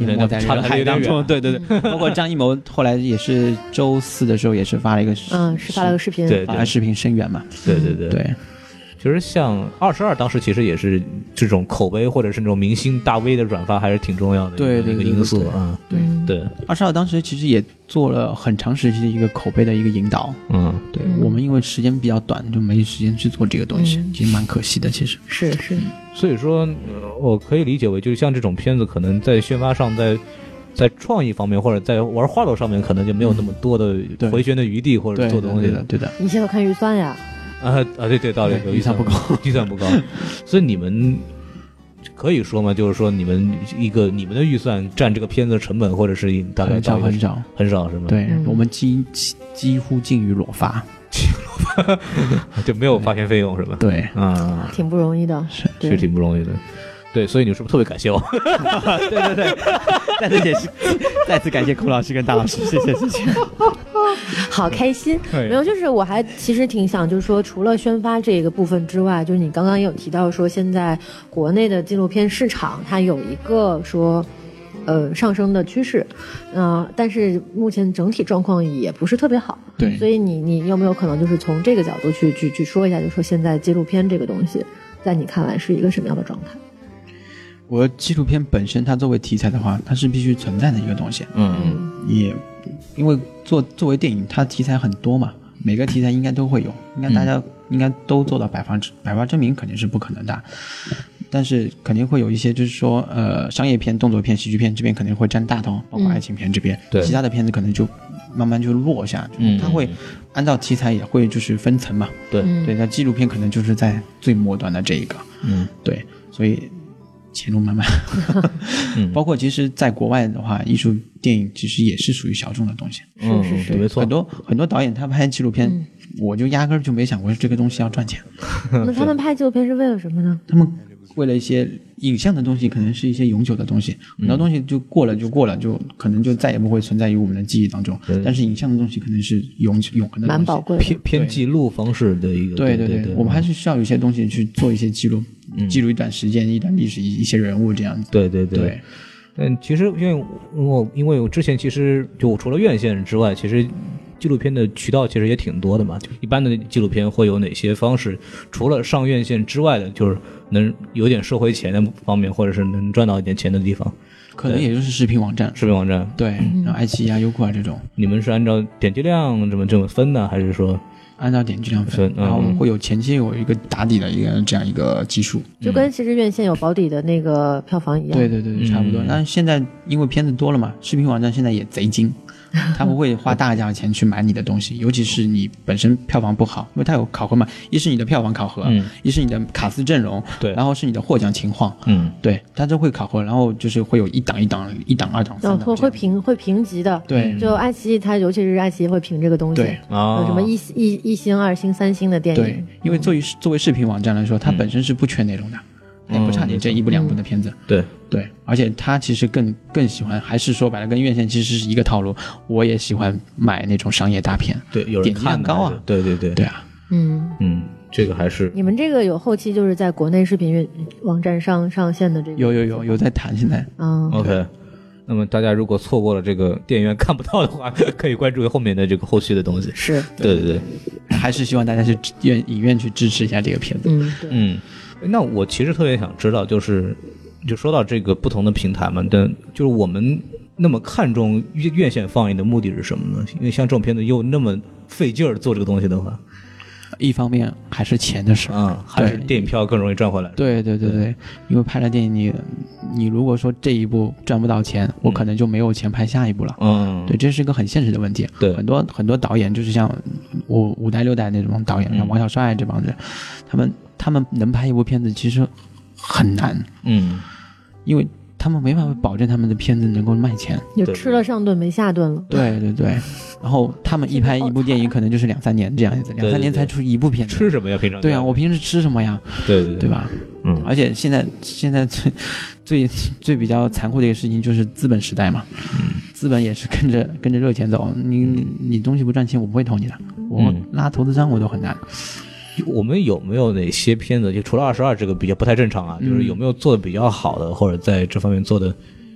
B: 有点
D: 淹没在
B: 差得
D: 人海
B: 有点
D: 当中，
B: 远
D: 对对 对，包括张艺谋后来也是周四的时候也是发了一个，
C: 嗯，是发了个视频，
B: 对
D: 发了视频声援嘛，
B: 对对对。
D: 嗯对，
B: 其实像二十二当时其实也是这种口碑或者是那种明星大 V 的转发还是挺重要的一个
D: 对对对
B: 一个因素
D: 对
B: 啊。
C: 嗯
B: 对，
D: 二十二当时其实也做了很长时期的一个口碑的一个引导，
B: 嗯，嗯
D: 对、我们因为时间比较短，就没时间去做这个东西，其实蛮可惜的。其实
C: 是是，
B: 所以说呃我可以理解为，就是像这种片子，可能在宣发上，在在创意方面或者在玩花朵上面，可能就没有那么多的
D: 嗯对
B: 回旋的余地或者
D: 对
B: 做东西
D: 的，
B: 的。
D: 对的，
C: 你先要看预算呀。
B: 啊啊，对对，道理
D: 对
B: 有预算
D: 预算不
B: 高， 预算不高，所以你们。可以说吗？就是说，你们一个你们的预算占这个片子的成本，或者是大概
D: 很
B: 到
D: 少
B: 一个
D: 很少。
B: 很少是吗？，
D: 对、
C: 嗯
D: 我们几几几乎近于裸发，
B: 就没有发行费用是吧？
D: 对，
B: 啊，
C: 挺不容易的，对
B: 是挺不容易的。对，所以你是不是特别感谢我？
D: 对对对， 但是也是再次感谢孔老师跟大老师，谢谢谢谢。
C: 好开 心。
B: 对
C: 没有，就是我还其实挺想，就是说除了宣发这个部分之外，就是你刚刚也有提到说，现在国内的纪录片市场它有一个说。呃，上升的趋势，呃，但是目前整体状况也不是特别好，
D: 对
C: 所以你你有没有可能就是从这个角度去去去说一下，就说现在纪录片这个东西，在你看来是一个什么样的状态？
D: 我纪录片本身它作为题材的话，它是必须存在的一个东西，
B: 嗯
D: 也因为作作为电影，它题材很多嘛，每个题材应嗯该都会有，应该大家应该都做到百发之百发之名肯定是不可能的，但是肯定会有一些，就是说，呃，商业片、动作片、喜剧片这边肯定会占大头，包括
C: 嗯
D: 爱情片这边，
B: 对
D: 其他的片子可能就慢慢就落下，
B: 嗯
D: 它会按照题材也会就是分层嘛，
B: 对
C: 嗯
D: 对，那纪录片可能就是在最末端的这一个，
B: 嗯，
D: 对，所以前路漫漫。
B: 嗯
D: 包括其实，在国外的话，艺术电影其实也是属于小众的东西。
B: 嗯
C: 是是
B: 对没错
D: 很，多很多导演他拍纪录片，
C: 嗯
D: 我就压根儿就没想过这个东西要赚钱。
C: 那他们拍纪录片是为了什么呢？
D: 他们为了一些影像的东西，可能是一些永久的东西，
B: 嗯
D: 很多东西就过了就过了，就可能就再也不会存在于我们的记忆当中。但是影像的东西可能是永永恒的东西，
C: 蛮宝贵的。
B: 偏偏记录方式的一个，
D: 对
B: 对
D: 对
B: 对，嗯
D: 我们还是需要有一些东西去做一些记录，记录一段时间、一段历史、一一些人物这样子。
B: 对对对
D: 对
B: 嗯，其实因为我因为我之前其实就我除了院线之外，其实纪录片的渠道其实也挺多的嘛。就一般的纪录片会有哪些方式？除了上院线之外的，就是能有点社会钱的方面，或者是能赚到一点钱的地方，
D: 可能也就是视频网站，
B: 视频网站，
D: 对，然后爱奇艺啊、优酷啊这种，
B: 你们是按照点击量怎么这么分呢？还是说，
D: 按照点击量分，
B: 分嗯
D: 然后我们会有前期有一个打底的一个这样一个基数。
C: 就跟其实院线有保底的那个票房一样，
D: 对对对对，差不多。
B: 嗯
D: 但是现在因为片子多了嘛，视频网站现在也贼精， 他不会花大价钱去买你的东西，尤其是你本身票房不好，因为它有考核嘛，一是你的票房考核，
B: 嗯
D: 一是你的卡司阵容，
B: 对
D: 然后是你的获奖情况，
B: 嗯，
D: 对，它都会考核，然后就是会有一档一档、一档二档三
C: 然
D: 档这
C: 后哦
D: 样，
C: 会评会评级的，嗯
D: 对
C: 就爱奇艺它尤其是爱奇艺会评这个东西，
D: 对哦
B: 啊
C: 有什么一一一星、二星、三星的电
D: 对
C: 影，，
D: 因为作为
C: 嗯
D: 作为视频网站来说，它本身是不缺内容的，
B: 嗯
D: 也不差你这一部两部的片子。
B: 对，
D: 对，而且它其实更更喜欢，还是说白了，跟院线其实是一个套路。我也喜欢买那种商业大片。
B: 对，有人
D: 点击
B: 看
D: 量
B: 的
D: 高
B: 还是
D: 啊
B: 对对对
D: 对，啊，
C: 嗯，
B: 嗯，这个还是
C: 你们这个有后期就是在国内视频院网站上上线的这个，
D: 有哦有有有在谈现在。
C: 嗯，
B: OK。那么大家如果错过了这个电影院看不到的话， 可以关注后面的这个后续的东西。
C: 是，
B: 对对对，
D: 还是希望大家去院影院去支持一下这个片子。
C: 嗯，对，
B: 嗯，那我其实特别想知道，就是就说到这个不同的平台嘛，但就是我们那么看重院院线放映的目的是什么呢？因为像这种片子又那么费劲儿做这个东西的话，
D: 一方面还是钱的事儿。
B: 啊、还是
D: 对
B: 电影票更容易赚回来。
D: 对对对对，因为拍了电影你，你如果说这一部赚不到钱，我可能就没有钱拍下一部了。
B: 嗯，
D: 对，这是一个很现实的问题。
B: 对
D: 很多很多导演就是像我五代六代那种导演，
B: 嗯
D: 像王小帅这帮人，他们他们能拍一部片子其实很难，
B: 嗯，
D: 因为他们没办法保证他们的片子能够卖钱。
C: 就吃了上顿没下顿了，
D: 对对对，然后他们一拍一部电影可能就是两三年这样子，两三年才出一部片子。
B: 吃什么呀？平常
D: 对啊，我平时吃什么呀？
B: 对对
D: 对？吧？
B: 嗯
D: 而且现在现在最 最最比较残酷的一个事情就是资本时代嘛，
B: 嗯
D: 资本也是跟着跟着热钱走，你你你东西不赚钱，我不会投你的，我
B: 嗯
D: 拉投资商我都很难。
B: 我们有没有哪些片子，就除了二十二这个比较不太正常啊，
C: 嗯
B: 就是有没有做的比较好的，或者在这方面做的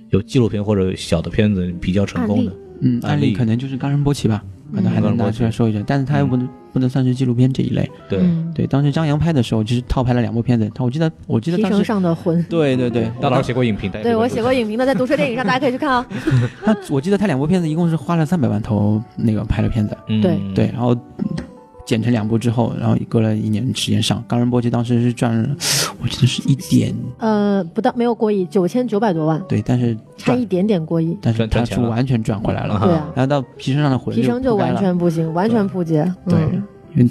B: 有纪录片或者小的片子比较成功的？
D: 嗯，
B: 案
D: 案
B: 例
D: 例可能就是冈仁波齐吧，可能还
B: 嗯冈仁
D: 能
B: 波
D: 拿
B: 齐嗯
D: 出来说一下，但是他又不能不能算是纪录片这一类。
B: 对，
C: 嗯，
D: 对，当时张扬拍的时候，就是套拍了两部片子，他我记得我记得
C: 提
D: 当
C: 成
D: 时。
C: 上的魂，
D: 对对对，
B: 嗯大老师写过影评，大家
C: 对我
B: 关注
C: 写过影评的，在毒舌电影上大家可以去看 啊，
D: 他我记得他两部片子一共是花了三百万投那个拍的片子，
B: 嗯
C: 对
D: 对，然后剪成两部之后，然后隔了一年时间上，冈仁波齐当时是赚了，我记得是一点，
C: 呃，不到没有过亿，九千九百多万，
D: 对，但是
C: 差
D: 赚
C: 一，点点过亿，
D: 但是
B: 赚赚
D: 他
B: 钱
D: 是
B: 了嗯
D: 完全赚回来了，
C: 对啊，
D: 然后到皮身上的 魂
C: 提成就
D: 就
C: 完全不行，完全扑街，
D: 对
C: 嗯。
D: 因为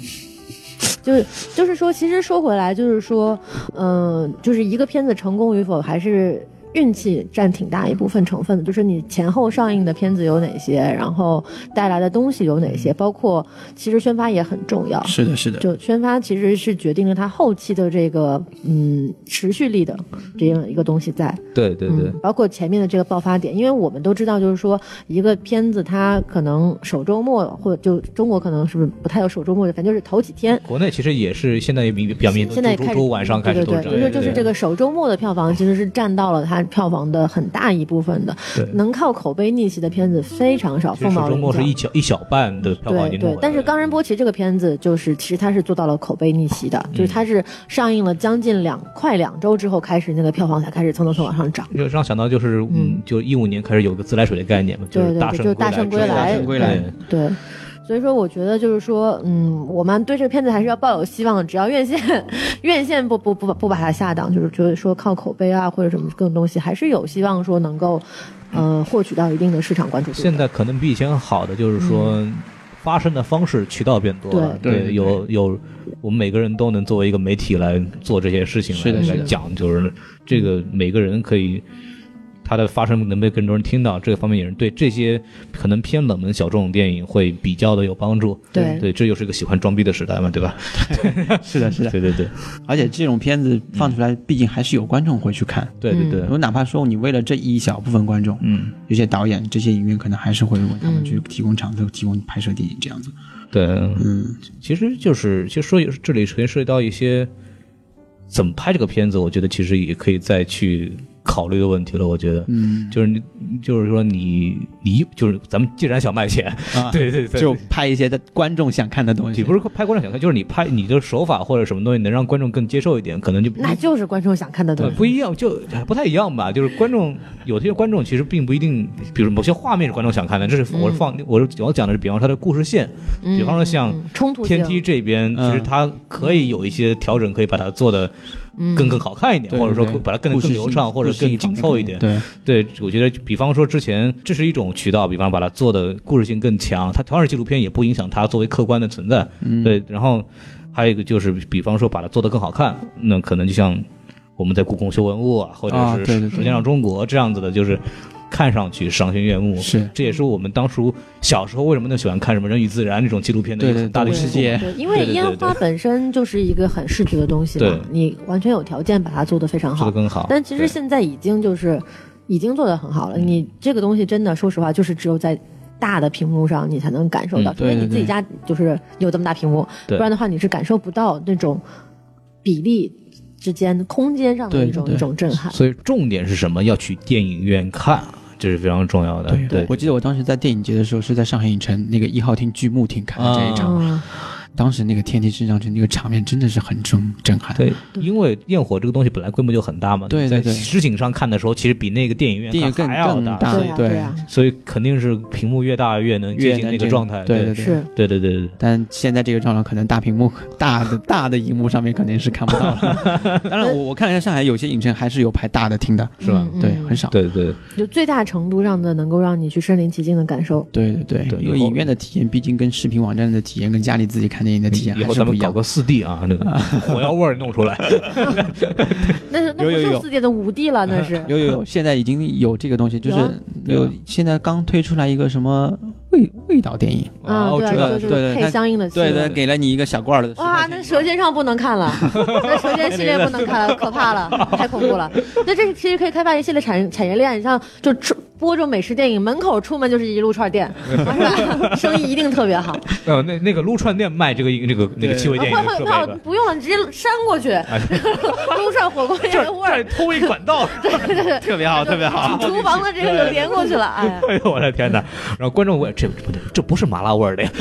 C: 就是就是说，其实说回来，就是说，嗯、就是一个片子成功与否，还是运气占挺大一部分成分的。就是你前后上映的片子有哪些，然后带来的东西有哪些，包括其实宣发也很重要。
D: 是的，是的，
C: 就宣发其实是决定了它后期的这个嗯持续力的这样一个东西在，
B: 对对对
C: 嗯，，包括前面的这个爆发点，因为我们都知道，就是说一个片子它可能首周末或者就中国可能是不是不太有首周末的，反正就是头几天
B: 国内其实也是现在也比表面
C: 现在也开始
B: 周晚上开始都
C: 对
B: 是这
C: 对对，就是
B: 样，
C: 就是这个首周末的票房其实是占到了它票房的很大一部分的，
B: 对
C: 能靠口碑逆袭的片子非常少，
B: 其实
C: 凤毛
B: 周
C: 麟
B: 末是一
C: 角。
B: 小一小半的票房已
C: 对
B: 经
C: 对
B: 弄，
C: 但是
B: 回来
C: 《冈仁波齐》这个片子就是，其实它是做到了口碑逆袭的，
B: 嗯
C: 就是它是上映了将近两快两周之后，开始那个票房才开始蹭蹭蹭往上涨。
B: 就让想到就是嗯，就一五年开始有个自来水的概念嘛，就
C: 嗯对
B: 是
C: 对
B: 大
C: 对
B: 圣
C: 就是大圣归
B: 之类的
C: 来
D: 大圣归来
B: 对
C: 对，所以说，我觉得就是说，嗯，我们对这个片子还是要抱有希望的。只要院线，
B: 嗯
C: 院线不不不不把它下档，就是觉得说靠口碑啊或者什么各种东西，还是有希望说能够，呃，获取到一定的市场关注度的。
B: 现在可能比以前好的就是说，发声的方式渠道变多了。
D: 嗯对对对
B: 有有，我们每个人都能作为一个媒体来做这些事情来，
D: 是的是的
B: 来讲，就是这个每个人可以。他的发声能被更多人听到，这个方面也是对这些可能偏冷门小众电影会比较的有帮助。
C: 对
B: 对，这又是一个喜欢装逼的时代嘛，对吧？
D: 是的，是的，
B: 对对对
D: 而且这种片子放出来，毕竟还是有观众会去看。
B: 对对嗯对，
D: 我哪怕说你为了这一小部分观众，
B: 嗯，
D: 有些导演、这些影院可能还是会为他
C: 嗯
D: 们去提供场次、提供拍摄电影这样子。
B: 对，
D: 嗯，
B: 其实就是，其实说这里可以涉及到一些怎么拍这个片子，我觉得其实也可以再去考虑的问题了。我觉得，嗯，就是你，就是说你，你就是咱们既然想卖钱，
D: 啊
B: 对对对，
D: 就拍一些的观众想看的东
B: 你
D: 西。
B: 不是拍观众想看，就是你拍你的手法或者什么东西能让观众更接受一点，可能就
C: 那就是观众想看的
B: 呃
C: 东西。
B: 不一样，就不太一样吧。就是观众有些观众其实并不一定，比如某些画面是观众想看的，这是我放、我是我讲的是，比方说它的故事线，比方说像
C: 嗯冲突性
B: 天梯这边，
D: 嗯
B: 其实它可以有一些调整，可以把它做的更更好看一点，
D: 对
B: 或者说
D: 对
B: 把它更
D: 故事
B: 更
D: 性
B: 流畅，或者
D: 故事性
B: 更紧凑一点。
D: 对，
B: 对，我觉得，比方说之前这是一种渠道，比方把它做的故事性更强，它同样是纪录片，也不影响它作为客观的存在。
D: 嗯
B: 对，然后还有一个就是，比方说把它做得更好看，那可能就像我们在故宫修文物啊，或者
D: 啊
B: 是《
D: 对对对
B: 舌尖上中国》这样子的，就是看上去赏心悦目。
D: 是
B: 这也是我们当初小时候为什么那么喜欢看什么《人与自然》这种纪录片的一
D: 对
B: 个
D: 对
B: 很大的
D: 动物
B: 因
D: 世
B: 素。
D: 界
C: 对，因为
B: 对对对
C: 烟花
B: 对
C: 本身就是一个很视觉的东西嘛
B: 对，
C: 你完全有条件把它做得非常
B: 做
C: 好
B: 得。
D: 啊
B: 更好，
C: 但其实
B: 对
C: 现在已经就是已经做得很好了。
D: 嗯
C: 你这个东西真的，说实话，就是只有在。大的屏幕上你才能感受到，
B: 嗯
C: 除非
D: 对
C: 你
D: 对
C: 自己
D: 对
C: 家就是有这么大屏幕，
B: 对
C: 不然的话你是感受不到那种比例之间、空间上的
D: 对
C: 一种
D: 对
C: 一种震撼。
B: 所以重点是什么？要去电影院看，这是非常重要的。呃对，
D: 我记得我当时在电影节的时候是在上海影城那个一号厅巨幕厅看的这一场，
C: 嗯，
D: 当时那个天梯升上去那个场面真的是很震震撼。
B: 对，因为焰火这个东西本来规模就很大嘛，
D: 对
B: 在
D: 对对
B: 实景上看的时候，其实比那个电影院
D: 电影
B: 看
D: 更
B: 还要
D: 更
B: 大，
D: 大
C: 对啊，
D: 对
C: 对啊，
B: 所以肯定是屏幕越大越能接
D: 越
B: 近
D: 南
B: 那个状态。
D: 对
B: 对
D: 对。
C: 是。
B: 对对对对
D: 但现在这个状况，可能大屏幕、大的大的荧幕上面肯定是看不到了。 当然我，我看了一下上海有些影城还是有排大的厅的，
B: 是吧
C: 嗯
D: 对，很少。
B: 对对对，
C: 就最大程度上的能够让你去身临其境的感受。
D: 对对对，
B: 对
D: 因为
B: 以后
D: 影院的体验，毕竟跟视频网站的体验，跟家里自己看电影的体验
B: 以
D: 还
B: 后
D: 是
B: 咱
D: 不
B: 们
D: 一
B: 搞
D: 样。
B: 个四 D 啊， 那个火药味儿弄出来。
C: 那是那
B: 有有
C: 不是
B: 有
C: 四 D 的五 D 了，那是
D: 有有 有，现在已经有这个东西，就
C: 有啊
D: 是有现在刚推出来一个什么味味道电影，哦
C: 啊，对啊，
D: 道
C: 就
D: 对
C: 是
D: 对
C: 配
D: 它
C: 相应的气
D: 对对，
C: 味。
D: 给了你一个小罐儿的。
C: 哇，那《舌尖上》不能 看了，那《舌尖》系列不能看了，可怕了，太恐怖了。那这其实可以开发一系列产产业链，你像就吃播种美食电影，门口出门就是一路 串店，是吧？生意一定特别好。
B: 呃，那那个撸串店卖这个那个那个
D: 对
B: 气味
C: 会
B: 电影的
C: 会
B: 设
C: 那
B: 备的，哎
C: 不用了，你直接扇过去， 撸串火锅店
B: 这
C: 的味
B: 这
C: 儿，
B: 偷一管道。
D: 特别好，特别好。
C: 厨房的这个就连过去了，哎呀。
B: 哎呦我的天哪！然后观众问：这这不对，这不是麻辣味儿的呀，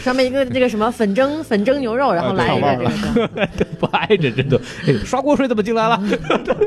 C: 上面一个这个什么粉蒸粉蒸牛肉，然
B: 啊
C: 后来一个这个，
B: 不 挨着真的。哎，刷锅水怎么进来了？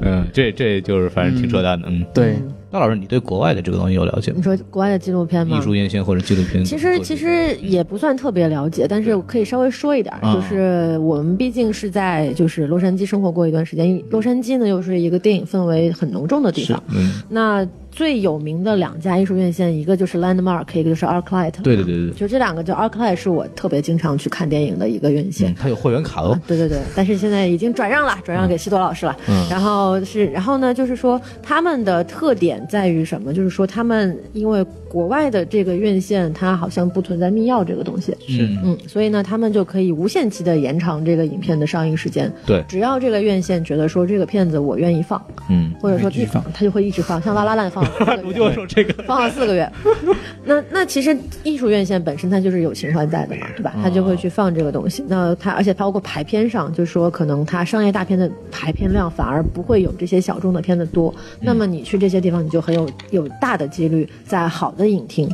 B: 嗯，这这就是反正挺扯淡的，嗯。
D: 对，
B: 那老师，你对国外的这个东西有了解吗
C: 你？说国外的纪录片吗
B: 艺？术院线或者纪录片？
C: 嗯其实其实也不算特别了解，但是我可以稍微说一点儿，
B: 嗯
C: 就是我们毕竟是在就是洛杉矶生活过一段时间，因为洛杉矶呢又是一个电影氛围很浓重的地方。
B: 嗯，
C: 那最有名的两家艺术院线，一个就是 Landmark，一个就是 ArcLight。
B: 对对对对，
C: 就这两个，就 ArcLight 是我特别经常去看电影的一个院线
B: 嗯，。它有会员卡哦。
C: 对对对，但是现在已经转让了，转让给西多老师了。
B: 嗯
C: 然后是，然后呢，就是说他们的特点在于什么？就是说他们因为国外的这个院线，它好像不存在密钥这个东西，
B: 是，
C: 嗯，所以呢，他们就可以无限期的延长这个影片的上映时间。
B: 对，
C: 只要这个院线觉得说这个片子我愿意放，
B: 嗯，
C: 或者说
D: 一直放
C: 他就会一直放，像《拉拉烂》放了四个月，
B: 说这个，
C: 放了四个月。 那那其实艺术院线本身它就是有情怀在的嘛，对吧？它就会去放这个东西。那它而且包括排片上，就是说可能它商业大片的排片量反而不会有这些小众的片子多。
B: 嗯
C: 那么你去这些地方，你就很有有大的几率在好的影厅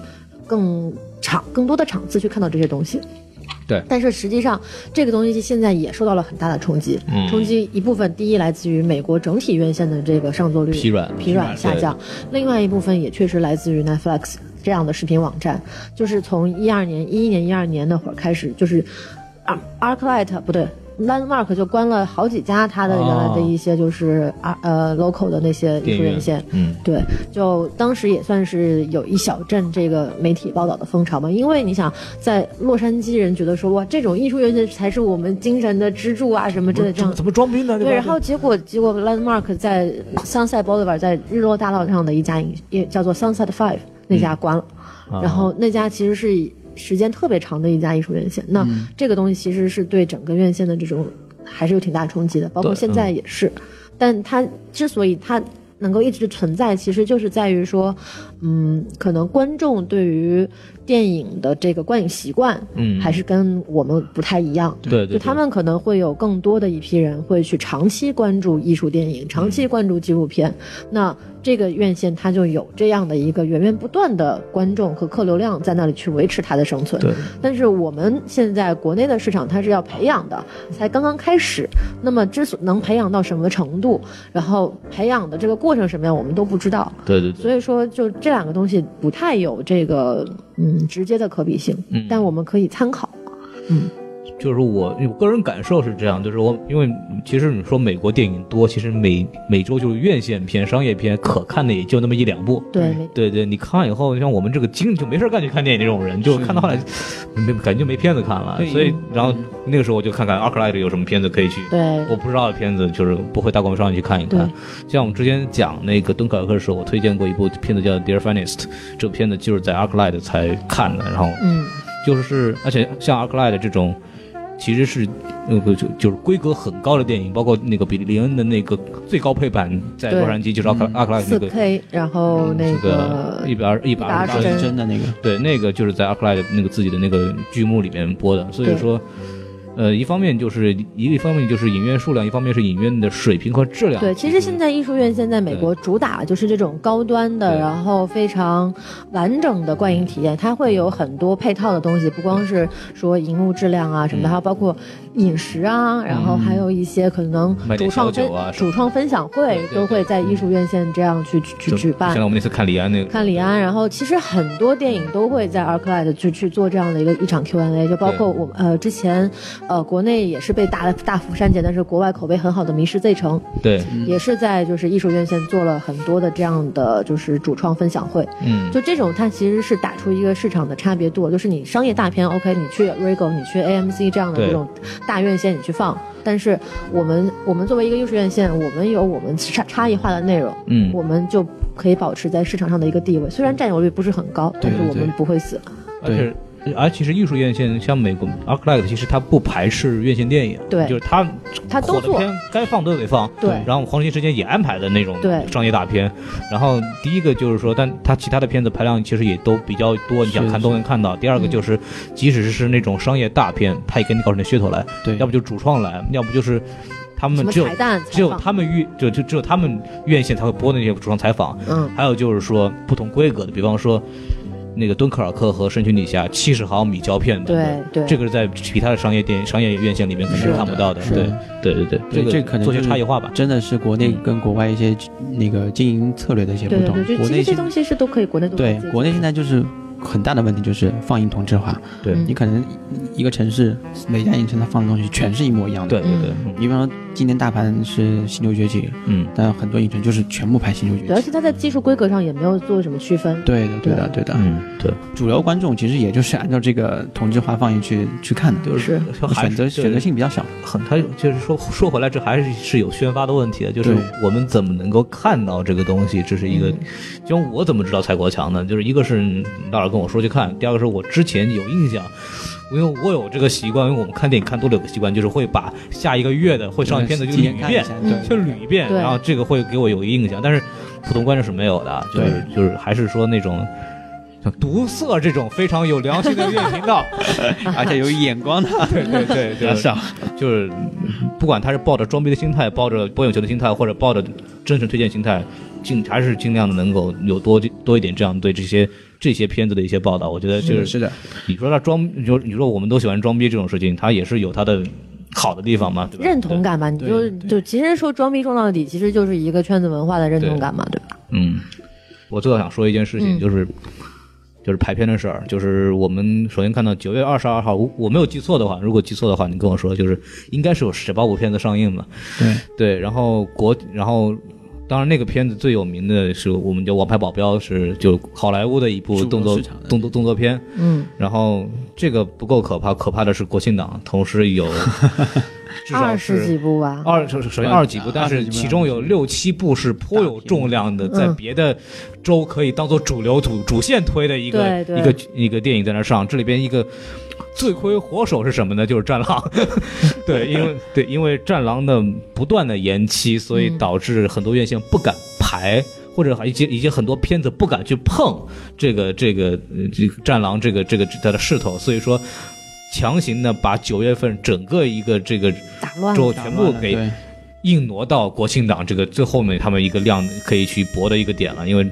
C: 更场更多的场次去看到这些东西。
B: 对
C: 但是实际上，这个东西现在也受到了很大的冲击。
B: 嗯
C: 冲击一部分，第一来自于美国整体院线的这个上座率
B: 疲软
C: 疲软下降，另外一部分也确实来自于 Netflix 这样的视频网站，就是从一二年、一一年、一二年那会儿开始，就是啊 ArcLight 不对。Landmark 就关了好几家它的原来的一些就是啊呃 local 的那些艺术院线，
B: 嗯，
C: 对，就当时也算是有一小阵这个媒体报道的风潮吧，因为你想在洛杉矶人觉得说哇这种艺术院线才是我们精神的支柱啊什么之类的这样
B: 怎么装逼呢？
C: 对，
B: 吧
C: 然后结果结果 Landmark 在香赛 Boulevard 在日落大道上的一家影也叫做 Sunset Five 那
B: 嗯
C: 家关了，
B: 啊
C: 然后那家其实是时间特别长的一家艺术院线。那
B: 嗯
C: 这个东西其实是对整个院线的这种还是有挺大冲击的，包括
B: 对嗯
C: 现在也是。但它之所以它能够一直存在，其实就是在于说，嗯，可能观众对于电影的这个观影习惯，
B: 嗯
C: 还是跟我们不太一样。
B: 对对，
C: 就他们可能会有更多的一批人会去长期关注艺术电影，长
B: 嗯
C: 期关注纪录片。那这个院线它就有这样的一个源源不断的观众和客流量在那里去维持它的生存。
D: 对，
C: 但是我们现在国内的市场它是要培养的，才刚刚开始。那么之所能培养到什么程度，然后培养的这个过程什么样，我们都不知道。
B: 对对对，
C: 所以说，就这两个东西不太有这个嗯直接的可比性，
B: 嗯
C: 但我们可以参考。
B: 就是我我个人感受是这样，就是我因为其实你说美国电影多，其实每每周就是院线片、商业片可看的也就那么一两部。
C: 对，没
B: 对对，你看完以后，像我们这个精就没事儿干去看电影这种人，就看到后来没感觉没片子看了，所以然后那个时候我就看看 ArcLight 有什么片子可以去。
C: 对，
B: 我不知道的片子就是不会大广上去看一看
C: 对。
B: 像我们之前讲那个敦刻尔克的时候，我推荐过一部片子叫《Dear Finest》，这部片子就是在 ArcLight 才看的，然后
C: 嗯。
B: 就是而且像 ArcLight 这种，其实是那个就就是规格很高的电影，包括那个比利林恩的那个最高配版在
C: 对
B: 洛杉矶就是 Arc ArcLight
C: 四
B: 啊那个嗯
C: K，然后那
B: 这个一百二一百二
C: 120
B: 十
C: 帧
B: 帧，
D: 真的那个，
B: 对，那个就是在 ArcLight 那个自己的那个剧目里面播的，所以
C: 对
B: 说。呃，一方面就是一个方面就是影院数量，一方面是影院的水平和质量。
C: 对，其实现在艺术院现在美国主打就是这种高端的，
B: 对
C: 然后非常完整的观影体验，它会有很多配套的东西，不光是说荧幕质量啊
B: 嗯
C: 什么的，还有包括饮食啊，然后还有一些可能
B: 卖
C: 主
B: 点
C: 创
B: 小
C: 分
B: 酒啊什么
C: 主创分享会
B: 对对嗯
C: 都会在艺术院线这样去
B: 就
C: 去举办
B: 像。我们那次看李安那个，
C: 看李安，然后其实很多电影都会在 ArcLight 去去做这样的一个一场 Q&A，就包括我们呃之前呃国内也是被大的大幅删减，但是国外口碑很好的《迷失 Z 城》
B: 对，
D: 嗯
C: 也是在就是艺术院线做了很多的这样的就是主创分享会，
B: 嗯，
C: 就这种它其实是打出一个市场的差别度，就是你商业大片 OK，你去 Rego，你去 AMC 这样的
B: 对
C: 这种大院线你去放，但是我们我们作为一个艺术院线，我们有我们差差异化的内容，
B: 嗯
C: 我们就可以保持在市场上的一个地位，虽然占有率不是很高，但是
D: 对对
C: 我们不会死，
B: 而且而其实艺术院线像美国 ArcLight，其实它不排斥院线电影，
C: 对
B: 就是它
C: 它
B: 火
C: 都
B: 的
C: 做，
B: 片该放都得放，
C: 对
B: 然后黄金时间也安排的那种
C: 对
B: 商业大片，然后第一个就是说，但它其他的片子排量其实也都比较多，你想看都能看到。第二个
C: 嗯
B: 就是，即使是那种商业大片，它也给你搞出点噱头来，
D: 对，
B: 要不就主创来，要不就是他
C: 什
B: 们
C: 么
B: 只有
C: 彩蛋，
B: 只有
C: 采访
B: 他们院就就只有他们院线才会播那些主创采访，
C: 嗯，
B: 还有就是说不同规格的，比方说那个敦刻尔克和深群底下七十毫米胶片版
C: 对
B: 本。
C: 对，
B: 这个是在其他的商业电影、商业院线里面肯定
C: 是
B: 看不到的，
C: 是
B: 对
D: 的
B: 对对对，
D: 对
B: 个
D: 这可能
B: 做些
D: 就是
B: 差异化吧。
D: 真的是国内跟国外一些那个经营策略的一些不
C: 对
D: 同
C: 嗯对对，。就
D: 国
C: 其
D: 内
C: 实这
D: 现
C: 东西是都可以国内都可以
D: 对
C: 借鉴
D: 国内现在就是很大的问题就是放映同质化，
B: 对
C: 嗯
D: 你可能一个城市每家影城它放的东西全是一模一样的。
B: 对对对，
D: 你比方说今年大盘是《星球崛起》，
B: 嗯，
D: 但很多影城就是全部拍《星球崛
C: 对，而
D: 起》。
C: 且它在技术规格上也没有做什么区分，
D: 对的，对的，对的。
B: 嗯，对，
D: 主流观众其实也就是按照这个同质化放映去去看的，
C: 是
D: 选择选择性比较小。
B: 很，他就是说说回来，这还是是有宣发的问题的，就是
D: 对嗯
B: 我们怎么能够看到这个东西，这是一个，就像我怎么知道蔡国强呢？就是一个是你大佬跟我说去看，第二个是我之前有印象。因为我有这个习惯，因为我们看电影看多了有个习惯，就是会把下一个月的会上映片子就
D: 提前
B: 捋一
D: 看一
B: 遍，
D: 下，
C: 嗯
B: 就捋一遍，
C: 对
B: 然后这个会给我有一个印象，但是普通观众是没有的，就是就是还是说那种像毒色这种非常有良心的乐频道，
C: 啊
D: 对，而且有眼光的。
B: 对对对，
D: 比较
B: 就是
D: 少，
B: 就是不管他是抱着装逼的心态，抱着博眼球的心态，或者抱着真诚推荐心态，尽还是尽量的能够有多多一点这样对这些这些片子的一些报道。我觉得 就是
D: 是的，
B: 你说他装，你说你说我们都喜欢装逼这种事情，他也是有他的好的地方嘛，对吧？
C: 认同感吧，你就就其实说装逼装到底，其实就是一个圈子文化的认同感嘛，对吧？
B: 嗯，我最后想说一件事情，
C: 嗯
B: 就是就是排片的事儿，就是我们首先看到九月二十二号，我我没有记错的话，如果记错的话，你跟我说，就是应该是有十八部片子上映了。
D: 对
B: 对，然后国，然后当然那个片子最有名的是我们叫《王牌保镖》，是就好莱坞的一部
D: 中国
B: 动作
D: 市场的
B: 动作动作片。
C: 嗯，
B: 然后这个不够可怕，可怕的是国庆档同时 有至少
C: 二十几啊
B: 是。
C: 部吧，
B: 二首首先二十几部，但
D: 嗯二
B: 是
D: 十几部
B: 其中有六七部是颇有重量的，在
C: 嗯
B: 别的州可以当做主流主主线推的一个
C: 对对
B: 一个一个电影在那上。这里边一个罪魁祸首是什么呢？就是《战狼》。 对，因为对，因为《战狼》的不断的延期，所以
C: 嗯
B: 导致很多院线不敢排。或者已经已经很多片子不敢去碰这个这个呃这个战狼这个这个它的势头，所以说强行的把九月份整个一个这个
C: 打乱
B: 州
C: 了。
B: 全部给
D: 对
B: 硬挪到国庆档这个最后面他们一个量可以去搏的一个点了，因为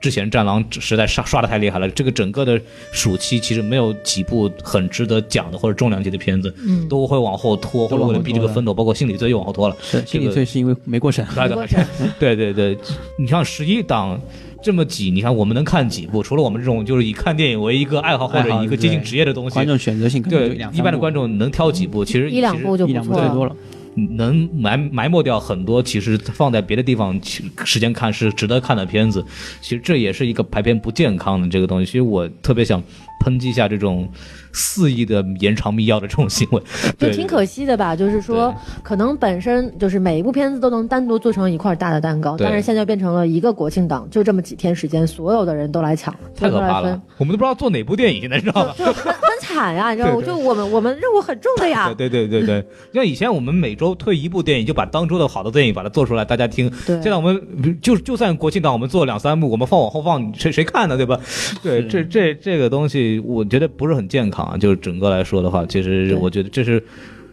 B: 之前《战狼》实在刷刷的太厉害了，这个整个的暑期其实没有几部很值得讲的或者重量级的片子，
C: 嗯，
B: 都会往后拖，或
D: 都
B: 者
D: 往后
B: 为了避这个
D: 拖的
B: 风头，包括《心理罪》又往后拖了。
D: 是心理
B: 这个
D: 罪是因为没过审，
B: 对
C: 如果 这样
B: 对对对，你像十一档这么挤，你看我们能看几部？除了我们这种就是以看电影为一个爱好或
D: 爱
B: 者
D: 好
B: 一个接近
D: 对
B: 职业的东西，
D: 观众选择性可能
B: 对
D: 就两三
B: 一般的
D: 部
B: 观众能挑几部？其实
C: 一两
B: 其实
C: 部就
D: 一
C: 不
D: 两部
C: 错啊
D: 最
C: 了。
D: 多了。
B: 能埋埋没掉很多，其实放在别的地方去时间看是值得看的片子。其实这也是一个排片不健康的这个东西。其实我特别想抨击一下这种肆意的延长密钥的这种行为，
C: 就
B: 对，
C: 挺可惜的吧，就是说，可能本身就是每一部片子都能单独做成一块大的蛋糕，
B: 对
C: 但是现在就变成了一个国庆档，就这么几天时间，所有的人都来抢，
B: 太可
C: 都来
B: 怕
C: 分
B: 了，。我们都不知道做哪部电影，现在知道吧？
C: 就就很很惨呀、你知道吗？
B: 对对
C: 就我们我们任务很重的呀，
B: 对对对对 对，像以前我们每周推一部电影，就把当周的好的电影把它做出来，大家听。
C: 对
B: 现在我们就就算国庆档，我们做两三部，我们放往后放，谁谁看呢？ 对吧？对，这这这个东西，我觉得不是很健康啊。就是整个来说的话，其实
C: 对
B: 我觉得这是。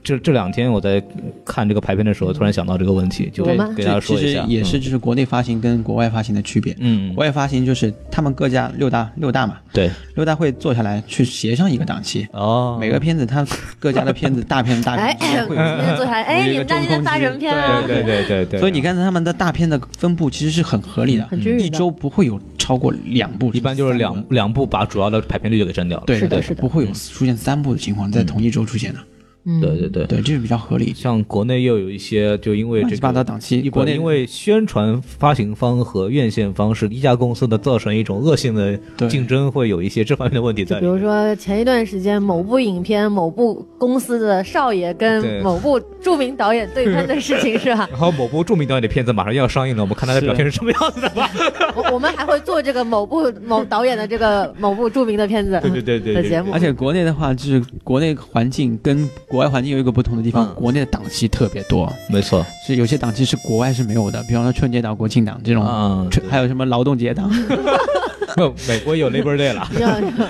B: 这这两天我在看这个排片的时候，突然想到这个问题，就
C: 我们
B: 给大家
D: 这
B: 说
D: 其
B: 一
D: 实
B: 下。
D: 也是就是国内发行跟国外发行的区别。
B: 嗯，嗯，
D: 国外发行就是他们各家六大六大嘛，
B: 对，
D: 六大会坐下来去协商一个档期。
B: 哦，
D: 每个片子它各家的片子大片大
C: 哎
D: 片，
C: 今
D: 之间会有一
C: 天
D: 个
C: 坐下来，哎，
D: 有一
C: 你
D: 个
C: 们大
D: 中
C: 家在
D: 空
C: 发
D: 期
C: 什么片啊？
B: 对对对对对，
D: 所以你看他们的大片的分布其实是很合理的，
C: 很均匀的
D: 一周不会有超过两部，
B: 嗯一般就是两
D: 三部
B: 两部把主要的排片率就给占掉了。
D: 对
C: 是的
D: 对
C: 是的
D: 不会有出现三部的情况在同一周出现的，
C: 嗯，
B: 对对对
D: 对，这是比较合理。
B: 像国内又有一些，就因为
D: 乱
B: 这
D: 七
B: 个
D: 八糟档期，
B: 一
D: 国
B: 国
D: 内
B: 内因为宣传发行方和院线方是一家公司的，造成一种恶性的
D: 对
B: 竞争，会有一些这方面的问题
C: 就
B: 在
C: 比
B: 里
C: 如
B: 面。
C: 说前一段时间某部影片、某部公司的少爷
B: 对
C: 跟某部著名导演对喷的事 情是吧？
B: 然后某部著名导演的片子马上要上映了，我们看他的
D: 啊
B: 表现是什么样子的吧。
C: 我我们还会做这个某部某导演的这个某部著名的片子，
B: 对对对对对哎
C: 的节目，
D: 而且国内的话，就是国内环境跟国外环境有一个不同的地
B: 嗯
D: 方，国内的档期特别多，
B: 没错，
D: 是有些档期是国外是没有的，比方说春节档、国庆档这种，
B: 嗯
D: 春还有什么劳动 节档，
B: 美国有 Labor Day 了。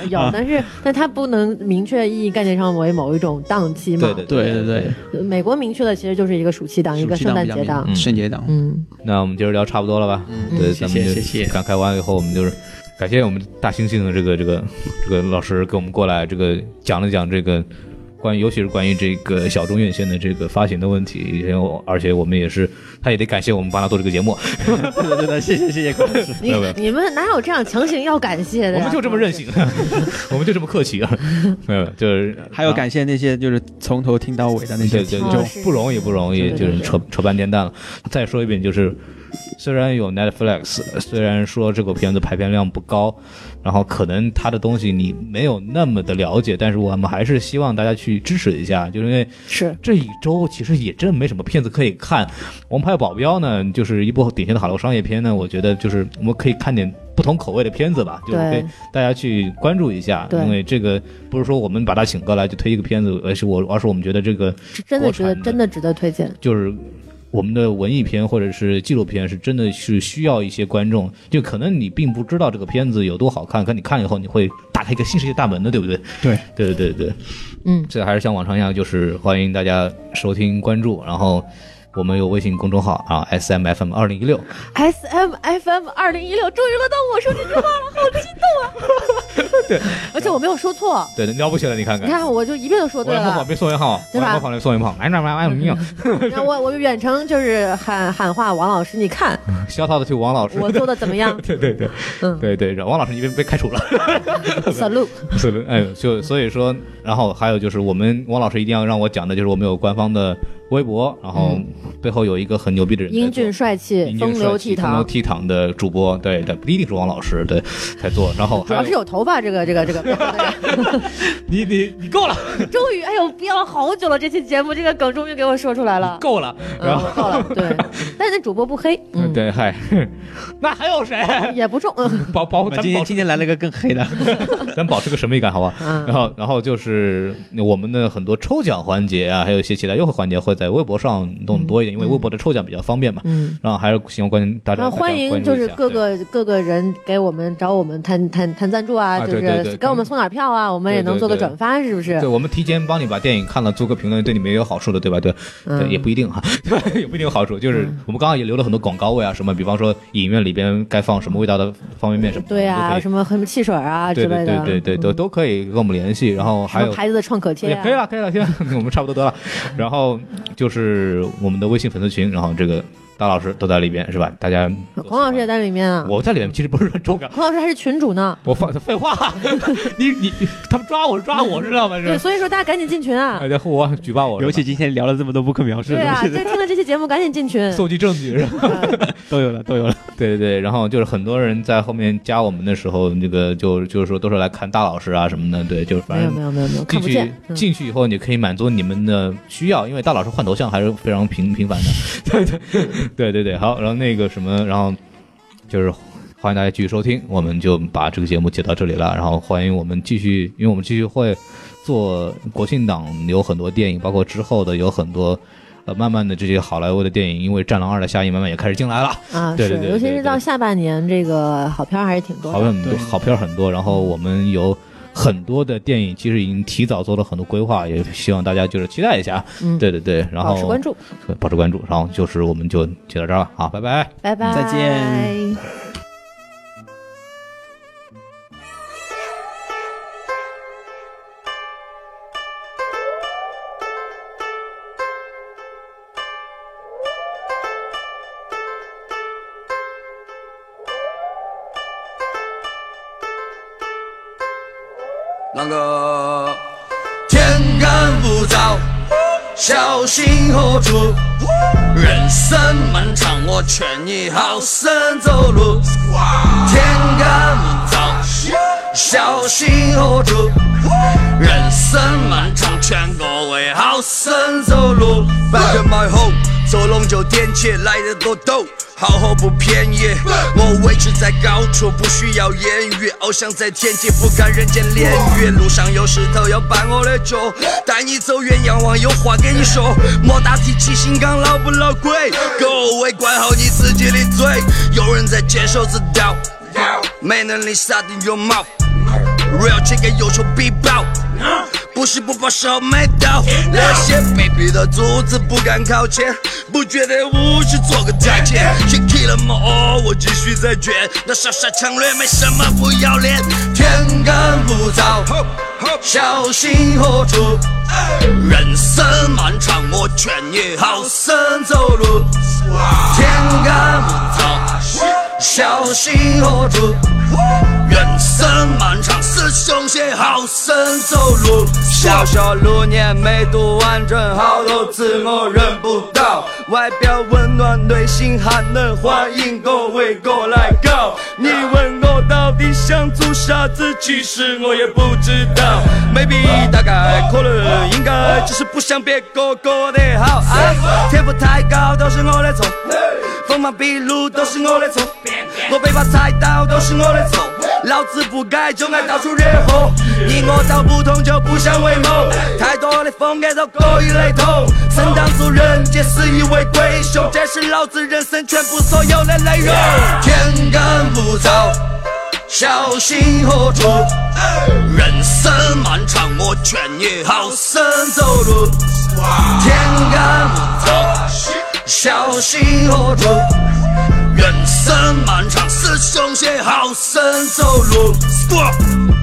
C: 有有
B: 啊
C: 有，但是但它不能明确意义概念上为某一种档期嘛。
B: 对
D: 对对对，
C: 美国明确的其实就是一个暑期档，一个
D: 暑期
C: 圣诞
D: 档比较
C: 节档。
D: 明圣节档，
C: 嗯，
B: 那我们今儿聊差不多了吧？嗯对，
D: 谢
B: 咱们
D: 谢
B: 就
D: 谢谢
B: 感慨完以后，我们就是感谢我们大猩猩的这个这个这个老师给我们过来这个讲了讲这个关于，尤其是关于这个小众院线的这个发行的问题，然后而且我们也是，他也得感谢我们帮他做这个节目，
D: 对对 对对，谢谢谢谢郭老师。
B: 没
C: 你
B: 有没有
C: 你们哪有这样强行要感谢的？
B: 我们就这么任。性， 我们就这么客气啊，没有，就是
D: 还有
B: 啊
D: 感谢啊那些就是从头听到尾的那些
B: 对对
D: 听
C: 哦
D: 众，
C: 是
B: 对，不容易不容易，
C: 对
B: 就
C: 对
B: 是
C: 对
B: 扯扯半天蛋了。再说一遍，就是虽然有 Netflix，虽然说这个片子排片量不高，然后可能它的东西你没有那么的了解，但是我们还是希望大家去支持一下，就是因为
C: 是
B: 这一周其实也真没什么片子可以看。《王牌保镖》呢，就是一部典型的好莱坞商业片呢，我觉得就是我们可以看点不同口味的片子吧，就是
C: 对
B: 可以大家去关注一下，
C: 对
B: 因为这个不是说我们把它请过来就推一个片子，而是我而是我们觉得这个
C: 真的
B: 国
C: 觉得
B: 产
C: 真的值得推荐，
B: 就是我们的文艺片或者是纪录片，是真的是需要一些观众。就可能你并不知道这个片子有多好看，可你看了以后，你会打开一个新世界大门的，对不对？
D: 对
B: 对对对对，
C: 嗯
B: 所以还是像往常一样，就是欢迎大家收听关注，然后。我们有微信公众号啊，S M F M 二零一六，
C: S M F M 二零一六，终于轮到我说这句话了，好激动啊！对，而且我没有说错，
B: 对，了不起了，你看
C: 你
B: 看。
C: 看我就一遍就说
B: 我
C: 对
B: 来模仿
C: 了。
B: 别宋元浩，我
C: 对
B: 来
C: 吧嗯
B: 模仿别宋元浩，哎那玩意儿，
C: 然后我我远程就是喊喊话王老师，你看
B: 小套的去王老师，？
C: 我做的怎么样
B: 对对对，
C: 嗯
B: 对对，然后王老师你被被开除了。
C: ，salute。
B: 是的，哎，就所以说，然后还有就是我们王老师一定要让我讲的，就是我们有官方的微博，然后
C: 嗯
B: 背后有一个很牛逼的人在做，
C: 英俊帅气，
B: 英俊
C: 风
B: 帅
C: 流
B: 气
C: 倜
B: 风流
C: 傥，
B: 倜傥的主播，对对，不一定是王老师，对，在做，然后
C: 主
B: 还
C: 要是
B: 有
C: 有头发这个这个这个。
B: 你你你够了
C: 终于，哎呦，憋了好久了，这期节目这个梗终于给我说出来了。
B: 够了，
C: 嗯，我够了，对，但是那主播不黑，嗯，
B: 对， 嗨，那还有谁？
C: 也不重，嗯
B: 保保咱
E: 今
B: 保
E: 天今天来了个更黑的，
B: 咱保持个神秘感，好吧？
C: 嗯
B: 然后，然后就是我们的很多抽奖环节啊，还有一些其他优惠环节会在微博上弄得多一点，因为微博的抽奖比较方便嘛。
C: 嗯。
B: 然后还是希望关大家
C: 然后欢迎就是各个各个人给我们找我们谈谈谈赞助啊，
B: 啊
C: 就
B: 对对对
C: 是给我们送点票啊，我们也能做个转发，是不
B: 对，
C: 是？
B: 我们提前帮你把电影看了，做个评论，对你们也有好处的，对吧？对，
C: 嗯
B: 对也不一定哈，对，也不一定有好处。就是我们刚刚也留了很多广告位啊，什么，比方说影院里边该放什么味道的方便面什么的，
C: 对
B: 我们都可
C: 啊，
B: 以
C: 什么什么汽水啊之
B: 对对
C: 类的，嗯
B: 对对对，都都可以跟我们联系。然后还
C: 什么
B: 有
C: 牌子的创可贴
B: 也
C: 啊
B: 可以了，可以了，现在 我们差不多得了。然后就是我们的微信粉丝群，然后这个大老师都在里边，是吧？大家，
C: 呃孔老师也在里面啊，
B: 我在里面其实不是很重要，
C: 孔老师还是群主呢，
B: 我放废话， 你你他们抓我抓我知道吗？
C: 对，
B: 是，
C: 所以说大家赶紧进群啊
B: 哎，然后我举报我，是
E: 尤
B: 吧
E: 其今天聊了这么多不可描述的
C: 对啊，
E: 东
C: 这
E: 西，
C: 听了这期节目赶紧进群，
B: 搜集证据是吧？
E: 都有了都有了。
B: 对对对，然后就是很多人在后面加我们的时候，那个就就是说都是来看大老师啊什么的，对，就是反
C: 没有
B: 正
C: 没有没有没有，看
B: 进
C: 不见
B: 去，
C: 嗯
B: 进去以后，你可以满足你们的需要，因为大老师换头像还是非常频频繁的。 对对对对对，好，然后那个什么，然后就是欢迎大家继续收听，我们就把这个节目接到这里了，然后欢迎我们继续，因为我们继续会做国庆档有很多电影，包括之后的有很多。呃，慢慢的这些好莱坞的电影，因为《战狼二》的下映，慢慢也开始进来了。
C: 啊，
B: 对对
C: 是，
B: 对
C: 尤其
B: 对
C: 是
B: 对
C: 到下半年，这个好片儿还是挺多
B: 好
C: 的。
B: 片很多，
E: 对
B: 好片很多。然后我们有很多的电影，其实已经提早做了很多规划，也希望大家就是期待一下。
C: 嗯
B: 对对对，然后
C: 保持关注，
B: 对，保持关注。然后就是我们就就到这儿了，好，拜拜。
C: 拜拜，
E: 再见。
F: 那个天干物燥，小心何处。人生漫长，我劝你好生走路。天干物燥，小心何处。人生漫长，劝各位好生走路。Back in my home，走龙就颠切，来的多逗。好货不便宜，我位置在高处，不需要言语。翱翔在天际，不看人间炼狱。路上有石头要绊我的脚，带你走远，仰望有话给你说。莫大提起新港老不老鬼，各位哦管好你自己的嘴。有人在坚守之道，没能力杀进 your mouth。real 这个有求必报。不是不报，时候没到。那些卑鄙的主子不敢靠前，不觉得无视，做个太监。先 kill 了哦，我继续再卷。那傻傻强略没什么不要脸，天干物燥，小心何处。人生漫长，我劝你好生走路。天干物燥，小心何处。人生漫长，师兄先好生走路。小小六年没读完整，好多字我认不到。外表温暖，内心寒冷，欢迎各位过来告。你问我到底想做啥子，其实我也不知道。maybe 大概可能应该，只是不想别个过得好。哎，天赋太高都是我的错，锋芒毕露都是我的错，我被把踩到都是我的错。老子不改就爱到处惹祸，你我道不同就不相为谋，太多的风爱都过于雷同。生当作人，皆死以为鬼雄，这是老子人生全部所有的内容。天干物燥。小心何处？人生漫长，我劝你好生走路。天干物燥，小心后退。人生漫长，师兄写好生走路。Squat